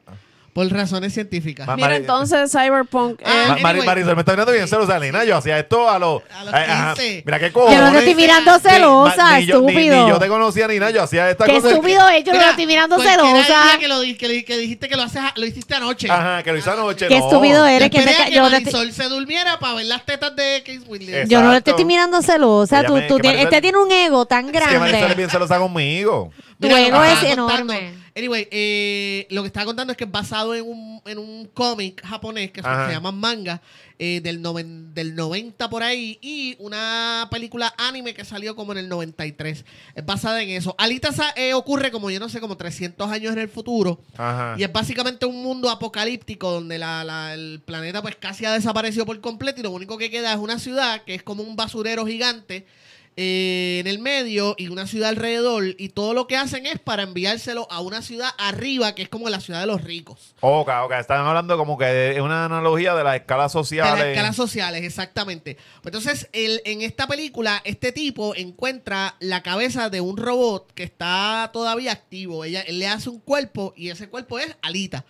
Por razones científicas. Ma- Mira, Mari- entonces Cyberpunk es... Ah, Ma- Mari- anyway. Marisol, me está mirando bien celosa, Lina. Yo hacía esto a los. A los eh, ajá. 15. Mira qué Yo cojones. no te estoy mirando Ni- ma- celosa, ni yo- ni- Ni, yo estúpido. te conocía ni nada. Yo hacía esta Qué cosa. estúpido es, yo no lo estoy mirando cualquiera celosa. diría Que, lo, di- que, di- que dijiste que lo, haces, a- lo hiciste anoche. Ajá, que lo hice anoche. Qué no. estúpido Yo eres. Que esperé me a ca- que yo no te- Marisol se durmiera para ver las tetas de Case Williams. Exacto. Yo no lo estoy mirando celosa. Ella Tú, me- tú que tienes- Marisol- este tiene un ego tan Es que Marisol es grande. bien celosa conmigo. Tu Mira, ego lo que es estaba contando- enorme. Anyway, eh, lo que estaba contando es que es basado en un, en un cómic japonés que se Ajá. llama manga eh, del, noven- del 90 por ahí y una película anime que salió como en el 93. Es basada en eso. Alita sa- eh, ocurre como yo no sé, como 300 años en el futuro. Ajá. Y es básicamente un mundo apocalíptico donde la, la- el planeta pues casi ha desaparecido por completo y lo único que queda es una ciudad que es como un basurero gigante eh, en el medio y una ciudad alrededor y todo lo que hacen es para enviárselo a una ciudad arriba que es como la ciudad de los ricos. Ok, ok. Están hablando como que de una analogía de las escalas De sociales. las escalas sociales, exactamente. Entonces, el- en esta película, este tipo encuentra la cabeza de un robot que está todavía activo. Ella, él le hace un cuerpo y ese cuerpo es Alita.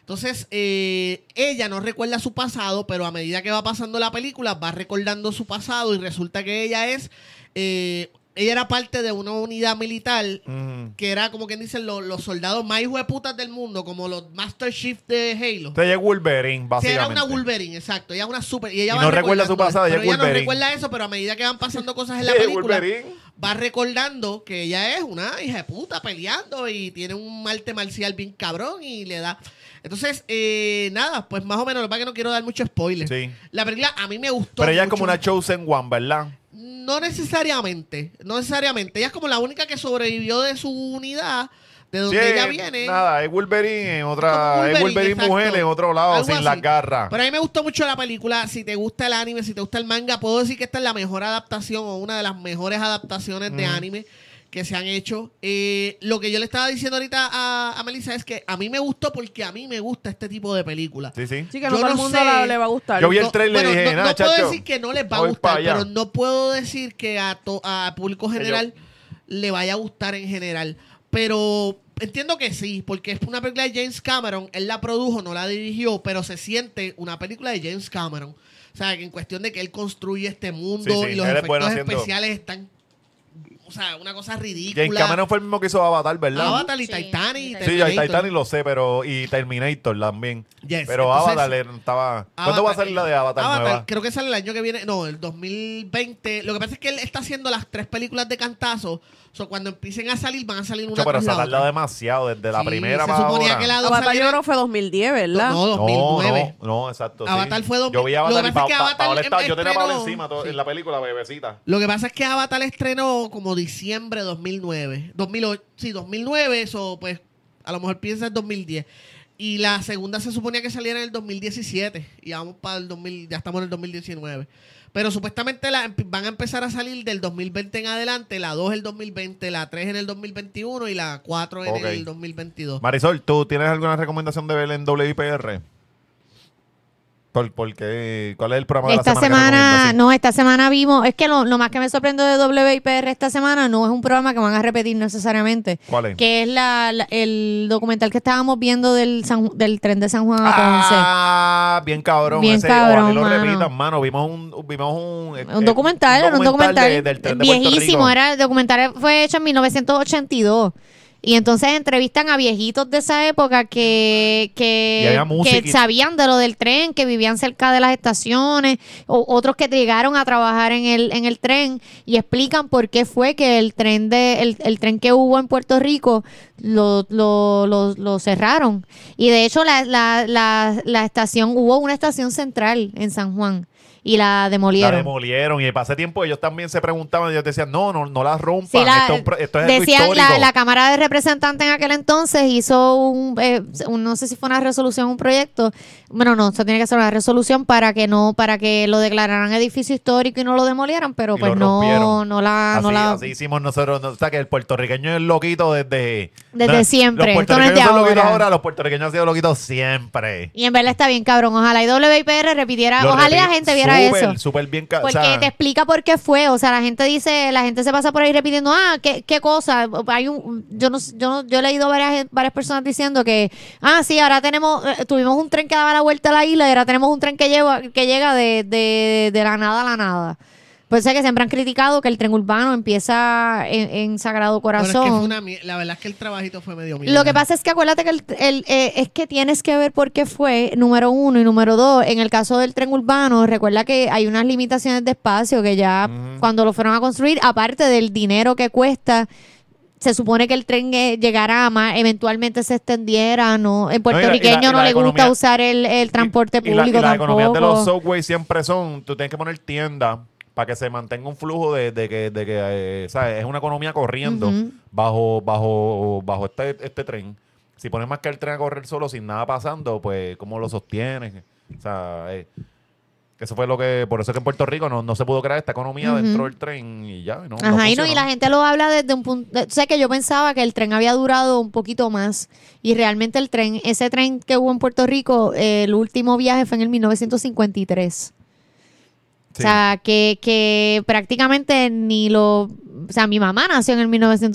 Entonces, eh, ella no recuerda su pasado, pero a medida que va pasando la película, va recordando su pasado y resulta que ella es eh, ella era parte de una unidad militar Mm. que era como quien dicen los, los soldados más putas del mundo, como los Master Chief de Halo. Entonces ella es Wolverine, Sí, básicamente. era una Wolverine, exacto. Ella es una super. Y ella Y va no recuerda su recordando- pasado, ella pero es ella no Wolverine. recuerda eso, pero a medida que van pasando cosas en la Sí, película, Wolverine. va recordando que ella es una hija de puta peleando y tiene un arte marcial bien cabrón y le da. Entonces, eh, nada, pues más o menos, lo que pasa es que no quiero dar mucho spoiler. Sí. La película a mí me gustó. Pero ella es mucho. como una Chosen One, ¿verdad? No necesariamente, no necesariamente. Ella es como la única que sobrevivió de su unidad, de donde Sí, ella viene. Nada, es Wolverine en Como otra. es Wolverine exacto. mujer en otro lado, Algo sin así. las garras. Pero a mí me gustó mucho la película. Si te gusta el anime, si te gusta el manga, puedo decir que esta es la mejor adaptación o una de las mejores adaptaciones de anime que se han hecho. Eh, lo que yo le estaba diciendo ahorita a, a Melissa es que a mí me gustó porque a mí me gusta este tipo de película. Sí, sí. Sí, que Yo no todo el no mundo sé. la- le va a gustar. Yo vi el No, trailer y bueno, dije, no, nada, no puedo chacho, decir que no les va a voy pa' gustar, allá. pero no puedo decir que a, to- a público general le vaya a gustar en general. Pero entiendo que sí, porque es una película de James Cameron. Él la produjo, no la dirigió, pero se siente una película de James Cameron. O sea, que en cuestión de que él construye este mundo Sí, sí, y los él es efectos bueno haciendo- especiales están. O sea, una cosa ridícula. James Cameron fue el mismo que hizo Avatar, ¿verdad? Avatar y Sí, Titanic. y y sí, yo Terminator. Titanic lo sé, pero. Y Terminator también. Yes, Pero entonces- Avatar le- estaba. ¿Cuándo va a salir la de Avatar, nueva? creo que sale el año que viene. No, el 2020. Lo que pasa es que él está haciendo las tres películas de cantazo. O sea, cuando empiecen a salir, van a salir una Chacho, pero tras se ha la tardado otra. demasiado desde la Sí, primera se para suponía ahora. que la dos Avatar yo saliera- creo que fue 2010, ¿verdad? No, No, 2009. No, no, exacto. sí. Avatar fue dos- Yo vi Lo que Avatar y pasa es Pa- que Avatar Paola em- estaba- Yo tenía a Paola estrenó- encima todo- sí. en la película, bebecita. Lo que pasa es que Avatar estrenó como diciembre de 2009. 2008, sí, 2009, eso pues a lo mejor piensa en 2010. Y la segunda se suponía que saliera en el 2017 y ya vamos para el 2000, ya estamos en el 2019. Pero supuestamente la, emp- van a empezar a salir del 2020 en adelante, la 2 en el 2020, la 3 en el 2021 y la 4 en Ok. el 2022. Marisol, ¿tú tienes alguna recomendación de ver en WIPR? ¿Por, por qué? ¿Cuál es el programa de la Esta semana? que semana, recomiendas? no, esta semana vimos, es que lo, lo más que me sorprendió de WIPR esta semana no es un programa que van a repetir necesariamente, Sí. ¿Cuál es? que es la, la- el documental que estábamos viendo del, San- del tren de San Juan a Ponce. Ah, bien cabrón. Bien ese, cabrón, ojalá y lo mano. repitan, mano. Vimos un, vimos un, eh, un documental, eh, era un documental de- del tren de Puerto viejísimo, Rico. era el documental fue hecho en 1982. Y entonces entrevistan a viejitos de esa época que, Y que, había música que y- sabían de lo del tren, que vivían cerca de las estaciones, o otros que llegaron a trabajar en el, en el tren, y explican por qué fue que el tren de, el, el tren que hubo en Puerto Rico lo, lo, lo- lo cerraron. Y de hecho, la, la, la, la estación, hubo una estación central en San Juan, y la La demolieron. demolieron. Y pasé tiempo ellos también se preguntaban. Ellos decían, no, no, no la rompan. Sí, la- esto, es un pro- esto es algo decían, histórico. la, la Cámara de Representantes en aquel entonces hizo un, eh, un- no sé si fue una resolución, un proyecto, bueno, no, eso tiene que ser una resolución para que no, para que lo declararan edificio histórico y no lo demolieran, pero Y pues lo no, rompieron. no la, así, Ah, no la, así hicimos nosotros. no- O sea, que el puertorriqueño es loquito desde... Desde siempre, Los esto no es puertorriqueños de son loquitos ahora. ahora. Los puertorriqueños han sido loquitos siempre. y en verdad está bien cabrón, ojalá y WIPR repitiera, Lo ojalá y la repi- gente viera súper, eso. Súper bien... ca- o Porque sea, te explica por qué fue, o sea, la gente dice, la gente se pasa por ahí repitiendo, ah, qué, qué cosa, hay un, yo no, sé, yo no- yo he leído varias, varias personas diciendo que, ah, sí, ahora tenemos, eh, tuvimos un tren que daba la vuelta a la isla y ahora tenemos un tren que lleva, que llega de, de, de la nada a la nada. Por eso es que siempre han criticado que el tren urbano empieza en, en Sagrado Pero es que Corazón. fue una mier- la verdad es que el trabajito fue medio mierda. Lo que pasa es que acuérdate que el, el, eh, es que tienes que ver por qué fue, número uno y número dos. En el caso del tren urbano, recuerda que hay unas limitaciones de espacio que ya cuando lo fueron a construir, aparte del dinero que cuesta, se supone que el tren eh, llegara a más, eventualmente se extendiera, ¿no? El la- y la- puertorriqueño y no la le gusta economía- usar el, el transporte y, y la- público y las economías de los tampoco. subways siempre son, tú tienes que poner tienda para que se mantenga un flujo de, de que, de que eh, ¿sabes? es una economía corriendo Ujú. bajo, bajo, bajo este, este tren. Si pones más que el tren a correr solo sin nada pasando, pues ¿cómo lo sostienes? O sea, eh, eso fue lo que, por eso es que en Puerto Rico no, no se pudo crear esta economía Ujú. dentro del tren y ya. No, no Ajá, y, no, y funcionó. la gente lo habla desde un punto. de- sé que yo pensaba que el tren había durado un poquito más. Y realmente el tren, ese tren que hubo en Puerto Rico, eh, el último viaje fue en el 1953. O Sí. sea, que, que prácticamente ni lo... O sea, mi mamá nació en el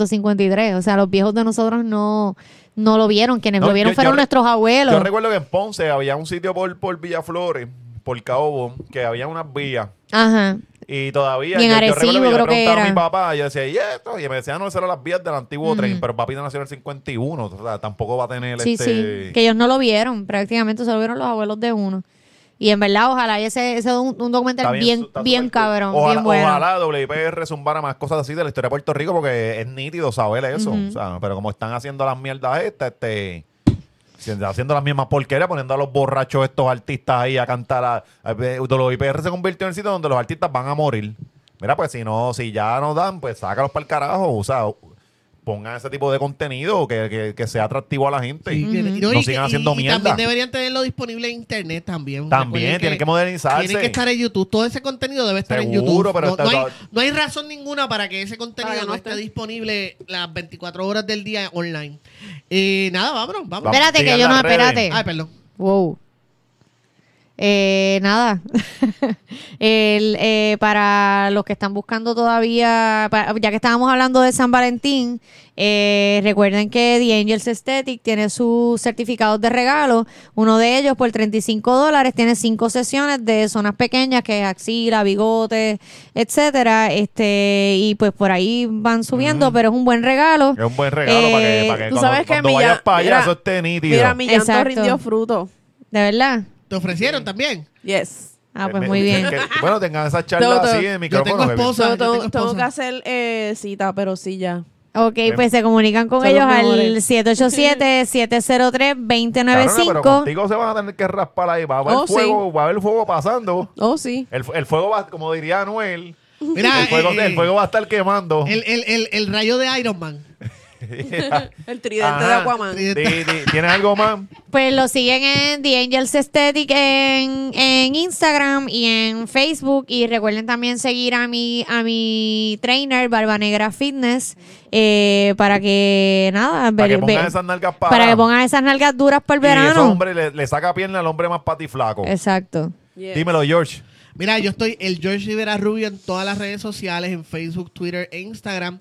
1953. O sea, los viejos de nosotros no, no lo vieron. Quienes No, lo vieron yo- yo fueron re- nuestros abuelos. Yo recuerdo que en Ponce había un sitio por, por Villaflores, por Caobo, que había unas vías Ajá. Y todavía. Y en yo- yo Arecibo recuerdo que yo creo que preguntaba a era. mi papá, y yo decía, ¿y esto? Y me decía, "Ah, no, esas eran las vías del antiguo tren, pero papita nació en el 51, o sea, tampoco va a tener Sí, este... sí, que ellos no lo vieron, prácticamente solo vieron los abuelos de uno. Y en verdad, ojalá y ese ese un, un Está documental bien, está bien, súper cool. cabrón, Ojalá, bien bueno. ojalá WIPR zumbara más cosas así de la historia de Puerto Rico porque es nítido saber eso. Ujú. o sea, pero como están haciendo las mierdas estas, este. si- Haciendo las mismas porquerías, poniendo a los borrachos estos artistas ahí a cantar. A, a- WIPR se convirtió en el sitio donde los artistas van a morir. Mira, pues si no, si ya no dan, pues sácalos para el carajo. O sea, pongan ese tipo de contenido que, que- que sea atractivo a la gente. Sí, que- No y- sigan y- haciendo y mierda. También deberían tenerlo disponible en internet también. También, Recuerden tienen que modernizarse. Tienen que estar en YouTube. Todo ese contenido debe estar en Seguro, YouTube. pero no, está- no hay, está- no hay razón ninguna para que ese contenido Para que no no esté esté. disponible las 24 horas del día online. Eh, nada, vámonos, vámonos. Espérate que Digan yo no- las redes. espérate. Ay, perdón. Wow. Eh, nada. El, eh, para los que están buscando todavía, pa- ya que estábamos hablando de San Valentín, eh, recuerden que The Angels Aesthetic tiene sus certificados de regalo. Uno de ellos por 35 dólares tiene cinco sesiones de zonas pequeñas, que es axila, bigote, etcétera. Este, y pues por ahí van subiendo, pero es un buen regalo. Es un buen regalo para que, Eh, para que tú cuando, sabes que cuando mi vayas ya- para allá, mira, eso esté nítido. Mira, mi llanto Exacto. rindió fruto. ¿De verdad? ¿Te ofrecieron también? Yes. Ah, Eh, pues me- muy bien. que- bueno, tengan esas charlas Yo tengo- así en micrófono. tengo baby. esposa. Yo Yo tengo tengo, tengo esposa. que hacer eh, cita, pero sí ya. Ok, pues se comunican con Son ellos los al mejores. 787-703-2095. Cabrona, pero contigo se van a tener que raspar ahí. Va a haber Oh, sí. fuego, va a haber fuego pasando. Oh, sí. El, el fuego va, como diría Anuel, Mira, el fuego, eh, el fuego va a estar quemando. el- el- el- el rayo de Iron Man. El tridente Ajá. de Aquaman. Tridente. Di- di- ¿Tienes algo más? Pues lo siguen en The Angels Aesthetic en, en Instagram y en Facebook. Y recuerden también seguir a mi, a mi trainer, Barba Negra Fitness, eh, para que nada, Para que ve- pongan ve- esas nalgas para. para que pongan esas nalgas duras para el Y ese verano. hombre le, le saca pierna al hombre más patiflaco. Exacto. Yes. Dímelo, George. Mira, yo estoy el George Rivera Rubio en todas las redes sociales, en Facebook, Twitter e Instagram.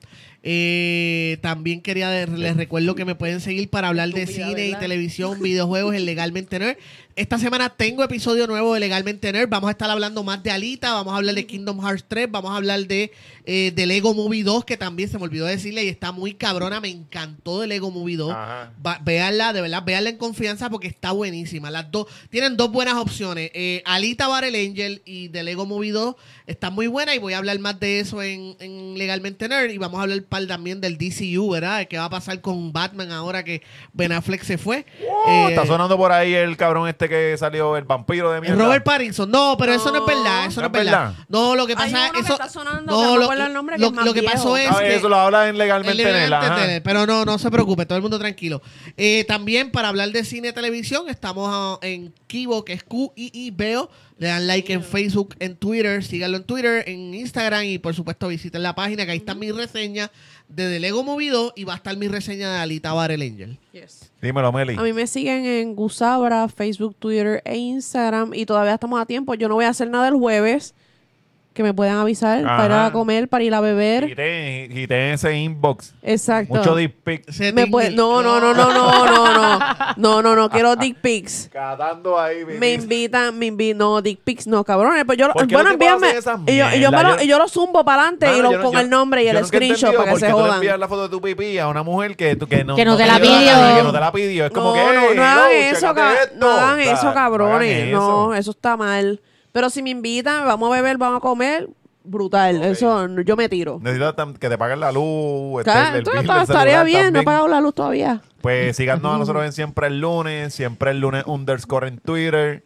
Eh, también quería de- les recuerdo que me pueden seguir para hablar de Estúpida, cine ¿verdad? y televisión, videojuegos en Legalmente Nerd. Esta semana tengo episodio nuevo de Legalmente Nerd. Vamos a estar hablando más de Alita, vamos a hablar de Kingdom Hearts 3, vamos a hablar de, eh, de Lego Movie 2, que también se me olvidó decirle y está muy cabrona. Me encantó de Lego Movie 2. Ajá. Va- véanla, de verdad, véanla en confianza porque está buenísima. Las dos tienen dos buenas opciones. Eh, Alita Battle Angel y The Lego Movie 2 están muy buenas y voy a hablar más de eso en, en Legalmente Nerd. Y vamos a hablar par también del DCU, ¿verdad? ¿Qué va a pasar con Batman ahora que Ben Affleck se fue? Oh, Eh, está sonando por ahí el cabrón este que salió, el vampiro de mierda. Robert Pattinson, no, pero eso no es verdad, eso no, es verdad. No, lo que Hay pasa uno que eso- está sonando, que no me acuerdo el nombre, que lo, es más lo que viejo. pasó es Ah, que- eso lo habla en legalmente. El Nela, Legalmente ajá. Tele, pero no, no se preocupe, todo el mundo tranquilo. Eh, también para hablar de cine y televisión, estamos ah, en Kibo, que es Q-I-I-B-O. Le dan like en Facebook, en Twitter, síganlo en Twitter, en Instagram y por supuesto visiten la página, que ahí está mi reseña de The Lego Movido y va a estar mi reseña de Alita Barrel Angel. Yes. Dímelo, Meli. A mí me siguen en Gusabra, Facebook, Twitter e Instagram. Y todavía estamos a tiempo. Yo no voy a hacer nada el jueves. Que me puedan avisar Ajá. para ir a comer, para ir a beber. Quité, quité ese inbox. Exacto. Mucho dick pic. Ese Me Disney- puede- No, no, no, no, no, no, no. No, no, no. Quiero dick pics. Catando ahí, baby. Me invitan, me invitan, no, dick pics, no, cabrones. Pues yo, lo- ¿Por qué bueno, los tipos envíame. hacen esas Y yo, y yo me mierdas? lo, y yo lo zumbo para adelante Mano, y lo, yo no- con yo- el nombre y yo el nunca he screenshot entendido para que por se qué tú le jodan. envías la foto de tu pipí a una mujer que, tú- que no, Que no te la dio pidió. Que no te la pidió. Es como no, que. no, "Hey, no hagan bro, eso, chécate ca- esto". no hagan O sea, eso, cabrones. hagan No, eso. eso está mal. Pero si me invitan, vamos a beber, vamos a comer, brutal. Eso, no- yo me tiro. Necesitas tam- que te paguen la luz. este, Ca- el- el todo- bill todo del estaría celular bien, no he también. pagado la luz todavía. Pues síganos a nosotros en siempre el lunes, siempre el lunes underscore en Twitter.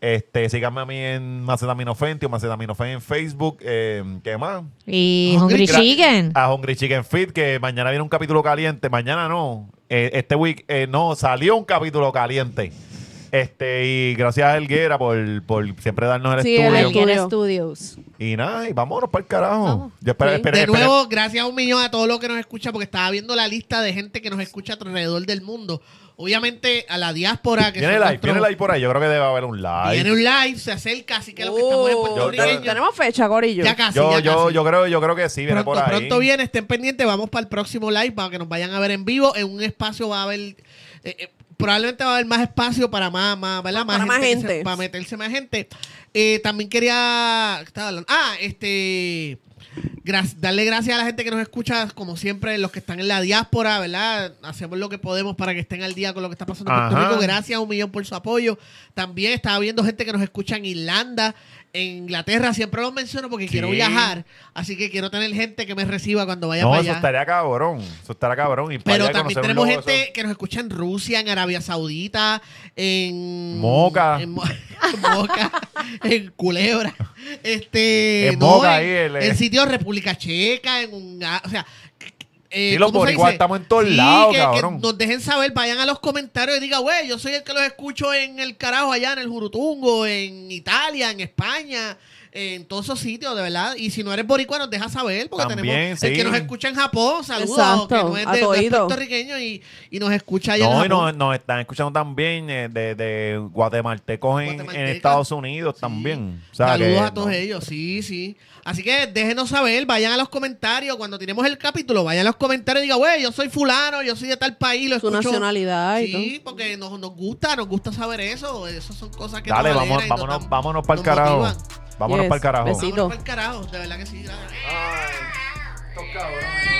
Este, síganme a mí en Macetaminofenti o Macetaminofenti en Facebook. Eh, ¿Qué más? Y Hungry Hungry Ah, Gra- Chicken. A Hungry Chicken Fit, que mañana viene un capítulo caliente. Mañana no. Eh, este week eh, no, salió un capítulo caliente. Este, y gracias a Elguera por, por siempre darnos el Sí, estudio. el Elguera. Studio. Studios. Y nada, y vámonos para el carajo. Vamos. Yo espero, Sí. espero- De espero- nuevo, gracias a un millón a todos los que nos escucha, porque estaba viendo la lista de gente que nos escucha alrededor del mundo. Obviamente a la diáspora que Viene son live, nuestros- viene live por ahí. Yo creo que debe haber un live. Viene un live, se acerca, así que los que estamos en Oh, Puerto Yo- Rico, tenemos fecha, Corillo. ya casi, yo, ya yo, casi. yo creo, yo creo que sí, viene por Pronto, ahí. pronto viene, estén pendientes, vamos para el próximo live para que nos vayan a ver en vivo. En un espacio va a haber, eh, eh, probablemente va a haber más espacio para más, más, ¿verdad? Para más que se- gente. para meterse más gente. Eh, también quería. ¿qué estaba hablando? Ah, este. gra- darle gracias a la gente que nos escucha, como siempre, los que están en la diáspora, ¿verdad? Hacemos lo que podemos para que estén al día con lo que está pasando en Puerto Ajá. Rico. Gracias a un millón por su apoyo. También estaba viendo gente que nos escucha en Irlanda, en Inglaterra. Siempre los menciono porque quiero Sí. viajar. Así que quiero tener gente que me reciba cuando vaya No, para eso allá. estaría cabrón. Eso estaría cabrón. Y para Pero allá también conocer un tenemos loco, gente eso- que nos escucha en Rusia, en Arabia Saudita, en Moca. en, Mo- en Moca, en Culebra, este, En Moca, en, ahí, el- en sitios República Checa, en un, o sea, eh, Sí, los ¿cómo se boricuas dice? estamos en todos Sí, lados, que- que cabrón. nos dejen saber, vayan a los comentarios y digan, güey, yo soy el que los escucho en el carajo allá, en el Jurutungo, en Italia, en España. En todos esos sitios, de verdad. Y si no eres boricua, nos deja saber, porque También, tenemos el sí. que nos escucha en Japón, saludos, Exacto, que no es, de, a tu no es oído. puertorriqueño y, y nos escucha allá en No, y Japón. nos, nos están escuchando también eh, de, de guatemaltecos en- en, Guatemaltecas. Estados Unidos Sí. también. O sea, Saludos que, a todos no. ellos, sí, sí. Así que déjenos saber, vayan a los comentarios. Cuando tenemos el capítulo, vayan a los comentarios y digan, güey, yo soy fulano, yo soy de tal país, lo Su escucho. nacionalidad y Sí, porque nos, nos gusta, nos gusta saber eso. Esas son cosas que Dale, nos vamos, alegran y nos vámonos, dan- vámonos para el nos carajo. motivan. Vámonos Yes, para el carajo. besito. Vámonos para el carajo, de verdad que sí. gracias. Ay, estos cabrones.